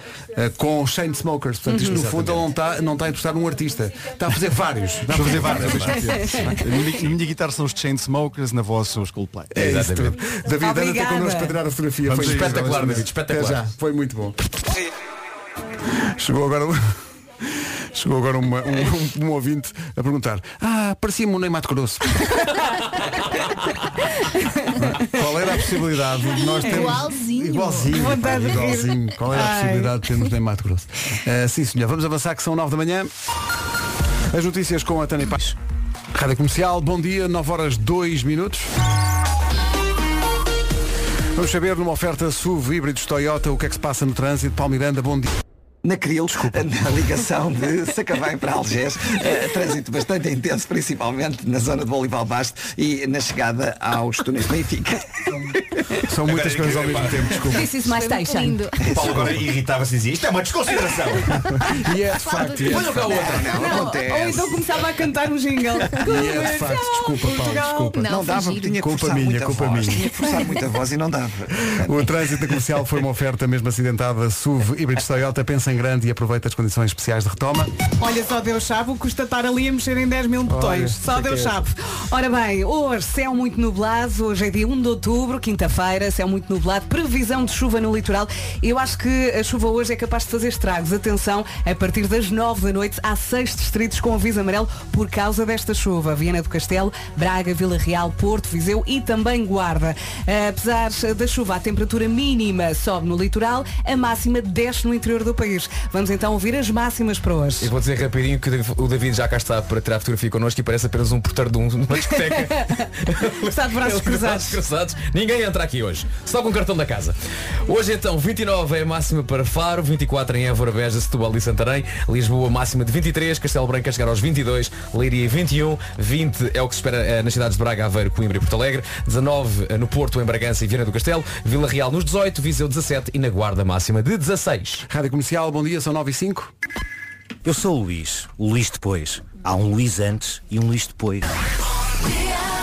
B: com Shane Smokers. Portanto, isto no
M: Uhum.
B: fundo ele não está não tá a entrevistar um artista. Está a fazer vários.
M: Tá
B: Está a fazer vários.
M: é
B: *laughs*
M: Na minha- na minha guitarra são os Chainsmokers, na voz são os Coldplay.
B: É isso tudo. David, anda até
M: Obrigada.
B: connosco para tirar a fotografia.
M: Vamos
B: foi
M: a isso,
B: incrível.
M: vamos a isso.
B: Até já. Foi muito bom. Chegou agora um- *laughs* Chegou agora uma- um, um- um ouvinte a perguntar Ah, parecia-me um Neymar de Grosso Qual era a possibilidade de
D: *laughs*
B: nós termos
D: Igualzinho.
B: Igualzinho, pá,
D: Vontade de rir.
B: igualzinho. Qual era a
D: Ai.
B: possibilidade de termos Neymar de Grosso Ah, Sim senhor, vamos avançar que são 9 da manhã As notícias com a Tânia Paz Rádio Comercial, bom dia, 9 horas 2 minutos Vamos saber numa oferta SUV híbridos Toyota o que é que se passa no trânsito. Palmiranda, bom dia.
E: Na Cril, na ligação de Sacavém para Algés, eh, trânsito bastante intenso, principalmente na zona de Bolival Basto e na chegada aos túneis de Benfica.
B: São muitas coisas ao mesmo tempo, desculpa.
C: This is my station.
K: O Paulo agora irritava-se e dizia, isto é uma desconsideração.
B: *laughs* E é de facto.
K: e é de
B: Olha
K: facto.
B: o outra.
K: Não,
C: Não, ou então começava a cantar
H: *laughs*
C: um jingle.
B: E é de facto, desculpa Paulo, desculpa.
E: Não, dava, porque tinha que
B: culpa
E: forçar
B: minha,
E: muita
B: culpa
E: voz,
B: minha.
E: Tinha que forçar muita voz e não dava.
B: O trânsito da comercial foi uma oferta mesmo acidentada SUV híbridos Toyota. Pensa em grande e aproveita as condições especiais de retoma.
C: Olha, só Deus sabe o que custa estar ali a mexer em 10 mil botões.
B: Olha,
C: só
B: sei
C: Deus
B: que é.
C: sabe. Ora bem, hoje céu muito nublado, hoje é dia 1 de outubro, quinta-feira, céu muito nublado, previsão de chuva no litoral. Eu acho que a chuva hoje é capaz de fazer estragos. Atenção, a partir das 9 da noite há seis distritos com aviso amarelo por causa desta chuva. Viana do Castelo, Braga, Vila Real, Porto, Viseu e também Guarda. Apesar da chuva, a temperatura mínima sobe no litoral, a máxima desce no interior do país. máximas. Vamos então ouvir as máximas para hoje.
F: Eu vou dizer rapidinho que o David já cá está para tirar a fotografia connosco e parece apenas um portardum numa discoteca. *laughs*
C: Está de braços
F: Ele de
C: cruzados.
F: braços cruzados. Ninguém entra aqui hoje. Só com o cartão da casa. Hoje então, 29 é a máxima para Faro, 24 em Évora, Beja, Setúbal e Santarém, Lisboa máxima de 23, Castelo Branco a chegar aos 22, Leiria 21, 20 é o que se espera eh, nas cidades de Braga, Aveiro, Coimbra e Porto Alegre, 19 eh, no Porto, em Bragança e Viana do Castelo, Vila Real nos 18, Viseu 17 e na Guarda máxima de 16.
B: Rádio Comercial, bom dia, são 9 e 5.
N: Eu sou o Luís, o Luís depois. Há um Luís antes e um Luís depois.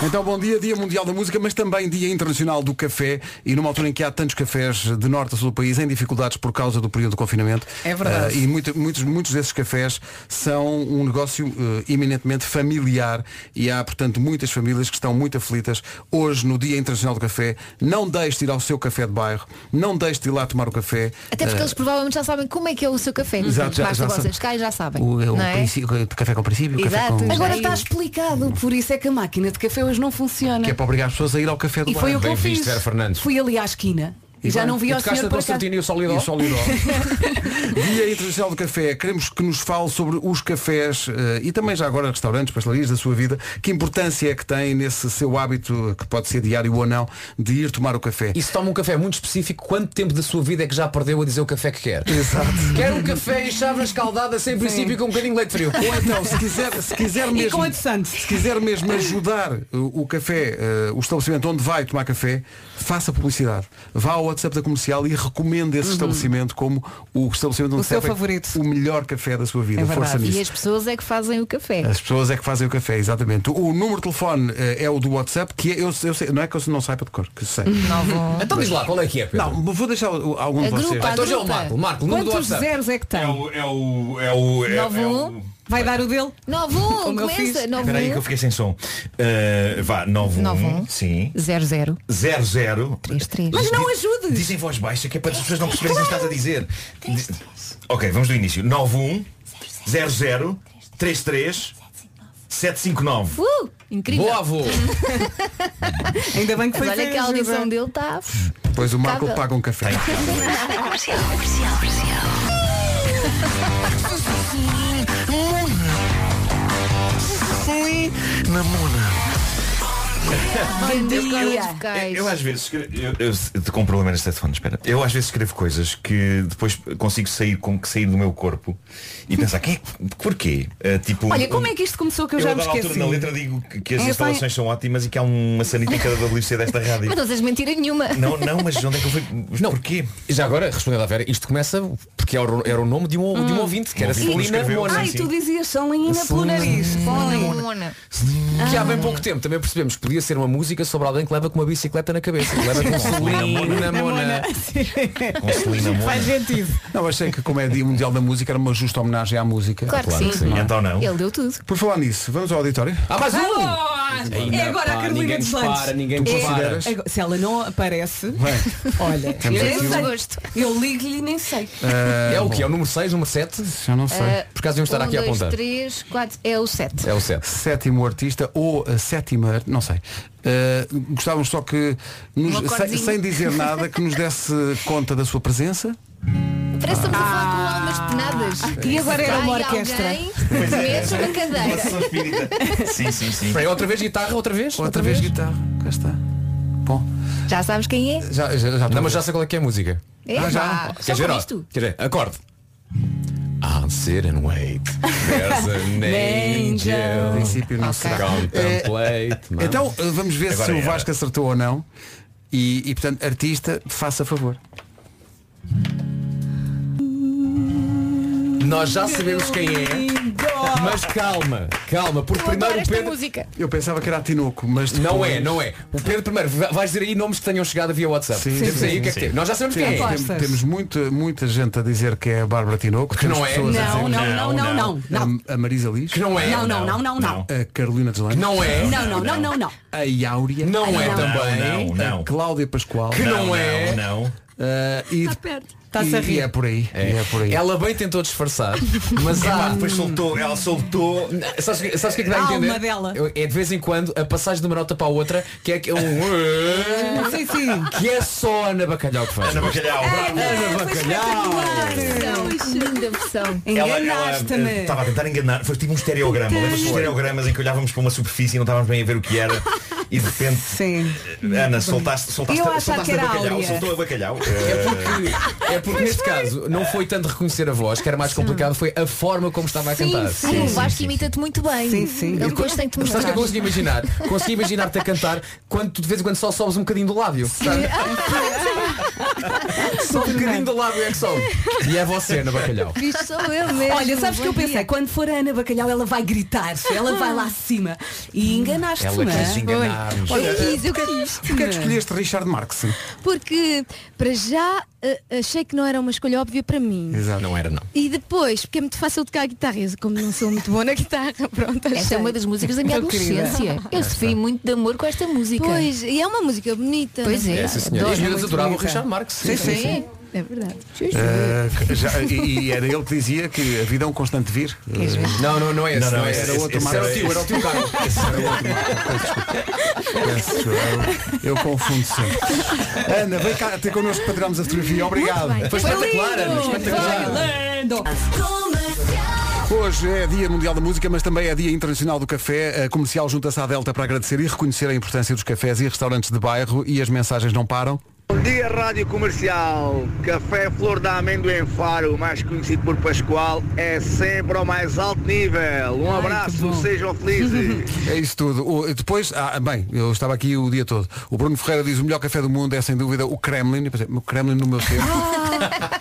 B: Então, bom dia, Dia Mundial da Música, mas também Dia Internacional do Café. E numa altura em que há tantos cafés de norte a sul do país em dificuldades por causa do período de confinamento.
C: É verdade.
B: ah, e muito- muitos, muitos desses cafés são um negócio eh, eminentemente familiar. E há, portanto, muitas famílias que estão muito aflitas hoje no Dia Internacional do Café. Não deixe de ir ao seu café de bairro. Não deixe de ir lá tomar o café.
D: Até
B: Ah,
D: porque eles provavelmente já sabem como é que é o seu café.
B: Exato, já-
D: Basta
B: já
D: vocês
B: sabem.
D: cá e já sabem.
B: o, o
D: não é?
B: princípio- café com princípio, café
D: Exato,
B: com...
C: Agora está explicado, por isso é que a máquina de café hoje não funciona.
B: Que é para obrigar as pessoas a ir ao café do
C: E
B: bairro.
C: foi o que eu fiz.
B: visto, Vera
C: Fui ali à esquina e, já
B: bem,
C: não vi ao senhor por acaso.
B: e o Solidó.
C: *laughs*
B: Dia Internacional do Café. Queremos que nos fale sobre os cafés eh, e também já agora restaurantes, pastelarias da sua vida. Que importância é que tem nesse seu hábito, que pode ser diário ou não, de ir tomar o café?
F: E se toma um café muito específico, quanto tempo da sua vida é que já perdeu a dizer o café que quer?
B: Exato.
F: *laughs* Quer um café e chávena escaldada sem princípio e com um bocadinho de leite frio.
B: Ou então, se quiser, se quiser
F: E com
B: mesmo,
F: adoçante.
B: se quiser mesmo
H: Uh,
B: ajudar o, o café, eh, o estabelecimento onde vai tomar café, faça publicidade. Vá ao WhatsApp da comercial e recomenda esse
D: Uhum.
B: estabelecimento como o estabelecimento onde
D: O seu
B: servem o melhor café da sua
C: É
B: vida. É Força nisso.
D: E as pessoas é que fazem o café.
B: As pessoas é que fazem o café, exatamente. O número de telefone eh, é o do WhatsApp, que é- eu, eu sei, não é que eu não saiba de cor, que sei.
D: Não vou-
F: Então diz lá, qual é que é, Pedro?
B: Não, vou deixar o- algum de
F: Agrupa,
B: um, vocês.
F: agrupa. Então já é o Marco. Marco, o número do
C: Quantos
F: WhatsApp.
C: zeros é que tem?
K: É o. É o. É o. É, é
B: um,
K: o...
C: 91? Vai dar o dele?
D: 91,
C: Como eu
D: começa,
C: fiz.
D: 91.
K: Espera aí que eu fiquei sem som. Uh, vá, 91.
D: 91.
K: Sim.
D: 00.
K: 00.
D: Mas não
K: ajudes! Dizem voz baixa que é para as pessoas não perceberem o que estás a dizer. Diz- Ok, vamos do início. 91 00 33 759.
D: Uh, incrível.
K: Boa, avô.
C: Ainda bem que foi
D: Mas olha que a
C: feliz,
D: audição
C: José.
D: dele está.
B: Pois o
H: *laughs*
B: Marco
D: Cada-
B: paga um café.
K: Na Mona.
D: Bom dia.
C: É
K: Eu, eu às vezes escrevo, eu, eu- com um problema nos telefones, espera. Eu às vezes escrevo coisas que depois consigo sair com que sair do meu corpo e pensar quem, porquê? Eh, tipo,
C: Olha, como é que isto começou que eu, já me
K: a dada altura
C: esqueci?
K: na letra digo que, que as
D: É,
K: instalações são ótimas e que há uma sanita em cada WC
C: *laughs*
K: desta rádio.
D: Mas não tens mentira nenhuma.
K: Não, não, mas onde é que eu fui? Mas Porquê?
F: Já agora, respondendo à Vera, isto começa porque era o, era o nome de um,
C: Hum.
F: de um ouvinte, que era
K: ouvinte que nos
F: Celina
K: escreveu,
F: Mona.
C: Ai, tu dizias Salina pelo
F: Salina.
C: nariz.
D: Mona.
F: Que há bem pouco tempo também percebemos que podia ser uma música sobre alguém que leva com uma bicicleta na cabeça. Que leva com Celina Mona.
K: Com Celina Mona. Faz
C: sentido.
B: é? Não, achei que como é Dia Mundial da Música era uma justa homenagem à música.
D: Claro que Claro que sim. sim.
K: Então não.
D: Ele deu tudo.
B: Por falar nisso, vamos ao auditório.
F: Ah, mais um!
C: É agora a Carolina dos Landes.
B: tu
C: É,
B: consideras?
C: agora- se ela não aparece, olha,
B: Temos
C: eu,
B: aqui
C: nem
B: um-
C: sei. eu ligo-lhe e nem sei.
F: É o que? É o número 6, número 7?
B: Já não
D: Ah,
F: Por acaso iam estar
D: um,
F: aqui a
D: dois,
F: apontar.
D: três, quatro, é o sete.
F: É o 7.
B: Sétimo artista ou a sétima, não sei. Uh, gostávamos só que, nos-
D: Um
B: sem,
D: acordezinho.
B: sem dizer nada, que nos desse conta da sua presença.
D: Parece que estamos a falar com algumas penadas.
C: e agora era
D: Vai
C: uma orquestra.
D: alguém,
K: Pois é.
D: mexe uma
K: Uma
D: cadeira.
K: sessão espírita. Sim, sim, sim.
F: Espera aí, outra vez guitarra, outra vez?
B: Outra, vez, guitarra. Cá está.
D: Já sabes quem é?
B: Já, já, já
F: não, mas já sei qual é que é a música.
D: É,
F: Ah,
D: vá.
F: já?
D: Só
F: Quer dizer,
D: por
F: ó,
D: isto.
F: quer dizer, acorde. I'll sit and wait. There's *laughs* an angel.
B: princípio não será.
F: Contemplate. my-
B: Então uh, vamos ver
F: Agora é,
B: se o
F: era.
B: Vasco acertou ou não. E, e, portanto, artista, faça favor.
F: Nós já sabemos quem é. Mas calma, calma, porque primeiro o Pedro.
D: música.
B: Eu pensava que era a Tinoco, mas
F: Não
B: depois-
F: é, não é. O Pedro primeiro, va- vais dizer aí nomes que tenham chegado via WhatsApp.
B: Sim,
F: Temos
B: sim,
F: aí
B: sim,
F: o que é que
B: sim.
F: tem. Nós já sabemos
B: Sim,
F: quem é.
B: Temos, temos muita, muita gente a dizer que é a Bárbara Tinoco.
F: Que não
B: temos
F: é.
B: pessoas a
C: Não,
B: dizer
C: não,
B: que-
C: não, não, não, não.
B: A, a Marisa Liz. Que
F: não é.
C: Não, não, não, não, não.
B: A Carolina Deslandes.
F: Não é.
C: Não, não, não, não, não.
B: A Áurea.
F: Não é também.
K: Não, não.
B: A Cláudia Pascoal.
F: Que não é.
K: Não.
B: A Ah, e,
F: Está
J: perto.
B: e, e é por aí. E é por aí.
F: Ela bem tentou
B: *laughs*
F: disfarçar, mas
K: Epá,
F: há...
K: depois soltou, ela soltou.
F: Sabes, o que- sabes o que é que dá
K: A
F: a entender?
K: alma dela.
F: Eu- É de vez em quando a passagem de uma nota para a outra que é que é *laughs* um.
C: Sim, sim.
F: Que é só a Ana Bacalhau que faz.
K: Ana Bacalhau,
C: Ah,
K: bravo.
F: Ana
D: Versão, Linda versão.
K: Ela- ela, eh, Estava a tentar enganar. Foi tipo um estereograma.
D: Puta.
K: Lembras dos estereogramas em que olhávamos para uma superfície e não estávamos bem a ver o que era. E de repente. eh, Ana, soltaste, soltaste,
C: Eu achava
K: soltaste
C: que
K: a
C: era
K: bacalhau.
C: áurea.
K: Soltou a bacalhau. eh,
F: É porque neste caso não foi tanto reconhecer a voz, que era mais complicado, foi a forma como estava a
D: Sim,
F: cantar.
D: sim, o Vasco imita-te muito bem. Sim, sim. Ele depois tem que te
F: Mas sabes o que
D: mostrar.
F: eu consegui imaginar? Consegui imaginar-te a cantar quando tu de vez em quando só sobes um bocadinho do lábio. sabe? Só um bocadinho do lábio é que sobe. E é você, Ana Bacalhau.
D: Isto sou eu mesmo.
C: *laughs* Olha, sabes o que eu
D: Bom dia.
C: pensei? Quando for a Ana Bacalhau, ela vai gritar. Ela vai lá acima. E enganaste-me.
B: Ela
C: não é?
B: quis enganar-nos.
C: Olha,
B: Eu
C: eh,
B: quis,
O: eu quis.
B: Porquê é que escolheste Richard Marx?
O: Porque, para já, eh, achei que não era uma escolha óbvia para mim.
F: Exato. Não era, não.
O: E depois, porque é muito fácil tocar a guitarra, eu, como não sou muito boa na guitarra, pronto.
D: Esta é uma das músicas da minha adolescência. Eu sofri muito de amor com esta música.
O: Pois, e é uma música bonita.
D: Pois
C: né?
D: é, É, sim, senhora. adoro,
F: Os miúdos
D: é muito
F: adoravam o
D: bonita.
F: Richard Marx.
D: Sim, sim, *laughs* sim.
O: É verdade.
B: Ah, já- e, e era ele que dizia que a vida é um constante vir.
F: Queres ver? Não, não, não é esse, não é esse,
B: era outro
F: esse
B: Marx.
F: era o tio, era o tio Carlos.
B: Esse era o outro Marx. Peço desculpa. Peço desculpa. Eu, eu confundo sempre. Ana, vem cá ter connosco para tirarmos a fotografia. Obrigado.
F: Muito bem. Foi espetacular, Ana, espetacular.
B: Hoje é Dia Mundial da Música, mas também é Dia Internacional do Café. A comercial junta-se à Delta para agradecer e reconhecer a importância dos cafés e restaurantes de bairro e as mensagens não param.
P: Bom dia, Rádio Comercial. Café Flor da Amendoim Faro, mais conhecido por Pascoal, é sempre ao mais alto nível. Um abraço, sejam
I: *laughs*
P: felizes.
B: É isso tudo. O- depois, ah, bem, eu estava aqui o dia todo. O Bruno Ferreira diz o melhor café do mundo é sem dúvida o Kremlin. Eu pensei, o Kremlin no meu tempo.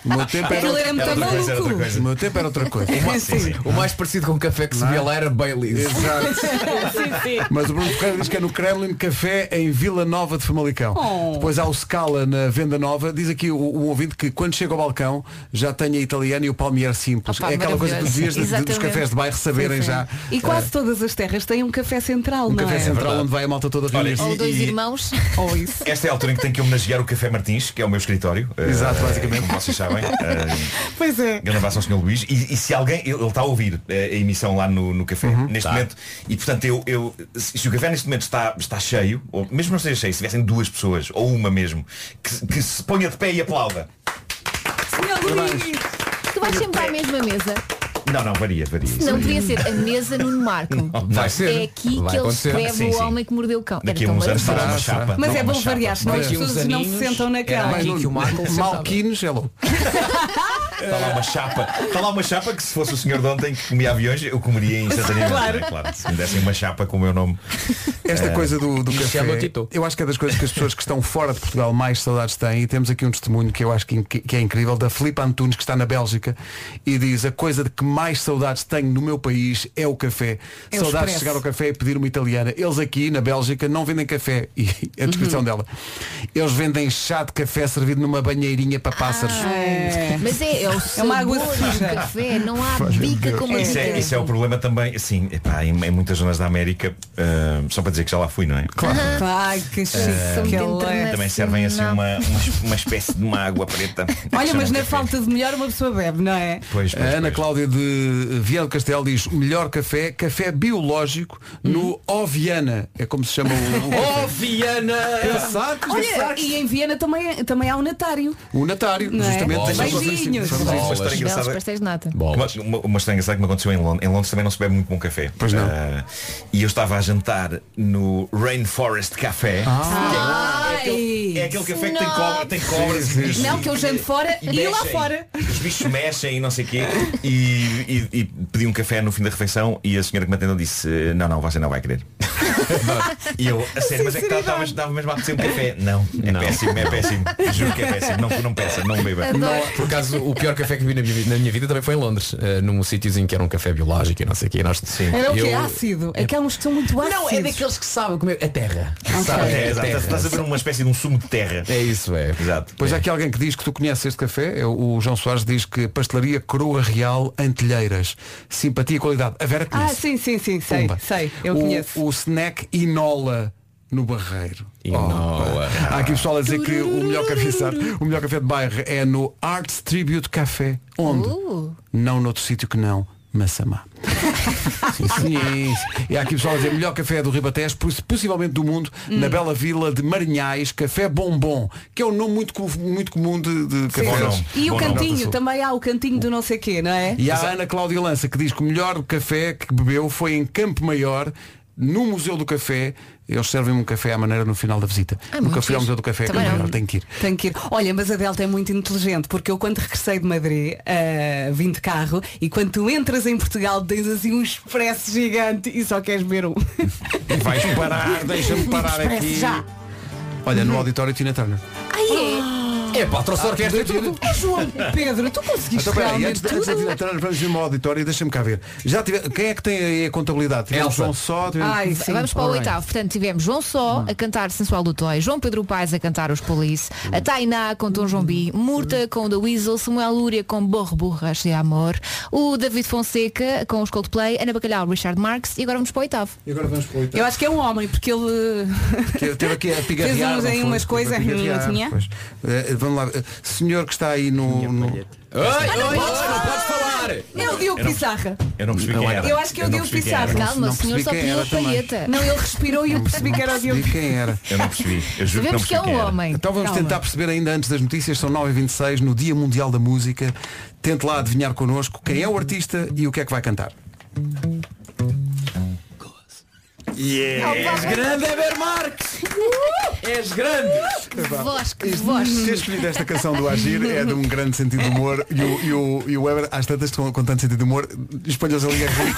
B: O meu tempo era,
F: Aquilo era muito Era outra coisa, era outra maluco. coisa.
B: O meu tempo era outra
C: *laughs*
B: coisa.
C: É
F: O mais,
C: assim.
F: o mais parecido com o café que se via lá era Bailey's.
B: é? Exato. Mas o Bruno Ferreira diz que é no Kremlin Café em Vila Nova de Famalicão.
F: Oh.
B: Depois há o Scala na Venda Nova. Diz aqui o, o ouvinte que quando chega ao balcão já tem a italiana e o palmier simples.
C: Opa,
B: é aquela coisa que tu dias
C: maravilhoso.
B: dos
C: Exatamente.
B: cafés de bairro saberem
C: Sim, sim.
B: já.
C: E
B: eh,
C: quase todas as terras têm um café central,
B: um
C: não
B: café
C: é?
B: central onde vai a malta toda
K: Olha,
B: reunir-se.
K: e- e-
D: Irmãos.
C: Ou isso.
B: *laughs*
K: Esta é a altura em que tenho que homenagear o Café Martins, que é o meu escritório.
B: Exato,
K: eh,
B: basicamente.
K: Como vocês sabem. eh,
C: Pois é.
K: Grande abraço ao Sr. Luís. E, e se alguém, ele ele está a ouvir eh, a emissão lá no, no café,
B: Uhum.
K: neste momento, e portanto eu, eu se se o café neste momento está, está cheio, ou mesmo não seja cheio, se tivessem duas pessoas, ou uma mesmo, que, que se ponha de pé e aplauda.
D: Tu vais sempre à mesma mesa.
K: Não, não, varia, varia. Isso
D: Não
K: varia.
D: podia ser a mesa Nuno Marco.
K: Não, vai ser.
D: É aqui
K: Vai
D: que ele
K: acontecer.
D: escreve
K: Sim,
D: o
K: sim.
D: homem que mordeu o cão.
K: Daqui a
D: Era tão
K: uns anos
D: maravilhoso.
K: será uma chapa.
C: Mas
K: não
C: é
K: uma
C: bom
K: chapa.
C: variar, senão as
K: Daqui a uns
C: pessoas não se
K: aninhos,
C: sentam naquela.
K: era aqui que o Marco se sentava.
B: Malquinos, é louco.
K: Está lá uma chapa. Está lá uma chapa que se fosse o senhor de ontem que comia aviões, eu comeria instantaneamente.
B: Claro.
K: não é? claro. Se me dessem uma chapa com o meu nome.
Q: É.
B: Esta
K: eh,
B: coisa do, do
K: me
B: café,
K: chama Tito.
B: eu acho que é das coisas que as pessoas que estão fora de Portugal mais saudades têm. E temos aqui um testemunho que eu acho que, in- que é incrível, da Filipe Antunes, que está na Bélgica, e diz, a coisa de que mais saudades tenho no meu país é o café.
Q: É o
B: saudades
Q: expresso.
B: de chegar ao café e pedir uma italiana. Eles aqui, na Bélgica, não vendem café. *laughs* E a descrição
Q: Uhum.
B: dela. Eles vendem chá de café servido numa banheirinha para pássaros.
Q: Ah,
B: *laughs*
D: É. Mas é, é o
C: É uma
D: uma
C: água
D: água
C: suja.
D: do café, não há
K: Olha,
D: bica
K: Deus.
D: como
K: isso, é, isso é o problema também, assim, epá, em, em muitas zonas da América, ah, só para dizer que já lá fui, não é?
C: Ai, que chique
B: Eh,
K: Ah,
C: que ele é.
K: também servem assim uma, uma, uma espécie de uma água preta.
C: Olha, mas
K: Chamam
C: na falta de melhor uma pessoa bebe, não é?
K: Pois,
B: a Ana Cláudia de Viana do Castelo diz melhor café, café biológico no Oviana. É como se chama
F: *laughs*
B: o, o
F: Oh,
B: café.
F: Oviana!
B: Pensacos,
C: Olha, e em Viena também, também há um natário.
B: O Natário,
C: Não é?
K: justamente,
C: Bolas.
K: deixa-me
C: Beijinhos.
K: fazer assim. isso. Uma história
D: Belos
K: engraçada.
D: pastéis de nata.
K: Uma, uma, uma história engraçada que me aconteceu em Londres. Em Londres também não se bebe muito bom café. Pois não. e eu estava a jantar no Rainforest Café. Ah,
B: Ah,
C: É
K: aquele café que tem cobra, tem cobras e bichos.
C: Não, que eu janto fora e,
K: mexem.
C: lá fora.
K: Os bichos mexem e não sei o quê. E, e- e pedi um café no fim da refeição e a senhora que me atendeu disse, não, não, você não vai
C: *laughs*
K: querer. e eu, a sério, mas é que estava- estava estava mesmo a apetecer um café. Não, é péssimo, é péssimo. Juro que é péssimo. Não, não peça, não beba.
F: Não, por acaso, o pior café que vi na minha, vi- na minha vida também foi em Londres, eh, num sítiozinho que era um café biológico e não sei o quê. e Nós,
C: Era o que?
F: eu-
H: Ah,
C: Ácido. Aqueles que são muito ácidos.
F: Não, é daqueles que sabem comer a terra.
K: Sabe, é, exato. Estás a ver uma espécie de um sumo de terra.
F: É isso, é.
K: Exato.
B: Pois há aqui alguém que diz que tu conheces este café, é o o João Soares diz que pastelaria Coroa Real Antelheiras. Simpatia e qualidade. A Vera
C: Ah,
B: conhece.
C: sim, sim, sim, sei,
B: Pumba.
C: sei, eu
B: o,
C: conheço.
B: o snack Inola. no Barreiro.
F: Inoa.
B: Há aqui pessoal a dizer que o melhor café, o melhor café de bairro é no Arts Tribute Café. Onde?
C: Uh.
B: Não noutro sítio que não. Massamá. *laughs* Sim, sim. E há aqui pessoal a dizer melhor café do Ribatejo, possi- possivelmente do mundo,
Q: Hum.
B: na bela vila de Marinhais, Café Bombom, que é um nome muito, co- muito comum de, de cafés.
C: E o cantinho, também há o cantinho do não sei quê, não é?
B: E há a Ana Cláudia Lança que diz que o melhor café que bebeu foi em Campo Maior, no Museu do Café. Eles servem um café à maneira no final da visita.
C: Ah, muito
B: Nunca fui ao
C: fixe.
B: Museu do Café, é Campo
C: Também não.
B: Maior, tenho que ir.
C: Tenho que ir. Olha, mas a Delta é muito inteligente, porque eu quando regressei de Madrid, ah, vim de carro, e quando tu entras em Portugal tens assim um expresso gigante e só queres beber um.
B: E vais
C: *laughs*
B: parar, deixa-me parar
C: Expresso
B: aqui.
C: já.
B: Olha, no auditório Tina Turner.
C: Ai
F: é? É pá, trouxe
B: Ah,
F: orquestra e tudo.
C: É João Pedro, tu conseguiste
B: Então, peraí,
C: realmente
B: antes, antes da
C: tudo?
B: Tina Turner, vamos ver uma auditória, deixa-me cá ver. Já tive, quem é que tem aí a contabilidade? Tivemos
F: Elsa.
B: João só, tivemos-
D: Ai, Vamos para o
B: Alright.
D: oitavo. Portanto, tivemos João
B: Hum.
D: Só a cantar Sensual do Toy, João Pedro Paes a cantar Os Police,
B: Hum.
D: a Tainá com Tom Jombi, Murta com The Weasel, Samuel Lúria com Borre Burras de Amor, o David Fonseca com os Coldplay, Ana Bacalhau, Richard Marx e agora vamos para o oitavo.
B: E agora vamos para o
C: Eu acho que é um homem, porque ele.
B: Que eu teve
C: *laughs*
B: aqui a pigarrear.
C: Fez uns
B: não
C: aí
B: foi?
C: umas coisas,
B: Teve a pigarrear,
C: não tinha?
B: pois. Eh, vamos lá. eh, Senhor que está aí no. no...
F: Ai,
C: Ah, não
F: ai,
C: podes
F: ai, não podes falar!
C: É o Diogo
B: Eu não-
C: Pissarra.
K: Eu não percebi quem era.
C: Eu acho que é o
K: não
C: Diogo
K: percebi quem era.
C: Pissarra.
K: Não percebi quem era também.
C: Não, ele respirou e eu percebi que era o Diogo
B: quem era.
K: Eu não percebi. Eu juro que não percebi quem era.
B: Então vamos
C: Calma.
B: tentar perceber ainda antes das notícias, são 9h26, no Dia Mundial da Música. Tente lá adivinhar connosco quem é o artista e o que é que vai cantar. É um
H: És grande, Eber Marques! És grande!
B: Que
H: voz, que
B: Ter escolhido esta canção do Agir é de um grande sentido de humor e o, e o, e o Weber, às tantas, com, com tanto sentido de humor, espalhou-se ali a rir.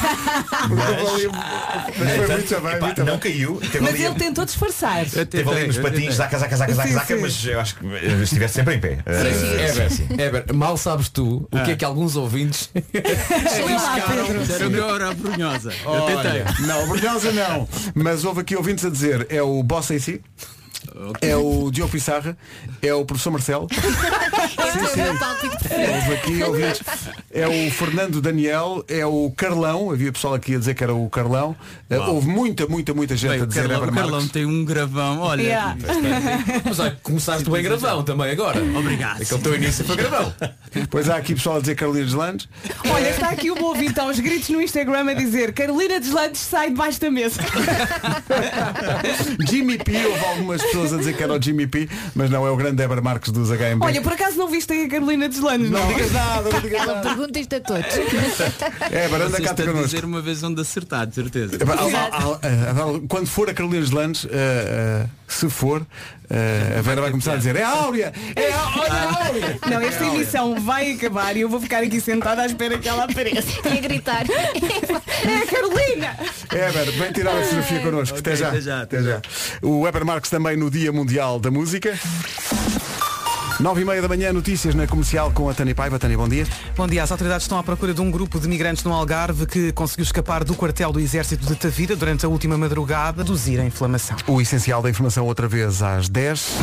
B: Mas foi muito bem,
K: Epá,
B: muito
K: não caiu. Teve
C: Mas
K: ali-
C: ele tentou disfarçar.
K: Teve ali nos patins, zaca, zaca, zaca, zaca,
C: Sim,
K: zaca,
C: sim.
K: mas eu acho que eh, estivesse sempre em pé. Eh,
F: Ever, Ever, mal sabes tu o que
K: Ah.
F: é que alguns ouvintes *laughs*
B: Pedro.
Q: melhor a brunhosa. Eu
B: *laughs* Olha,
Q: tentei.
B: Não, Brunhosa não. Mas houve aqui ouvintes a dizer, é o Bossa em si. É o Diogo Pissarra, é o professor Marcelo, houve
C: *laughs*
B: aqui ouvintes, é o Fernando Daniel, é o Carlão, havia pessoal aqui a dizer que era o Carlão, Eh, houve muita, muita, muita gente
Q: Bem,
B: a
Q: o
B: dizer é
Q: Carlão, o
B: Ever Marques.
Q: Carlão tem um gravão, olha.
B: Yeah.
F: Mas olha, começaste bem gravão também agora. Obrigado. Aquele teu início foi gravão.
B: Pois há aqui pessoal a dizer Carlinhos Landes.
C: Olha, está aqui um ouvinte aos gritos no Instagram a dizer Carolina Deslandes sai debaixo da mesa.
B: Jimmy P, houve algumas pessoas a dizer que era o Jimmy P, mas não é o grande Eber Marques dos HMB.
C: Olha, por acaso não viste aí a Carolina Deslandes, não?
B: Não digas nada, não digas
D: Ela pergunta isto a todos.
B: É, Baranda
Q: Vocês
B: cá tem
Q: estão a
B: connosco. É, ah,
Q: dizer uma vez onde acertar, de certeza.
B: Epá, há- há- há- há- Quando for a Carolina Landes, eh, eh, se for, eh, a Vera vai começar a dizer é a Áurea! É a
D: Ah.
B: Áurea!
C: Não, esta emissão vai acabar e eu vou ficar aqui sentada à espera que ela apareça.
D: *laughs* E a gritar.
C: É a Carolina!
B: Eber, É, vem tirar a
Q: *laughs*
B: fotografia connosco. até, já.
Q: até já,
B: Até já. O Eber Marques também no Dia Mundial da Música. 9 e meia da manhã, notícias na comercial com a Tani Paiva. Tani, bom dia.
A: Bom dia, as autoridades estão à procura de um grupo de migrantes no Algarve que conseguiu escapar do quartel do exército de Tavira durante a última madrugada, reduzir a inflamação.
B: O essencial da informação outra vez às 10.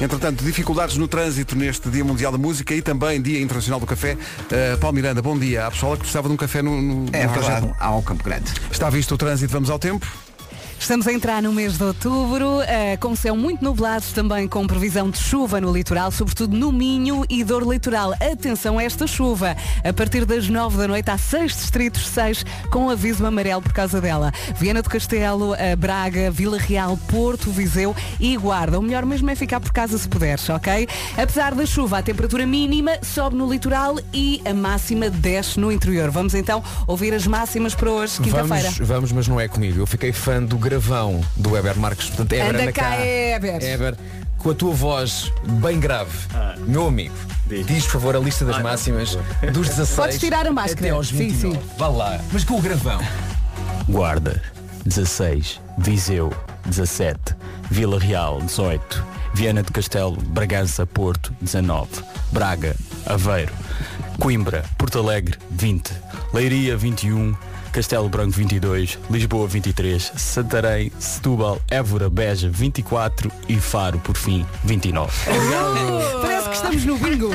B: Entretanto, dificuldades no trânsito neste Dia Mundial da Música e também Dia Internacional do Café. Uh, Paulo Miranda, bom dia. Há pessoal que precisava de um café no, no,
E: É
B: no
E: verdade,
B: trajeto.
E: ao Campo Grande.
B: Está visto o trânsito, vamos ao tempo?
C: Estamos a entrar no mês de outubro, eh, com céu muito nublado, também com previsão de chuva no litoral, sobretudo no Minho e Dor Litoral. Atenção a esta chuva. A partir das 9 da noite há seis distritos, seis com aviso amarelo por causa dela. Viana do Castelo, eh, Braga, Vila Real, Porto, Viseu e Guarda. O melhor mesmo é ficar por casa se puderes, ok? Apesar da chuva, a temperatura mínima sobe no litoral e a máxima desce no interior. Vamos então ouvir as máximas para hoje, quinta-feira.
F: Vamos, vamos, mas não é comigo. Eu fiquei fã do gravão do Eber Marques. Portanto, Eber,
C: Anda cá, Eber.
F: Eber, com a tua voz bem grave, meu amigo, diz por favor a lista das máximas dos 16
C: Podes tirar a máscara.
F: até aos
C: Sim,
F: 29.
C: sim.
F: Vá lá, mas com o gravão.
R: Guarda 16, Viseu 17, Vila Real 18, Viana do Castelo, Bragança, Porto 19, Braga, Aveiro, Coimbra, Porto Alegre 20, Leiria 21, Castelo Branco 22, Lisboa 23, Santarém, Setúbal, Évora, Beja 24 e Faro por fim 29.
C: Parece que estamos Ganhámos no
A: *laughs*
C: bingo.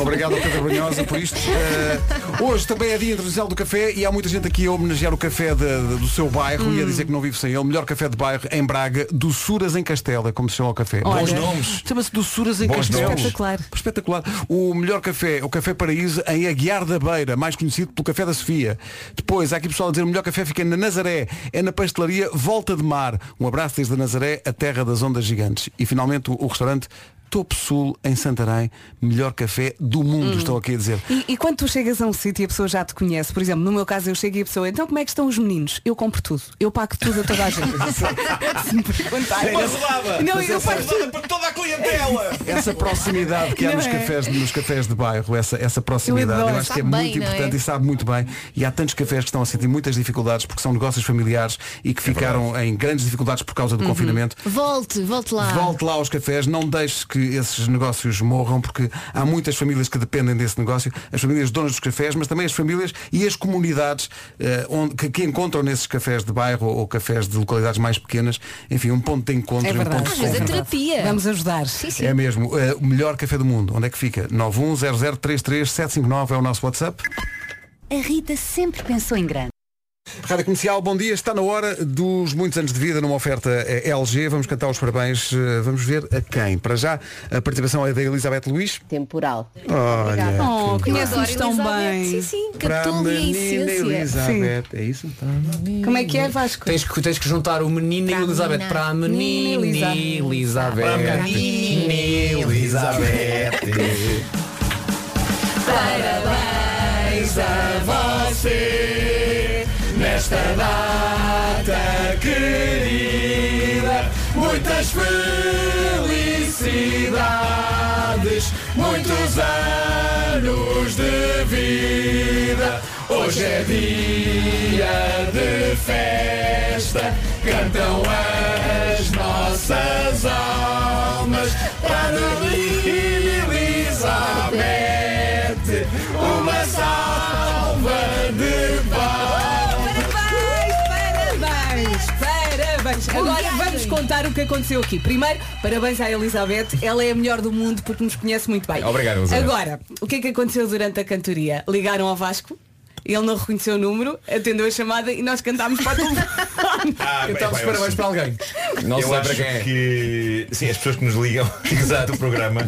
B: Obrigado ao Pedro Brunhosa por isto. Eh, hoje também é dia internacional do café e há muita gente aqui a homenagear o café de- de- do seu bairro e a dizer que não vive sem ele. Melhor café de bairro em Braga, Doçuras em Castela, como se chama o café.
C: Olha.
B: Bons nomes. Chama-se Doçuras em
C: Bons
B: Castela.
C: nomes. Espetacular.
B: Espetacular. O melhor café, o Café Paraíso em Aguiar da Beira, mais conhecido pelo Café da Sofia. Depois, há aqui pessoal a dizer o melhor café fica na Nazaré, é na pastelaria Volta de Mar. Um abraço desde a Nazaré, a terra das ondas gigantes. E finalmente o, o restaurante Topo Sul em Santarém, melhor café do mundo,
C: Hum.
B: estão aqui a dizer.
C: E, e quando tu chegas a um sítio e a pessoa já te conhece, por exemplo, no meu caso eu chego e a pessoa, então como é que estão os meninos? Eu compro tudo. Eu pago tudo a toda
B: *laughs*
C: a gente. É Se me perguntarem.
B: Uma zelada.
C: Não,
B: Mas
C: eu
B: essa-
C: pago tudo.
K: Para toda a clientela!
B: Essa proximidade que há
C: *laughs* Não
B: nos,
C: é?
B: cafés, nos cafés de bairro, essa, essa proximidade, eu,
C: adoro.
B: acho que é
C: Sabe
B: muito
C: bem, não
B: importante
C: é?
B: e sabe muito bem. E há tantos cafés que estão a sentir muitas dificuldades porque são negócios familiares e que ficaram em grandes dificuldades por causa do
D: Uhum.
B: confinamento.
D: Volte, volte lá.
B: Volte lá aos cafés, não deixe que esses negócios morram, porque há muitas famílias que dependem desse negócio, as famílias donas dos cafés, mas também as famílias e as comunidades eh, onde, que, que encontram nesses cafés de bairro ou cafés de localidades mais pequenas, enfim, um ponto de encontro,
C: É
B: e um
C: verdade.
B: ponto de convívio.
C: terapia. Vamos ajudar.
B: É mesmo, eh, o melhor café do mundo. Onde é que fica? 910033759 é o nosso WhatsApp.
S: A Rita sempre pensou em grande.
B: Rádio Comercial, bom dia. Está na hora dos muitos anos de vida numa oferta eh, LG. Vamos cantar os parabéns. eh, Vamos ver a quem. Para já, a participação é da Elizabeth Luís.
T: Temporal.
B: Olha.
C: Oh,
B: que
C: conheço-nos
D: Eu
C: tão
D: adoro
C: bem.
D: Elizabeth. Sim, sim,
B: Para a
D: catou-lhe a
B: menina
D: essência. Sim.
B: Elizabeth. É isso? Tá.
C: Como é que é, Vasco?
H: Tens que, tens que juntar o menino e o Elizabeth
C: menina.
H: para a menina
C: Menina
H: Elizabeth.
K: Para a menina Elizabeth.
H: Parabéns a você nesta data querida. Muitas felicidades, muitos anos de vida. Hoje é dia de festa, cantam as nossas almas para a menina Elizabeth. Uma salva de palmas.
C: Parabéns, parabéns. Agora
D: Obrigada.
C: vamos contar o que aconteceu aqui. Primeiro, parabéns à Elizabeth. Ela é a melhor do mundo porque nos conhece muito bem.
K: Obrigado, Elizabeth.
C: Agora, o que é que aconteceu durante a cantoria? Ligaram ao Vasco. Ele não reconheceu o número, atendeu a chamada e nós cantámos para tudo.
K: Ah,
F: Cantamos
K: bem, pá, eu
F: parabéns
K: sei.
F: para alguém. Não
K: eu
F: sei
K: acho
F: para quem é.
K: que sim, as pessoas que nos ligam *laughs* do programa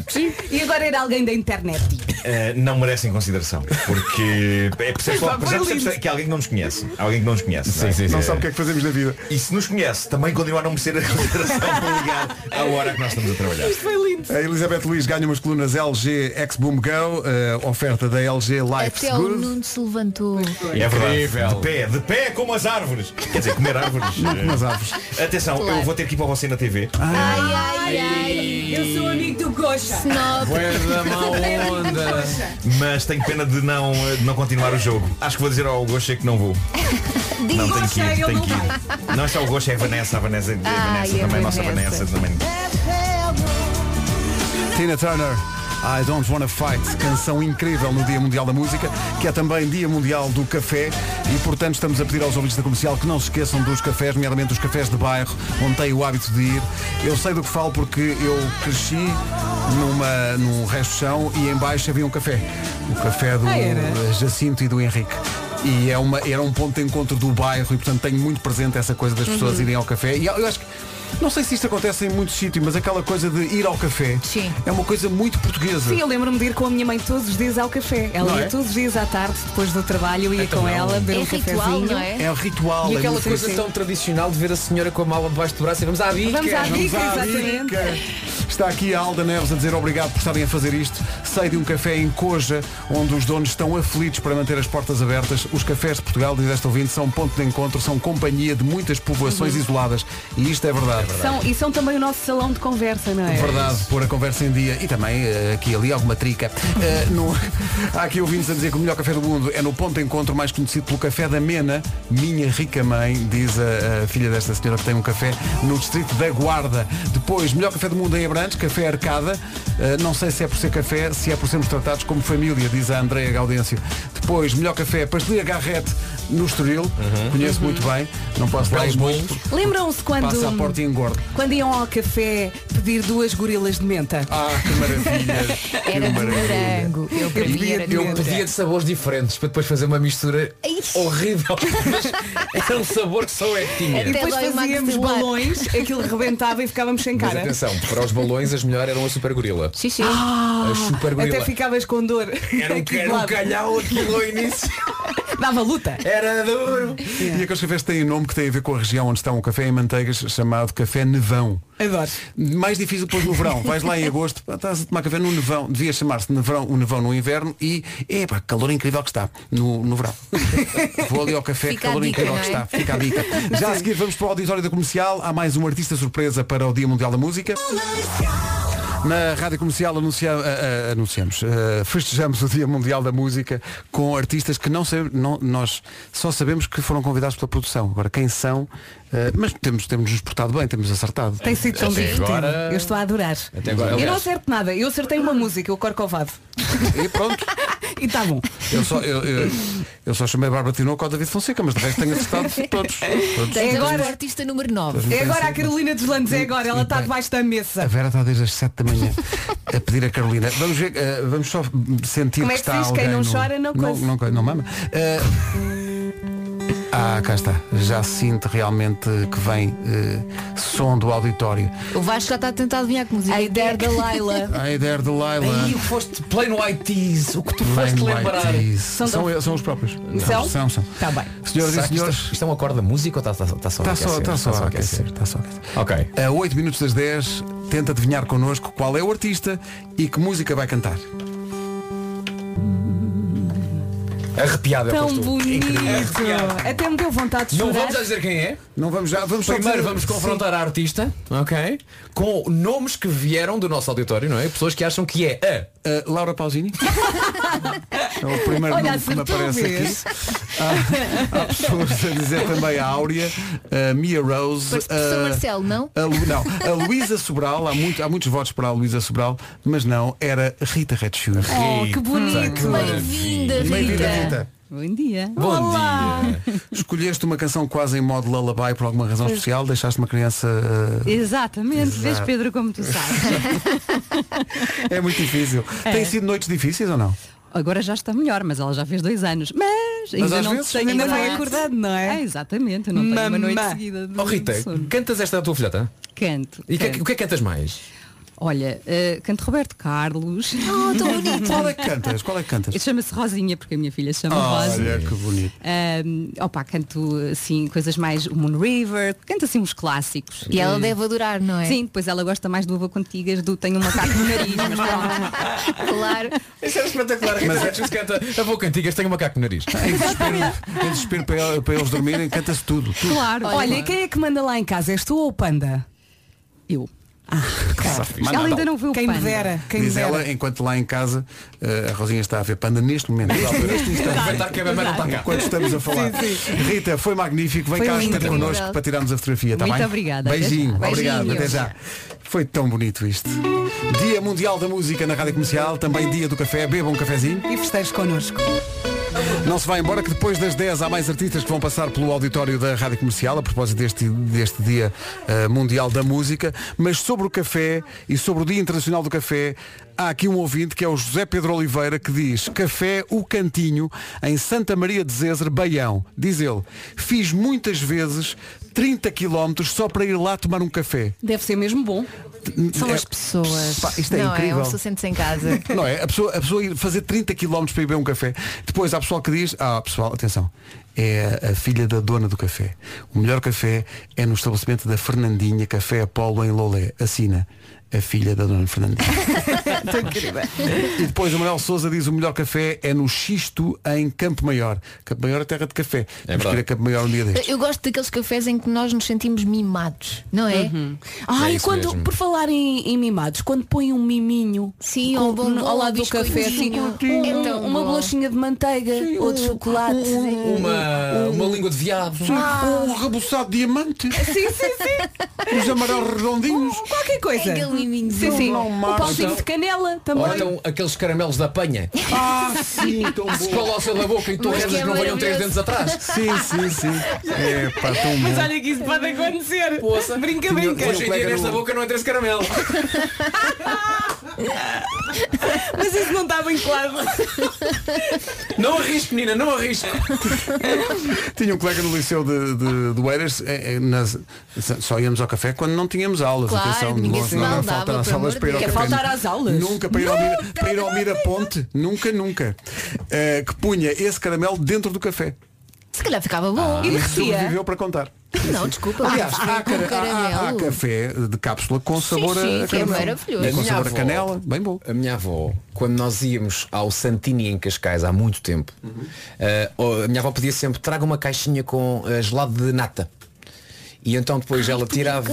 C: E agora era alguém da internet.
K: eh, não merecem consideração. Porque é percebes
C: Pá,
K: logo-
C: foi
K: já percebes
C: lindo.
K: que há alguém que não nos conhece. Há alguém que não nos conhece.
B: Sim, sim, Não sim. sabe o que é que fazemos na vida.
K: E se nos conhece, também continua a não merecer *laughs* a consideração para ligar à hora que nós estamos a trabalhar.
C: Isto foi lindo.
B: A Elizabeth Luís ganha umas colunas LG X-Boom Go, eh, oferta da LG Life
D: Até é o
B: Good.
D: Nuno se levantou.
K: É verdade. De pé, de pé como as árvores. Quer dizer, comer árvores.
B: Não como as Ah.
K: árvores. Atenção, eu vou ter que ir para você na TV.
C: Ai, ai, ai. Eu sou amigo do Coxa.
D: Snob.
C: *laughs*
K: da má onda. Mas tenho pena de não, eh, de não continuar o jogo. Acho que vou dizer ao Gosha que não vou. Não, tenho que ir, tenho que ir. Não é só o Gosha, é a Vanessa, a Vanessa, a
D: Ai,
C: Ah,
K: Vanessa
D: a
K: também, a nossa
D: Vanessa.
K: Vanessa também.
C: É,
B: Tina Turner. I Don't Wanna Fight, canção incrível no Dia Mundial da Música, que é também Dia Mundial do Café e, portanto, estamos a pedir aos ouvintes da comercial que não se esqueçam dos cafés, nomeadamente dos cafés de bairro, onde têm o hábito de ir. Eu sei do que falo porque eu cresci numa, num resto de chão e em baixo havia um café. O café do
C: Ah, era?
B: eh, Jacinto e do Henrique. E é uma, era um ponto de encontro do bairro e, portanto, tenho muito presente essa coisa das pessoas
C: Uhum.
B: irem ao café. E eu acho que, não sei se isto acontece em muitos sítios, mas aquela coisa de ir ao café é uma coisa muito portuguesa.
C: Sim, eu lembro-me de ir com a minha mãe todos os dias ao café. Ela
B: Não
C: ia
B: é?
C: todos os dias à tarde, depois do trabalho, eu ia
H: Então
C: com
H: não.
C: ela, beber
H: É
C: um
H: ritual,
C: cafezinho.
H: não é?
F: um
B: É o ritual.
H: E
B: é
H: aquela
B: muito
H: coisa
B: assim.
H: tão tradicional de ver a senhora com a mala debaixo do braço e vamos à bica.
C: é, Vamos à bica, exatamente.
B: Está aqui a Alda Neves a dizer obrigado por estarem a fazer isto. Sei de um café em Coja, onde os donos estão aflitos para manter as portas abertas. Os cafés de Portugal, diz esta ouvinte, são ponto de encontro, são companhia de muitas povoações isoladas. E isto é verdade.
C: Uhum. São, e são também o nosso salão de conversa, não é?
B: Verdade, pôr a conversa em dia e também eh, aqui e ali alguma trica. Eh, no- Há aqui ouvintes a dizer que o melhor café do mundo é no ponto de encontro mais conhecido pelo Café da Mena, minha rica mãe, diz a, a filha desta senhora que tem um café, no distrito da Guarda. Depois, melhor café do mundo em Abrantes, Café Arcada. Eh, não sei se é por ser café, se é por sermos tratados como família, diz a Andreia Gaudêncio. Depois, melhor café, pastelaria Garrete no Estoril. Conheço muito bem. Não posso dar
F: Belos
B: um
F: bolos.
B: pouco.
C: Lembram-se quando,
B: Passa a porta e
C: *laughs*
B: engorda.
C: quando iam ao café pedir duas gorilas de menta?
B: Ah, que maravilha.
D: Era de morango. Eu para mim era de
F: Eu pedia de sabores diferentes para depois fazer uma mistura horrível. Mas era um sabor que só é que tinha.
C: E depois fazíamos balões, aquilo rebentava e ficávamos sem
F: Mas
C: cara.
F: atenção, para os balões as melhores eram a super gorila. Ah,
D: Sim, sim.
F: A super gorila.
C: Ah, até ficavas com dor.
F: Era um,
C: *laughs* Aqui
F: era
C: do
F: um
C: lado.
F: calhau aquilo ao início.
C: Dava luta.
F: Era duro.
B: E aqueles cafés têm nome que tem a ver com a região onde está um café em manteigas chamado Café Nevão.
C: Adoro.
B: Mais difícil depois no verão. Vais lá em agosto, pá, estás a tomar café no nevão. Devia chamar-se nevão, o nevão no inverno e é pá, calor incrível que está no, no verão. Vou ali ao café,
M: Fica a
B: calor
M: dica,
B: incrível
M: não
B: que
M: é?
B: está. Fica a dica. Já a seguir vamos para o auditório da comercial. Há mais um artista surpresa para o Dia Mundial da Música. Na Rádio Comercial anuncia- a- a- anunciamos, eh, festejamos o Dia Mundial da Música com artistas que não sabemos, não- nós só sabemos que foram convidados pela produção. Agora, quem são, eh, mas temos, temos nos portado bem, temos acertado.
C: Tem sido tão divertido. Eu estou a adorar.
B: Até Assim, agora,
C: eu não
B: aliás.
C: acerto nada. Eu acertei uma música, o Corcovado.
T: *laughs*
B: E pronto.
C: e
T: tá
C: está bom.
B: Eu só, eu, eu, eu só chamei a Bárbara Tinoco ao David Fonseca, mas de resto tenho acertado todos. todos.
D: É agora o artista número 9.
C: É agora a Carolina dos Landes, é agora. Ela está debaixo da mesa.
B: A Vera está desde as 7 da manhã *laughs* a pedir a Carolina. Vamos ver, eh, vamos só sentir
C: Como
B: que
C: é que
B: está
C: se diz?
B: alguém
C: Quem não
B: no-
C: chora, não
B: não,
C: coisa.
B: não, coi- não mama. Eh, ah, cá está. Já sinto realmente que vem eh, som do auditório.
D: O Vasco já está a tentar adivinhar que música. é. A
C: é
D: ideia da Laila.
B: Ai, there de Laila.
D: Ai,
F: o que foste play no ITs, o que tu
B: Play
F: foste
B: no
F: lembrar.
B: ITs. São São da- eu- são os próprios. Não. São?
F: São,
B: são.
C: Está bem.
B: Senhoras e
F: Será que isto-
B: senhores-
F: Isto é um acorde da música ou está tá, tá só
B: Está
F: a
B: só,
F: aquecer?
B: está só,
F: Tá
B: a aquecer. Está só a aquecer.
F: Ok.
B: A 8 minutos das 10, tenta adivinhar connosco qual é o artista e que música vai cantar.
F: Arrepiado é o que eu
C: Tão
F: estou.
C: bonito.
F: Arrepiado.
C: Até me deu vontade de
F: Não
C: chorar.
F: vamos já dizer quem é?
B: Não vamos já, vamos só
F: Primeiro
B: dizer-
F: vamos
B: Sim.
F: confrontar a artista, ok? Com nomes que vieram do nosso auditório, não é? Pessoas que acham que é
B: a
F: *laughs*
B: Laura Pausini. É o primeiro
F: Olha,
B: nome que me
F: acertou,
B: aparece *laughs*
F: vês?
B: aqui. Há, há pessoas a dizer também a Áurea, a Mia Rose,
D: Parece professor Marcelo, não?
B: a, Lu- não, a Luísa Sobral, há, muito- há muitos votos para a Luísa Sobral, mas não, era Rita Red Shoes.
D: Oh, que bonito. Bem-vinda, Rita.
B: é. Bem-vinda, Rita.
T: Bom dia.
B: Bom dia. Escolheste uma canção quase em modo lullaby por alguma razão especial, deixaste uma criança. eh,
T: Exatamente, vês
B: Exato.
T: Pedro como tu sabes.
B: É muito difícil.
T: É.
B: Tem sido noites difíceis ou não?
T: Agora já está melhor, mas ela já fez dois anos. Mas ainda
B: às
T: não
B: vezes
T: tenho
B: ainda vai
T: idade.
B: acordado,
C: não é?
T: Ah, exatamente, eu não tenho uma noite seguida de
F: Oh Rita,
T: de sono.
F: cantas esta da tua filhota?
T: Canto.
F: E que-
T: canto.
F: o que é que
T: *laughs*
F: cantas mais?
T: Olha, eh, canto Roberto Carlos.
B: Oh, tão
D: Uhum.
T: *laughs*
B: bonito. Qual é que cantas? Qual é que cantas?
T: Chama-se Rosinha, porque a minha filha
D: é
T: se chama Rosa.
B: Olha que bonito.
T: Ahm, opa, canto assim coisas mais o Moon River, canto assim uns clássicos.
D: E ela
T: Eh, *laughs*
D: deve adorar, não é?
T: Sim, depois ela gosta mais do Ava Contigas, do Tenho um macaco no nariz, mas pronto.
D: Claro.
F: Isso era espetacular. Rita
B: Mas- é-
F: Rodrigues canta, a boca antigas tem um macaco no nariz.
B: Em desespero para, para eles dormirem, canta-se tudo. tudo.
C: Claro. Olha, quem é que manda lá em casa? És tu ou o panda?
T: Eu.
B: Mas não.
T: viu o
C: Quem me
T: Panda.
C: dera, quem me
B: Diz
C: dera.
B: ela, enquanto lá em casa eh, a Rosinha está a ver panda neste momento. Neste instante.
F: Aproveitar que a mamãe não está cá.
B: Enquanto estamos a falar.
F: Sim,
B: Rita, foi magnífico. Vem
F: Foi
B: cá
F: lindo.
B: estar connosco
F: Obrigada.
B: para tirarmos a fotografia, está
F: Muito
B: bem?
F: obrigada.
B: Beijinho,
F: Até já.
B: obrigado,
F: Beijinhos.
B: até já. Foi tão bonito isto. Dia Mundial da Música na Rádio Comercial, também dia do café, bebam um cafezinho.
C: E festejes connosco.
B: Não se vai embora que depois das 10 há mais artistas que vão passar pelo auditório da Rádio Comercial a propósito deste, deste Dia eh, Mundial da Música, mas sobre o café e sobre o Dia Internacional do Café há aqui um ouvinte que é o José Pedro Oliveira que diz Café O Cantinho em Santa Maria de Zezer, Baião. Diz ele, fiz muitas vezes 30 quilómetros só para ir lá tomar um café.
C: Deve ser mesmo bom.
D: São
B: É-
D: as pessoas.
B: Pá, isto é
D: não é?
B: incrível.
D: Uma pessoa sente-se em casa.
B: *laughs* Não é? A pessoa, a pessoa ir fazer 30 km para ir beber um café. Depois há pessoal que diz, ah pessoal, atenção, é a, a filha da dona do café. O melhor café é no estabelecimento da Fernandinha Café Apolo em Lolé. Assina. A filha da dona Fernandinha.
D: *laughs*
B: e depois o Manuel Souza diz o melhor café é no Xisto em Campo Maior. Campo Maior é terra de café. Temos que ir a Campo Maior um dia destes.
D: *laughs* Eu gosto daqueles cafés em que nós nos sentimos mimados, não é?
T: Uhum.
C: Ah,
B: É
C: e
B: isso
C: quando,
B: mesmo.
C: por falar em, em mimados, quando põe um miminho
D: Sim,
C: com-
D: um bombom,
C: no- ao lado
D: um
C: do café, assim,
D: biscoitinho.
C: um-
D: É tão
C: uma
D: bom.
C: bolachinha de manteiga ou de chocolate. um Ah,
F: Uma,
T: um.
F: uma língua de viado. Ah!
C: é
B: Um rebuçado de diamante.
C: Sim, sim, sim.
B: Os amarelos redondinhos.
C: Um, Qualquer coisa.
D: liminho.
C: Sim, sim.
D: Não
C: o
D: marcha.
C: pauzinho Um de canela também.
F: Ou então aqueles caramelos da
T: *laughs*
F: panha.
C: Ah,
F: *laughs*
C: sim, tão
F: Que Se
C: bom.
F: colossam na boca então- e tu
C: Mas
F: rezas
C: que é
F: que não venham três
C: maravilhoso.
F: dentes atrás.
B: Sim, sim,
T: *laughs*
B: sim. É pá, tão bom.
C: Mas olha que isso pode acontecer. Brinca, brinca.
F: Hoje em dia nesta boca não entra esse *laughs* caramelo.
C: *laughs* Mas isso não está bem claro.
F: Não arrisco, menina, não arrisco.
B: *laughs* Tinha um colega no liceu de, de, de Oeiras, eh, eh, nas- só íamos ao café quando não tínhamos aulas.
C: Claro,
B: Atenção, de
C: ninguém
B: longe,
C: se
B: não era
C: maldava,
B: falta às
C: pelo
B: aulas
C: amor
B: para ir ao
C: de Deus.
B: café.
C: Quer faltar às aulas?
B: Nunca para ir ao, Mira, para ir ao Mira Ponte, nunca, nunca. Eh, que punha esse caramelo dentro do café.
D: Se calhar ficava bom.
B: E sobreviveu para contar.
D: Não, desculpa.
B: Aliás,
D: mas
B: há,
D: com
B: cara- há- há- há
D: caramelo.
B: café de cápsula com sabor
D: sim,
B: a
D: que é
B: caramelo.
D: maravilhoso.
B: E Com sabor a canela. bem bom.
F: A minha avó, quando nós íamos ao Santini em Cascais há muito tempo, eh, oh, a minha avó pedia sempre, traga uma caixinha com eh, gelado de nata. E então depois ela
D: um
F: tirava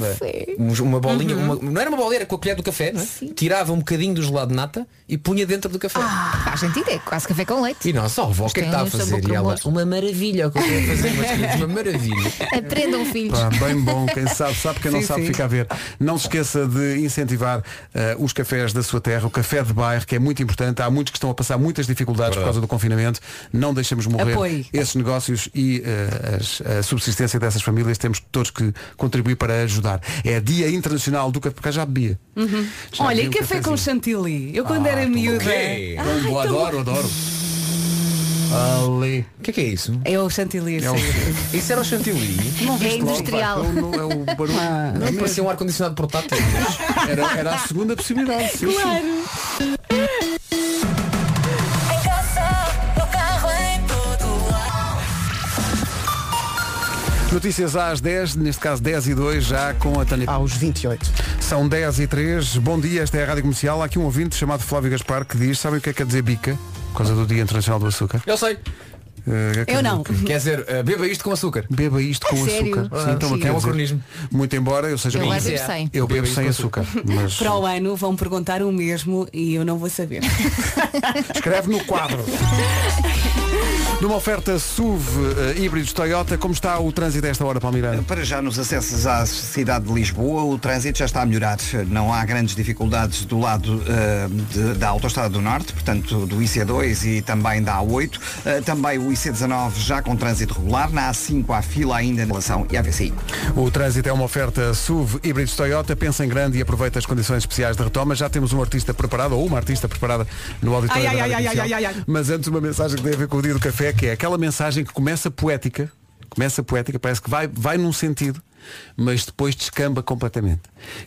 F: uns- uma bolinha,
D: Uhum.
F: uma- não era uma bolinha, era com a colher do café, não é? tirava um bocadinho do gelado de nata e punha dentro do café.
D: Faz sentido, é quase café com leite.
F: E nós, ó, avó, o que é que
D: tem
F: está a
D: um sabor
F: fazer? E ela,
D: cremoso.
F: uma maravilha, o que é que está a fazer? Mas filhos, uma maravilha.
D: *laughs* Aprendam, filhos.
B: Pá, Tá bem bom, quem sabe sabe, quem não
D: Sim,
B: sabe
D: sim.
B: fica a ver. Não se esqueça de incentivar eh, os cafés da sua terra, o café de bairro, que é muito importante. Há muitos que estão a passar muitas dificuldades por causa do confinamento. Não deixemos morrer
C: Apoio.
B: esses negócios e eh, as- a subsistência dessas famílias. Temos todos que contribuir para ajudar. É Dia Internacional do Café, porque eu já bebia.
C: Uhum.
B: Já vi
C: Olha,
B: um
C: café com
B: cafezinho.
C: chantilly. Eu
F: Ah,
C: quando era
F: então
C: miúda.
B: Ok.
C: Ai,
B: Bom,
C: É,
D: Então-
C: tão
B: adoro, adoro. Ali. O que é que é isso?
C: É o chantilly.
F: É o- *laughs* Isso era o chantilly. Então
C: Não viste logo, pá, não- não-
B: é o barulho.
F: um
C: Ah.
F: não parecia um ar-condicionado portátil.
B: Era, era a segunda possibilidado. sim, sim.
U: Em casa, no carro, em todo lado.
B: Notícias às 10, neste caso 10 e 2, já com a Tânia. Aos 28. São 10 e 3. Bom dia, esta é a Rádio Comercial. Há aqui um ouvinte chamado Flávio Gaspar que diz, sabem o que é que quer dizer bica? Por causa do Dia Internacional do Açúcar.
F: Eu sei.
B: Eh, quer-
F: Quer dizer, eh, beba isto com açúcar.
B: Beba isto com
F: Sério?
B: açúcar.
F: Ah,
B: então
F: sim.
B: eu quero
F: É um
B: dizer,
F: acronismo.
B: Muito embora eu seja
C: Eu
B: bem-
C: bebo Beba sem.
B: Eu bebo
C: isto com
B: sem açúcar. Mas
C: Para o ano vão perguntar o mesmo e eu não vou saber.
B: escreve no quadro. Numa oferta SUV eh, híbridos Toyota, como está o trânsito a esta hora, Palmeirano?
E: Para já nos acessos à cidade de Lisboa, o trânsito já está a melhorar. Não há grandes dificuldades do lado eh, de- da Autostrada do Norte, portanto do IC2 e também da A8. Eh, também o IC19 já com trânsito regular. Na A5 há fila ainda em relação à VCI.
B: O trânsito é uma oferta SUV híbridos Toyota. Pensa em grande e aproveita as condições especiais de retoma. Já temos um artista preparado, ou uma artista preparada no auditório
C: Ai,
B: da
C: ai,
B: Rádio
C: ai, ai,
B: Comercial.
C: ai, ai, ai.
B: Mas antes uma mensagem que tem a ver com o dia do café, que é aquela mensagem que começa poética, começa poética, parece que vai, vai num sentido, mas depois descamba completamente.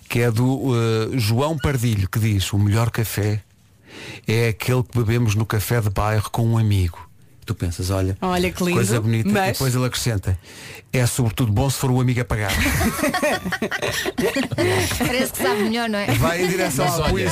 B: Que é do eh, João Pardilho, que diz, o melhor café é aquele que bebemos no café de bairro com um amigo. Tu pensas, olha,
C: Olha que lindo.
B: coisa bonita. E
C: Mas...
B: depois ele acrescenta, é sobretudo bom se for o amigo a pagar.
D: Parece que sabe melhor, não é?
F: Mas olha,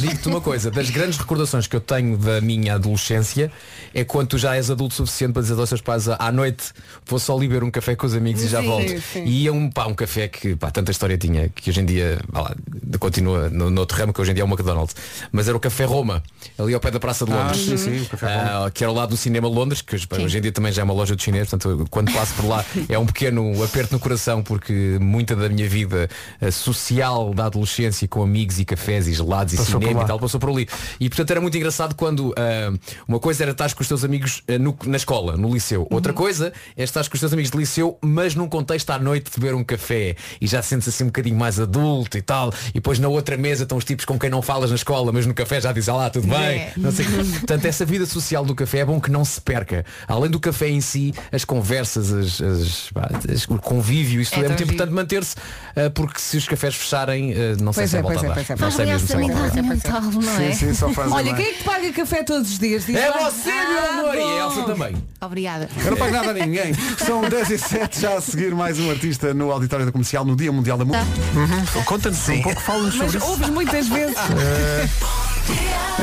F: Digo-te uma coisa, das grandes recordações que eu tenho da minha adolescência é quando tu já és adulto suficiente para dizer aos teus pais "Ah, à noite vou só ali beber um café com os amigos e já
V: Sim,
F: volto.
V: sim.
F: E é um, pá, um café que pá, tanta história tinha, que hoje em dia vá lá, continua no, no outro ramo, que hoje em dia é o McDonald's. Mas era o Café Roma, ali ao pé da Praça de
B: Ah,
F: Londres.
B: sim, sim, o Café
F: Ah, que era ao lado do Cinema Londres, que hoje, pá, hoje em dia também já é uma loja de chinês, portanto quando passo por
B: *laughs*
F: lá é um pequeno aperto no coração porque muita da minha vida eh, social da adolescência com amigos e cafés e gelados e
B: Passou por
F: cinema
B: lá.
F: e tal passou por ali. E portanto era muito engraçado quando ah, uma coisa era estás com os teus amigos ah, no- na escola, no liceu. Outra coisa é estás com os teus amigos de liceu, mas num contexto à noite de beber um café e já te sentes assim um bocadinho mais adulto e tal. E depois na outra mesa estão os tipos com quem não falas na escola, mas no café já dizem "Ah lá, tudo bem.
V: É.
F: Não sei o quê. Portanto, essa vida social do café é bom que não se perca. Além do café em si, as conversas, as, as- pá, as- o convívio, isso
V: É
F: tudo é,
V: tão
F: muito
V: giro.
F: importante manter-se, ah, porque se os cafés fecharem, ah, não sei
C: Pois
F: se é,
C: é,
F: volta
C: pois é,
F: a dar.
C: pois é,
F: Não
C: pois
F: sei
C: é.
F: mesmo se volta a dar.
C: Sim,
D: mental, não é?
B: sim, só
C: Olha, quem é que te paga café todos os dias? Diz
F: É
C: lá.
F: você, meu amor, e a
C: Ah, bom.
F: Elsa também.
D: Obrigada.
B: Eu não pago nada a ninguém. São 10 e 7 já a seguir mais um artista no auditório da comercial no Dia Mundial da
C: Tá.
B: Música. Uhum. Conta-nos um pouco, fala-nos sobre
C: Mas
B: isso.
C: ouves muitas vezes.
B: Eh,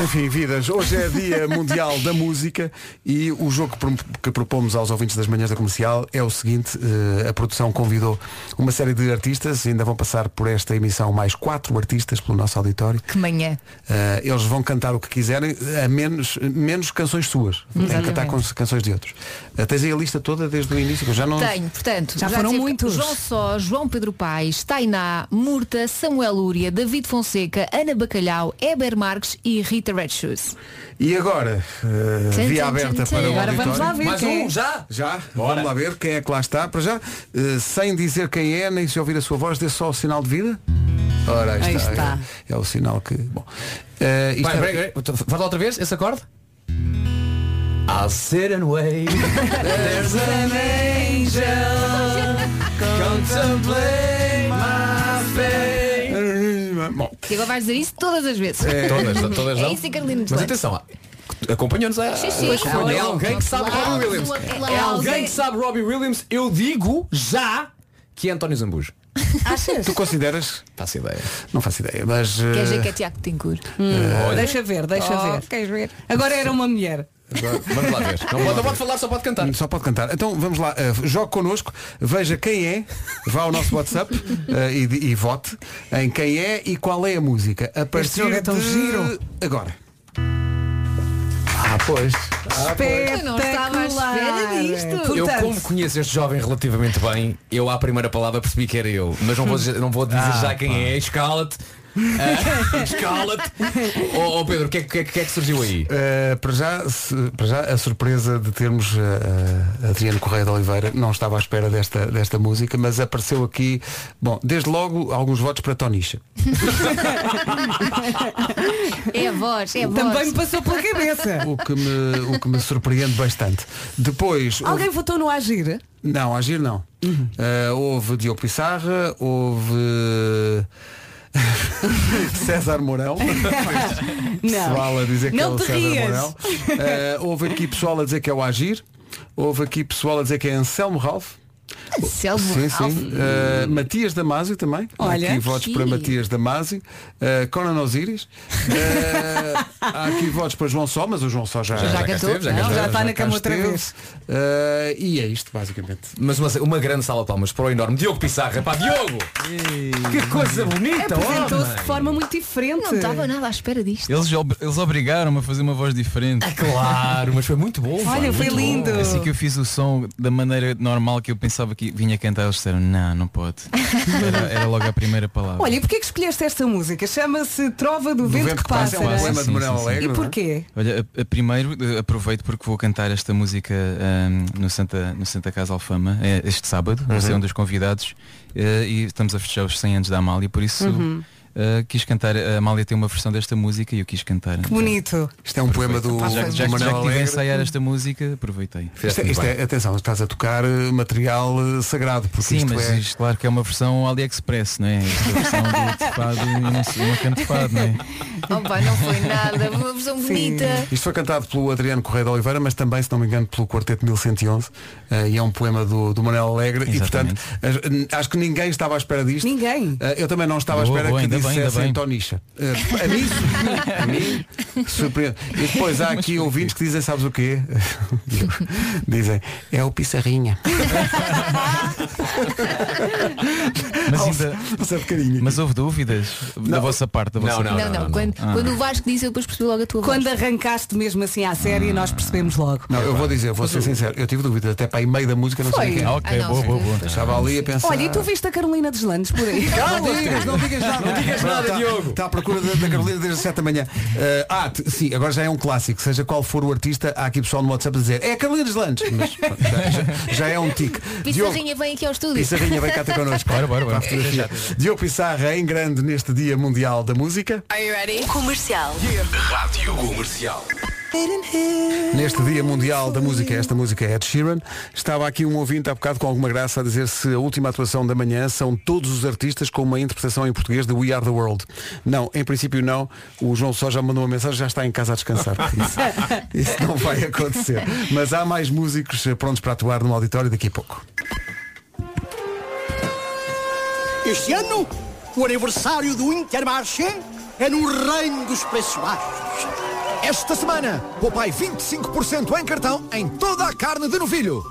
B: Enfim, vidas, hoje é dia mundial da música e o jogo que, prom- que propomos aos ouvintes das manhãs da comercial é o seguinte, eh, a produção convidou uma série de artistas, ainda vão passar por esta emissão mais quatro artistas pelo nosso auditório.
D: Que manhã.
B: Eh, eles vão cantar o que quiserem, a menos, menos canções suas. Tem que
D: Exatamente.
B: cantar com- canções de outros. Eh, tens aí a lista toda desde o início, que eu já não.
D: Tenho, portanto,
C: Já foram
D: tive
C: muitos.
D: João Só, João Pedro Paes, Tainá, Murta, Samuel Lúria, David Fonseca, Ana Bacalhau, Eber Marques e Rita Red Shoes.
B: E agora, eh,
D: Tum,
B: via
D: tum,
B: aberta
D: tum, tum.
B: para o
D: Agora vamos
B: auditório.
D: lá ver Mais quem um, é. já?
B: Já, vamos lá ver quem é que lá está. Para já, eh, sem dizer quem é, nem se ouvir a sua voz, dê só o sinal de vida. Ora, aí,
F: Aí
B: está.
F: está.
B: É, é o sinal que... Bom, Eh, isto
F: Vai,
B: é-
F: vai, vai. Faz lá outra vez esse acorde. I'll sit and wait. *laughs* There's an angel contemplate my
B: fate. Bom,
D: E agora vais dizer isso todas as vezes.
F: É,
D: *laughs*
F: todas, todas
D: É
F: não.
D: isso, Carolina.
F: Mas atenção, acompanhou-nos a.
D: Sim, sim.
F: acompanhou. É
D: Claro,
F: alguém que sabe
D: claro,
F: Robbie Williams.
D: claro.
F: É alguém que sabe Robbie Williams. Eu digo já que é António
D: *laughs*
F: Zambujo.
B: Tu consideras?
F: Faço ideia.
B: Não faço ideia, mas... eh,
D: Quer dizer que é Tiago Tincur.
B: Hum, olha.
C: Deixa ver, deixa
D: Oh,
C: ver. Queres ver? Agora era uma mulher.
B: Agora-
F: Vamos lá ver. Não pode- não pode falar, só pode cantar.
B: Só pode cantar. Então vamos lá, eh, jogue connosco, veja quem é, vá ao nosso
F: *laughs*
B: WhatsApp eh, e, di- e vote em quem é e qual é a música. A partir
C: Este jogo é tão
B: de
C: giro.
B: agora. Ah, pois. Ah,
D: Eu não estava à espera disto.
F: Eu como conheço este jovem relativamente bem, eu à primeira palavra percebi que era eu. Mas não vou, dizer- não vou dizer
N: Ah,
F: já quem é, escala-te.
U: É
F: Ah, escala-te. Ó ó, Pedro, o que, é que- o que é que- o que é que surgiu aí?
B: Eh, para, já, se- para já a surpresa de termos eh, Adriano Correia de Oliveira não estava à espera desta, desta música, mas apareceu aqui, bom, desde logo alguns votos para Tonicha.
D: É a voz, é a voz.
C: Oh. Também me passou pela cabeça.
B: *laughs* O que me, o que me surpreende bastante. Depois. houve-
C: Alguém votou no Agir?
B: Não, agir não. Eh, houve Diogo Pissarra, houve eh, *laughs* César Mourão. Pessoal a dizer que
C: Não
B: é o
C: te
B: César
C: rias.
B: Mourão. Eh, houve aqui pessoal a dizer que é o Agir. Houve aqui pessoal a dizer que é Anselmo Ralph.
D: Anselmo
B: sim,
D: Ralph.
B: sim. Eh, Matias Damasio também. Há
D: Olha,
B: aqui
D: que
B: votos
D: giro.
B: para Matias Damasio. Eh, Conan Osiris. Eh, há aqui votos para João Só, mas o João Só já,
F: Já cá
B: cá
F: esteve,
B: esteve,
F: já cá esteve.
B: cá esteve,
F: Já está na
B: cá
F: cama outra
B: esteve.
F: vez. Ah,
B: Eh, e é isto, basicamente.
F: Mas uma, uma grande sala de palmas para o enorme Diogo Pissarra. Pá, Diogo! Que coisa bonita,
C: Apresentou-se
F: homem!
C: de forma muito diferente.
D: Não estava nada à espera disto.
I: Eles, ob- eles obrigaram-me a fazer uma voz diferente.
F: Ah, claro, mas foi muito bom.
D: Olha, foi lindo.
I: Assim que eu fiz o som da maneira normal que eu pensava que vinha cantar, eles disseram, não, não
F: *laughs*
I: pode. Era, era logo a primeira
B: Ah.
I: palavra.
C: Olha, e porquê que escolheste esta música? Chama-se Trova do, Vento, que
B: um
C: Passa. não é?
I: Sim, sim, sim.
C: E porquê?
I: Olha, a- a- primeiro eh, aproveito porque vou cantar esta música ahm, no, Santa, no Santa Casa Alfama eh, este sábado, vou
N: Uhum.
I: ser um dos convidados eh, e estamos a festejar os 100 anos da Amália, por isso
C: Uhum.
I: eh, quis cantar, a Amália tem uma versão desta música e eu quis cantar.
C: Que bonito.
B: Isto é um poema do,
I: Já, já,
B: do
I: já que
B: Manuel
I: estive a
B: Alegre.
I: ensaiar esta música, aproveitei.
B: Isto, é- isto é, atenção, estás a tocar eh, material eh, sagrado, porque
I: Sim,
B: isto
I: mas
B: é.
I: isto, claro que é uma versão AliExpress, não é? Isto é a versão do teclado e não sei, uma canta teclado, não é?
D: Opa, Oh, não foi nada. Uma versão bonita.
B: Isto foi cantado pelo Adriano Correia de Oliveira, mas também, se não me engano, pelo Quarteto 1111, eh, e é um poema do, do Manuel Alegre,
I: Exatamente.
B: e portanto, as- n- acho que ninguém estava à espera disto. Eh,
C: Ninguém.
B: eu também não estava
I: Boa,
B: à espera
I: boa,
B: que
I: ainda bem, ainda
B: dissessem
I: bem.
B: Tonicha. Eh, *laughs* a mim, su- a mim surpreende. E depois há aqui ouvintes que dizem, sabes o quê? *laughs* dizem, é o Pissarrinha.
I: Mas ainda.
C: um
I: Mas houve dúvidas da vossa parte, da vossa
D: Não,
I: parte.
D: não, Quando,
I: Ah.
D: quando o Vasco disse, eu depois percebi logo a tua
C: Quando
D: voz.
C: arrancaste mesmo assim à série, nós percebemos logo.
B: Ah. Não, eu vou dizer, vou ser sincero, eu tive dúvidas até para aí meio da música, não
C: Foi.
B: sei quem.
C: Ah, ok, Ah, não, boa, sim. boa, boa.
B: Estava ali a pensar.
C: Olha, e tu viste a Carolina dos Landes por
B: *laughs*
C: aí?
B: Não digas, não digas nada, não digas nada, Diogo. Está tá. à procura da, da Carolina desde as 7 da manhã. Eh, ah, t- sim, agora já é um clássico. Seja qual for o artista, há aqui pessoal no WhatsApp a dizer é a Carolina dos Landes. Mas pronto, já, já-
C: *laughs*
B: já é um tique. Diogo,
D: Pissarrinha vem aqui ao estúdio.
B: Pissarrinha vem cá ter
D: *laughs*
B: connosco. Para a fotografia. Diogo Pissarra em grande neste Dia Mundial da Música.
U: Are you ready? Comercial.
K: Rádio Comercial.
B: Neste Dia Mundial da Música, esta música é Ed Sheeran. Estava aqui um ouvinte há bocado com alguma graça a dizer se a última atuação da manhã são todos os artistas com uma interpretação em português de We Are the World. Não, em princípio não. O João Só já mandou uma mensagem, já está em casa a
H: *laughs*
B: descansar. Isso, isso não vai acontecer. Mas há mais músicos eh, prontos para atuar no auditório daqui a pouco.
G: Este ano, o aniversário do Intermarché é no reino dos preços baixos.
L: Esta semana, poupai 25% em cartão em toda a carne de novilho.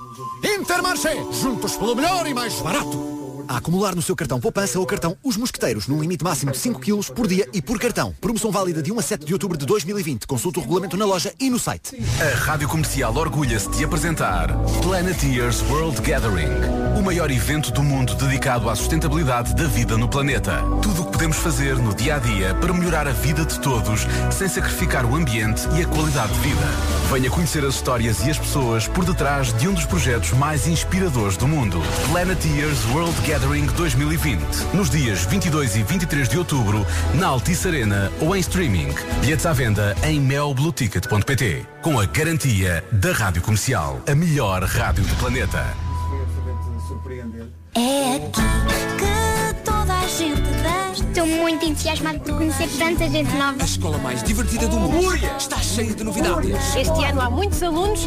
L: Intermarché, juntos pelo melhor e mais barato. A acumular no seu cartão poupança ou cartão Os Mosqueteiros, num limite máximo de 5 kg por dia e por cartão. Promoção válida de 1 a 7 de outubro de 2020. Consulte o regulamento na loja e no site.
V: A Rádio Comercial orgulha-se de apresentar Planeteers World Gathering, o maior evento do mundo dedicado à sustentabilidade da vida no planeta. Tudo o que podemos fazer no dia a dia para melhorar a vida de todos, sem sacrificar o ambiente e a qualidade de vida. Venha conhecer as histórias e as pessoas por detrás de um dos projetos mais inspiradores do mundo. Planeteers World Gathering 2020, nos dias 22 e 23 de outubro, na Altice Arena ou em streaming. Bilhetes à venda em melbluticket.pt, com a garantia da Rádio Comercial, a melhor rádio do planeta.
U: É aqui que toda a gente dança. Estou muito entusiasmado por conhecer tanta gente nova.
V: A escola mais divertida do mundo está cheia de novidades.
W: Este ano há muitos alunos.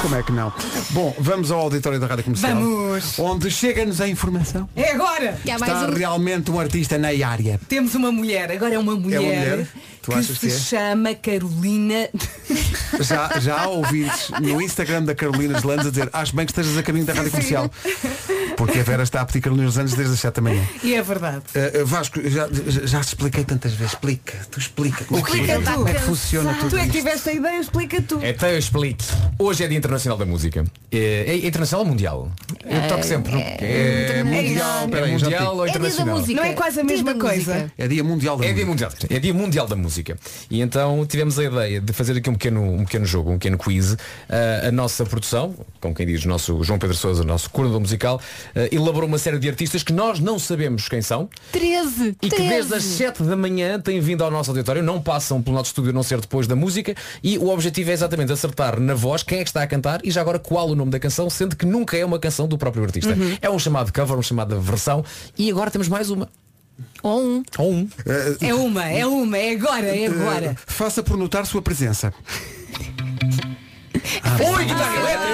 B: Como é que não? Bom, vamos ao auditório da Rádio Comercial.
C: Vamos.
B: Onde chega-nos a informação.
C: É agora!
B: Está realmente um artista na área.
C: Temos uma mulher, agora é uma mulher,
B: mulher? Tu
C: que
B: achas que
C: se
B: é?
C: chama Carolina. *laughs*
B: Já, já há ouvintes no Instagram da Carolina dos Landes a dizer acho bem que estejas a caminho da Rádio Comercial. Porque a Vera está a pedir Carolina dos Landes desde as 7 da manhã.
C: E é verdade.
B: Uh, uh, Vasco, já, já- já te expliquei tantas vezes. Explica, tu explica. Como, é que-
C: Explica tu.
B: como é que funciona tudo
C: Tu é que
B: isto?
C: tiveste a ideia, explica tu.
F: Então eu explico. Hoje é Dia Internacional da Música. É, é internacional ou mundial? Eu toco sempre. não? É, mundial,
B: mundial.
F: peraí,
B: É dia da
F: mundial ou internacional?
C: Não é quase a mesma coisa.
B: É Dia Mundial da
F: É Dia Mundial, é Dia Mundial da Música. E então tivemos a ideia de fazer aqui um pequeno, um pequeno jogo, um pequeno quiz. Ah, a nossa produção, como quem diz, o nosso João Pedro Sousa, o nosso coordenador musical, ah, elaborou uma série de artistas que nós não sabemos quem são.
W: 13.
F: E que desde as 7 da manhã têm vindo ao nosso auditório, não passam pelo nosso estúdio a não ser depois da música e o objetivo é exatamente acertar na voz quem é que está a cantar e já agora qual o nome da canção, sendo que nunca é uma canção do próprio artista.
W: Uhum.
F: É um chamado cover, um chamado versão e agora temos mais uma.
W: Ou um.
F: Ou um.
B: Eh,
C: É uma, é uma, é agora, é agora.
B: Uh, faça por notar sua presença. Ah,
F: Oi, guitarra elétrica!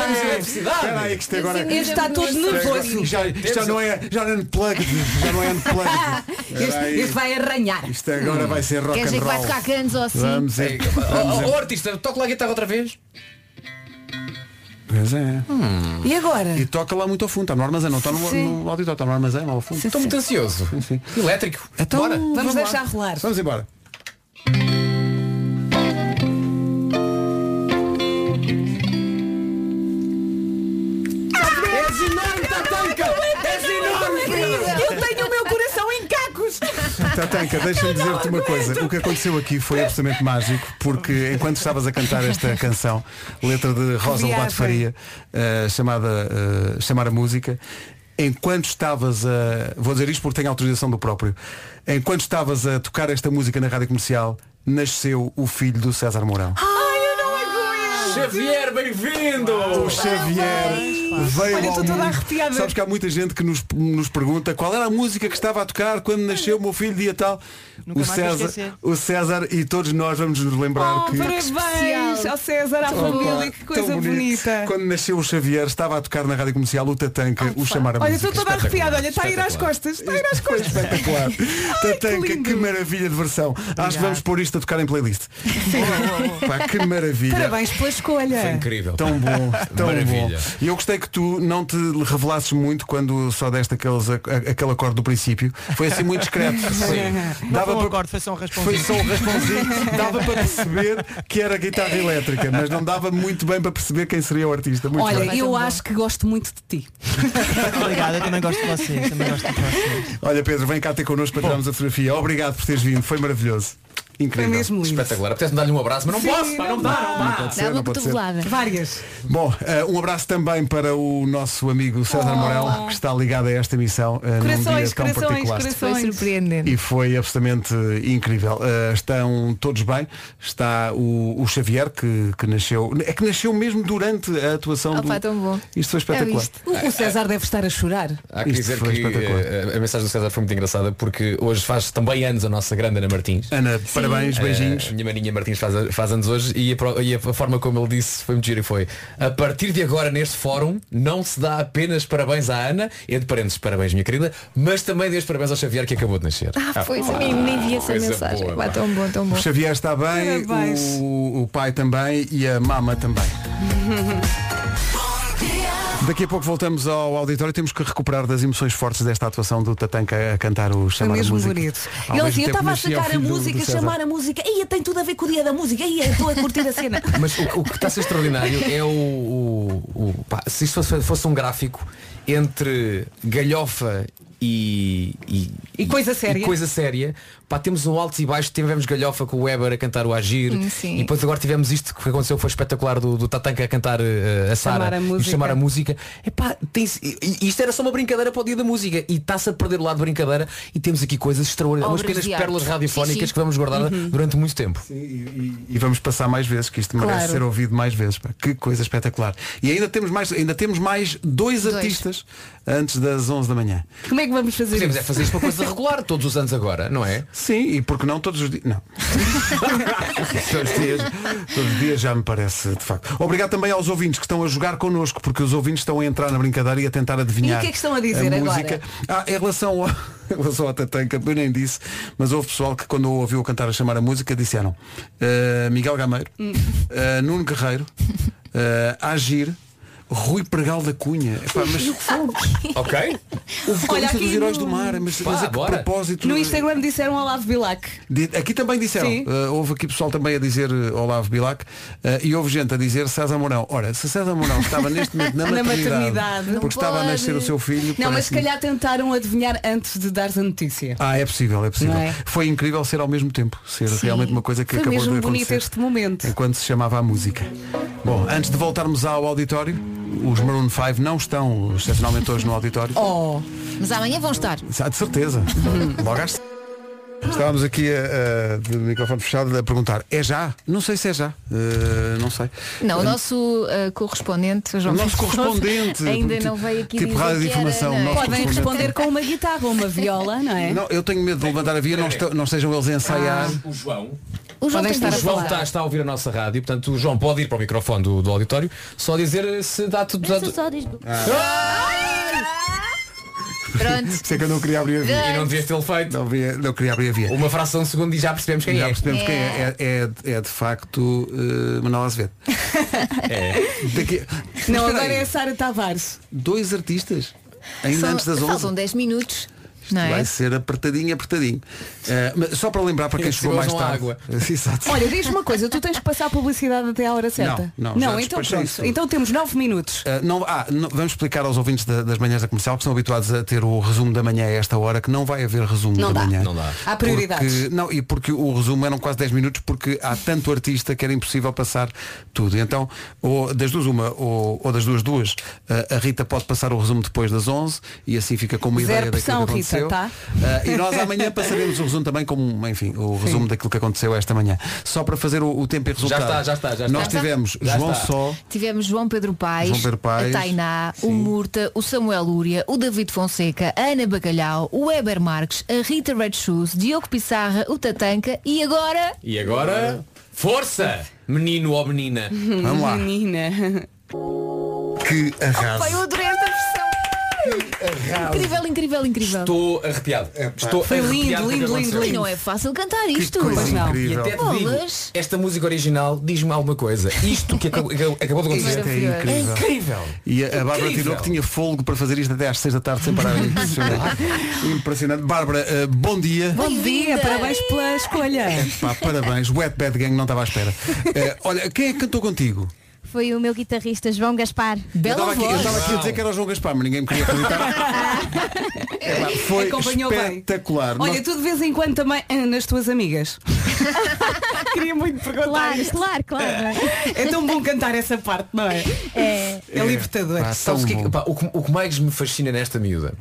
F: Temos eletricidade!
B: Peraí, que isto agora
C: Ele está todo nervoso.
B: Já, isto já não é, já não é unplugged, já não é unplugged.
C: Este, é
B: Peraí.
C: este vai arranhar.
B: Isto agora vai ser rock
D: Quer dizer
B: and
D: que vai
B: roll.
D: tocar canos ou assim?
B: Vamos em- vamos em-
F: Ó, ó, artista, toca lá a guitarra outra vez.
B: Pois é.
C: E agora?
B: E toca lá muito ao fundo, está no armazém, não está no,
C: Sim.
B: no auditório, está no armazém, lá ao fundo.
F: Estou muito ansioso.
B: Enfim.
F: Elétrico.
B: Então,
F: Bora.
C: Vamos,
B: lá.
C: deixar rolar.
B: Vamos embora.
F: És enorme, Tatanka! És enorme!
C: Eu tenho o meu coração em cacos.
B: Tatanka, deixa-me dizer-te uma coisa. O que aconteceu aqui foi absolutamente mágico, porque enquanto estavas a cantar esta canção, letra de Rosa
C: Viagem.
B: Lobato Faria, eh, chamada eh, Chamar a Música, enquanto estavas a. Vou dizer isto porque tenho autorização do próprio. Enquanto estavas a tocar esta música na rádio comercial, nasceu o filho do César Mourão.
F: Xavier, bem-vindo!
B: O Xavier veio
C: Olha,
B: ao
C: estou toda
B: mundo.
C: arrepiada.
B: Sabes que há muita gente que nos, nos pergunta qual era a música que estava a tocar quando nasceu o meu filho dia tal.
X: Nunca
B: o,
X: mais vou
B: César,
X: esquecer.
B: o César e todos nós vamos nos lembrar
C: Oh,
B: que.
C: parabéns ao César, à
B: Opa,
C: família, que
B: tão
C: coisa
B: bonito.
C: bonita. Oh,
B: Quando nasceu o Xavier, estava a tocar na rádio comercial o Tatanca, o chamar a
C: Olha,
B: música.
C: estou toda arrepiada, olha, está a ir às costas, está a ir às costas. *laughs*
B: Espetacular. Tatanca, que, maravilha de versão. Acho que vamos pôr isto a tocar em playlist. Pá, que maravilha.
C: Parabéns pela escolha.
F: Foi incrível.
B: É. Tão bom, *laughs* tão
F: Maravilha.
B: bom. E eu gostei que tu não te revelasses muito quando só deste aqueles, a- a- aquele acorde do princípio. Foi assim muito *laughs* discreto.
X: Não
B: Dava
X: foi um
B: para-
X: acorde, foi só um
B: Foi
X: rasponzinho.
B: só um rasponzinho.
X: *laughs*
B: Dava para perceber que era guitarra elétrica, mas não dava muito bem para perceber quem seria o artista. Muito
C: Olha,
B: bem.
C: eu acho que gosto muito de ti. *laughs*
X: Obrigado, eu também gosto de vocês. Também gosto de vocês.
B: Olha Pedro, vem cá ter connosco para tirarmos a fotografia. Obrigado por teres vindo, foi maravilhoso. Incrível.
C: Foi mesmo lindo.
F: Espetacular. Apetece-me dar-lhe um abraço, mas não
C: Sim,
F: posso, pá, não,
C: não
F: dá,
C: dá.
F: não dá.
B: Pode ser, não pode ser.
C: Várias.
B: Bom, eh, um abraço também para o nosso amigo César Mourão, que está ligado a esta emissão eh, num dia
C: Corações,
B: tão
C: corações,
B: particular.
C: corações.
D: Foi surpreendente.
B: E foi absolutamente incrível. Uh, estão todos bem. Está o, o Xavier, que, que nasceu. É que nasceu mesmo durante a atuação
D: Opa,
B: do.
C: então,
D: tão bom.
B: Isto
C: é
B: foi espetacular.
C: O, o César deve estar a chorar.
F: Há que
B: Isto
F: dizer
B: foi
F: que
B: espetacular.
F: eh, a, a mensagem do César foi muito engraçada porque hoje faz também anos a nossa grande Ana Martins.
B: Ana,
F: Sim.
B: Parabéns, beijinhos.
F: A minha maninha Martins faz, a- faz anos hoje e a, pro- e a forma como ele disse foi muito giro e foi a partir de agora neste fórum não se dá apenas parabéns à Ana, entre parênteses, parabéns minha querida, mas também dê os parabéns ao Xavier que acabou de nascer.
D: Ah, pois, a mim nem vi essa
F: Coisa
D: mensagem.
F: boa,
D: Pá,
F: pá.
D: tão bom, tão bom.
B: O Xavier está bem,
D: Parabéns.
B: o, o pai também e a mama também. Daqui a pouco voltamos ao auditório. Temos que recuperar das emoções fortes desta atuação do Tatanka a cantar o chamar a
C: mesmo
B: música.
C: bonito.
B: Ao
J: Ele assim, eu
B: mesmo Ah, tempo
J: estava a
B: nascia o
J: sacar a
B: filho do- do
J: música,
B: César.
J: chamar a música, ia tem tudo a ver com o dia da música, ia estou a curtir a cena.
F: Mas
C: *laughs*
F: o, o que está a ser extraordinário é o. o- o- pá, se isto fosse, fosse um gráfico entre galhofa e. E,
C: E coisa
F: e-
C: séria.
F: E coisa séria. Pá, temos um alto e baixo, tivemos galhofa com o Weber a cantar o Agir.
C: Hum, sim.
F: E depois agora tivemos isto que aconteceu, foi espetacular do, do Tatanka a cantar eh, a
C: Chamar
F: Sara
C: a
F: e
C: música.
F: chamar a música. Epá, tem isto era só uma brincadeira para o dia da música. E está-se a perder o lado de brincadeira e temos aqui coisas extraordinárias, umas
B: Obras de
F: pequenas
B: arte.
F: pérolas
B: Sim,
F: radiofónicas
B: sim.
F: que vamos guardar
B: Uhum.
F: durante muito tempo.
B: E vamos passar mais vezes, que isto merece
F: Claro.
B: ser ouvido mais vezes. pá. Que coisa espetacular. E ainda temos mais, ainda temos mais dois, artistas antes das 11 da manhã.
C: Como é que vamos fazer
F: Podemos
C: isso?
F: é fazer isto uma coisa
C: *laughs*
F: regular todos os anos agora, não é?
B: Sim, e porque não todos os dias.
F: *laughs*
B: Não. todos, os dias, todos os dias já me parece, de facto. Obrigado também aos ouvintes que estão a jogar connosco, porque os ouvintes estão a entrar na brincadeira e a tentar adivinhar.
C: E o que é que estão a dizer agora?
B: música. *laughs* Ah, em relação ao. Em relação à Tatanka, eu nem disse, mas houve pessoal que quando ouviu cantar a chamar a música disseram eh, Miguel Gameiro,
C: Hum.
B: eh, Nuno Guerreiro,
C: *laughs*
B: eh, Agir, Rui Pregal da Cunha. Epá, mas
F: Ok. Ah,
B: o vocalista dos Heróis do Mar, mas, mas a que propósito. é?
C: No Instagram disseram Olavo Bilac.
B: De- Aqui também disseram,
C: Sim.
B: eh, houve aqui pessoal também a dizer eh, Olavo Bilac eh, e houve gente a dizer César Mourão. Ora, se César Mourão estava neste momento na
C: *laughs* Na
B: maternidade,
C: maternidade. Não
B: porque estava a
C: pode.
B: nascer o seu filho.
C: Não, mas se
B: parece-me-
C: calhar tentaram adivinhar antes de dar a notícia.
B: Ah, é possível, é possível.
C: Não é?
B: Foi incrível ser ao mesmo tempo, ser
C: Sim.
B: realmente uma coisa que
C: Foi
B: acabou de
C: mesmo bonito
B: acontecer.
C: este momento.
B: Enquanto se chamava a música. Bom, antes de voltarmos ao auditório, os Maroon 5 não estão excepcionalmente hoje no auditório.
D: *laughs* Oh, mas amanhã vão estar.
B: Há de
D: *laughs*
B: certeza. Logo às... Estávamos aqui eh, de microfone fechado a perguntar, é já? Não sei se é já. Eh, não sei.
D: Não, o
B: Eh,
D: nosso uh, correspondente, João
B: O nosso
D: Pedro Sousa,
B: correspondente.
D: ainda não veio aqui
B: Tipo
D: dizer
B: rádio de
D: que era,
B: informação,
D: não é?
B: o nosso
C: Podem responder com uma guitarra ou uma viola, não é?
B: Não, eu tenho medo de levantar a via, não, esta- não estejam eles a ensaiar.
D: Ah.
F: Ah, O João.
C: O João
F: Podem
C: tem
F: estar o
C: que estar a
F: João
C: falar.
F: está, está a ouvir a nossa rádio, portanto o João pode ir para o microfone do, do auditório, só dizer se dá tudo. Dá tudo.
D: Pronto.
B: Ah. *laughs* Sei é que eu não queria abrir a via.
F: E não devias tê-lo feito.
B: Não, via- não queria abrir a via.
F: Uma fração de segundo e já percebemos quem
B: Já
F: é.
B: percebemos quem é. É, é- é de facto eh,
F: *laughs*
B: Manuel Azevedo.
F: É.
B: Daqui... Mas
C: Não,
B: espera
C: agora
B: aí,
C: é a Sara Tavares.
B: Dois artistas. Ainda
D: Só-
B: antes das 11.
D: Faltam 10 minutos. Não é?
B: Vai ser apertadinho, apertadinho. Eh, mas só para lembrar para quem
F: Esse
B: chegou mais
F: gozo não há
B: tarde.
F: água.
B: *laughs* Exato.
C: Olha, diz-me uma coisa, tu tens que passar a publicidade até à hora certa.
B: Não, não, já
C: então
B: despachei
C: pronto.
B: isso tudo.
C: Então temos 9 minutos.
B: Uh, não- ah, não- vamos explicar aos ouvintes da- das manhãs da comercial que estão habituados a ter o resumo da manhã a esta hora, que não vai haver resumo
C: Não
B: da
C: dá.
B: manhã.
C: Não dá. Há prioridades.
B: Porque- não, e porque o resumo eram quase 10 minutos, porque há tanto artista que era impossível passar tudo. Então, ou das duas uma, ou, ou das duas duas, uh, a Rita pode passar o resumo depois das 11 e assim fica com uma
C: Zero
B: ideia
C: pressão,
B: daquilo que
C: Rita,
B: aconteceu.
C: tá?
B: Uh, e nós amanhã passaremos o resumo também como, enfim, o resumo daquilo que aconteceu esta manhã. Só para fazer o, o tempo e resultado.
F: está, já está, já está.
B: Nós tivemos
F: Já
B: João
F: está.
B: Só.
D: Tivemos João Pedro Paes,
B: João Pedro Paes,
D: a Tainá, o Murta, o Samuel Lúria, o David Fonseca, a Ana Bacalhau, o Weber Marques, a Rita Red Shoes, Diogo Pissarra, o Tatanca e agora
F: E agora, força! Menino ou menina. *laughs*
B: Vamos lá.
C: Menina.
B: Que arraso.
D: Pai, eu adorei esta versão. Incrível, incrível, incrível.
F: Estou arrepiado. Estou
D: Foi lindo,
F: arrepiado com o que
D: lindo, lindo,
F: aconteceu.
D: lindo. E não é fácil cantar isto.
F: Pois não. E até te digo,
D: Bolas.
F: esta música original diz-me alguma coisa. Isto que acabou, *laughs* acabou de acontecer
B: Isto é incrível. E a, a Bárbara
F: Incrível.
B: tirou que tinha folgo para fazer isto até às 6 da tarde sem parar. Impressionante. Impressionante. Bárbara, eh, bom dia.
C: Bom dia, parabéns pela escolha.
B: Pá, parabéns. Wet Bad Gang não estava à espera. Eh, olha, quem é que cantou contigo?
O: Foi o meu guitarrista João Gaspar.
B: eu estava aqui, eu estava aqui a dizer que era o João Gaspar, mas ninguém me queria
C: *laughs*
B: acreditar. É pá, foi
C: Acompanhou bem.
B: espetacular.
C: Olha,
B: Nós-
C: tu de vez em quando também ah, nas tuas amigas. *laughs* queria muito perguntar.
O: Claro,
C: isto.
O: claro, claro.
C: É tão bom cantar essa parte, não é?
O: É.
C: É libertador.
F: Pá, sabes o, que, é que- pá, o que- o que mais me fascina nesta miúda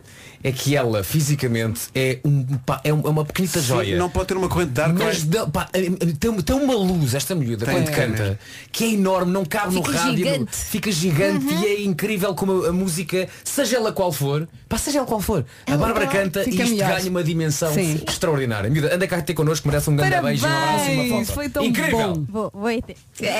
F: é que ela fisicamente é, um, pá, é um- é uma pequenita
B: Sim,
F: joia.
B: não pode ter uma corrente de ar,
F: Mas dá- pá, é- é- tem, tem uma luz esta miúda
B: Tem,
F: quando
B: tem
F: canta
B: mesmo.
F: que é enorme, não cabe no
B: Fica
F: rádio.
B: gigante.
F: no- fica gigante e é incrível como a, a música, seja ela qual for, pá, seja ela qual for, a
H: Ela-
F: Bárbara
H: ela
F: canta e
H: fica
F: isto
H: melhor.
F: ganha uma dimensão
H: Sim.
F: extraordinária. Miúda, anda cá ter connosco, merece um grande
C: Parabéns,
F: beijo, um abraço e uma foto.
C: foi tão
F: incrível!
C: bom.
O: Vou, vou aí ter.
C: Vem,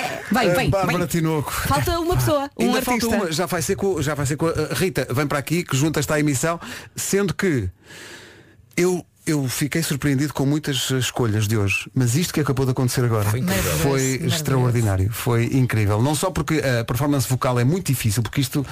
B: A
C: vem,
B: Eh, Bárbara
C: vem.
B: Tinoco.
C: Falta uma pessoa, um
B: Ainda
C: artista.
B: falta uma, já vai ser com, já vai ser com a a Rita, vem para aqui que junta está a emissão, sendo que eu eu fiquei surpreendido com muitas eh, escolhas de hoje, mas isto que acabou de acontecer agora foi,
F: incrível.
H: Maravilhoso,
B: extraordinário, foi incrível. Não só porque a performance vocal é muito difícil, porque isto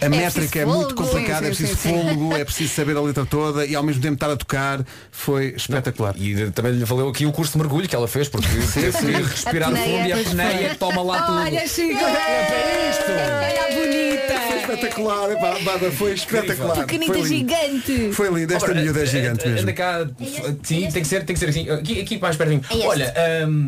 B: a métrica é
H: preciso
B: muito
H: fogo.
B: complicada, é
H: Sim, sim,
B: preciso
H: sim, sim.
B: fôlego, é preciso saber a letra toda e ao mesmo tempo estar a tocar, foi espetacular.
F: E também lhe valeu aqui o curso de mergulho que ela fez, porque teve que respirar
B: A
F: no fundo e é a
B: apneia, é pois
F: apneia
B: foi.
F: toma lá tudo.
C: Olha, Chico.
B: É, Olha
C: bonita.
B: Foi espetacular, epá, Bárbara, foi espetacular.
O: Pequenita
B: Foi lindo.
O: gigante.
B: Foi lindo, esta
F: Ora,
B: miúda é
F: eh,
B: gigante
F: eh,
B: mesmo.
F: Anda cá, sim, tem que ser, tem que ser assim. Aqui, aqui mais pertinho.
O: É este.
F: Olha, ahm,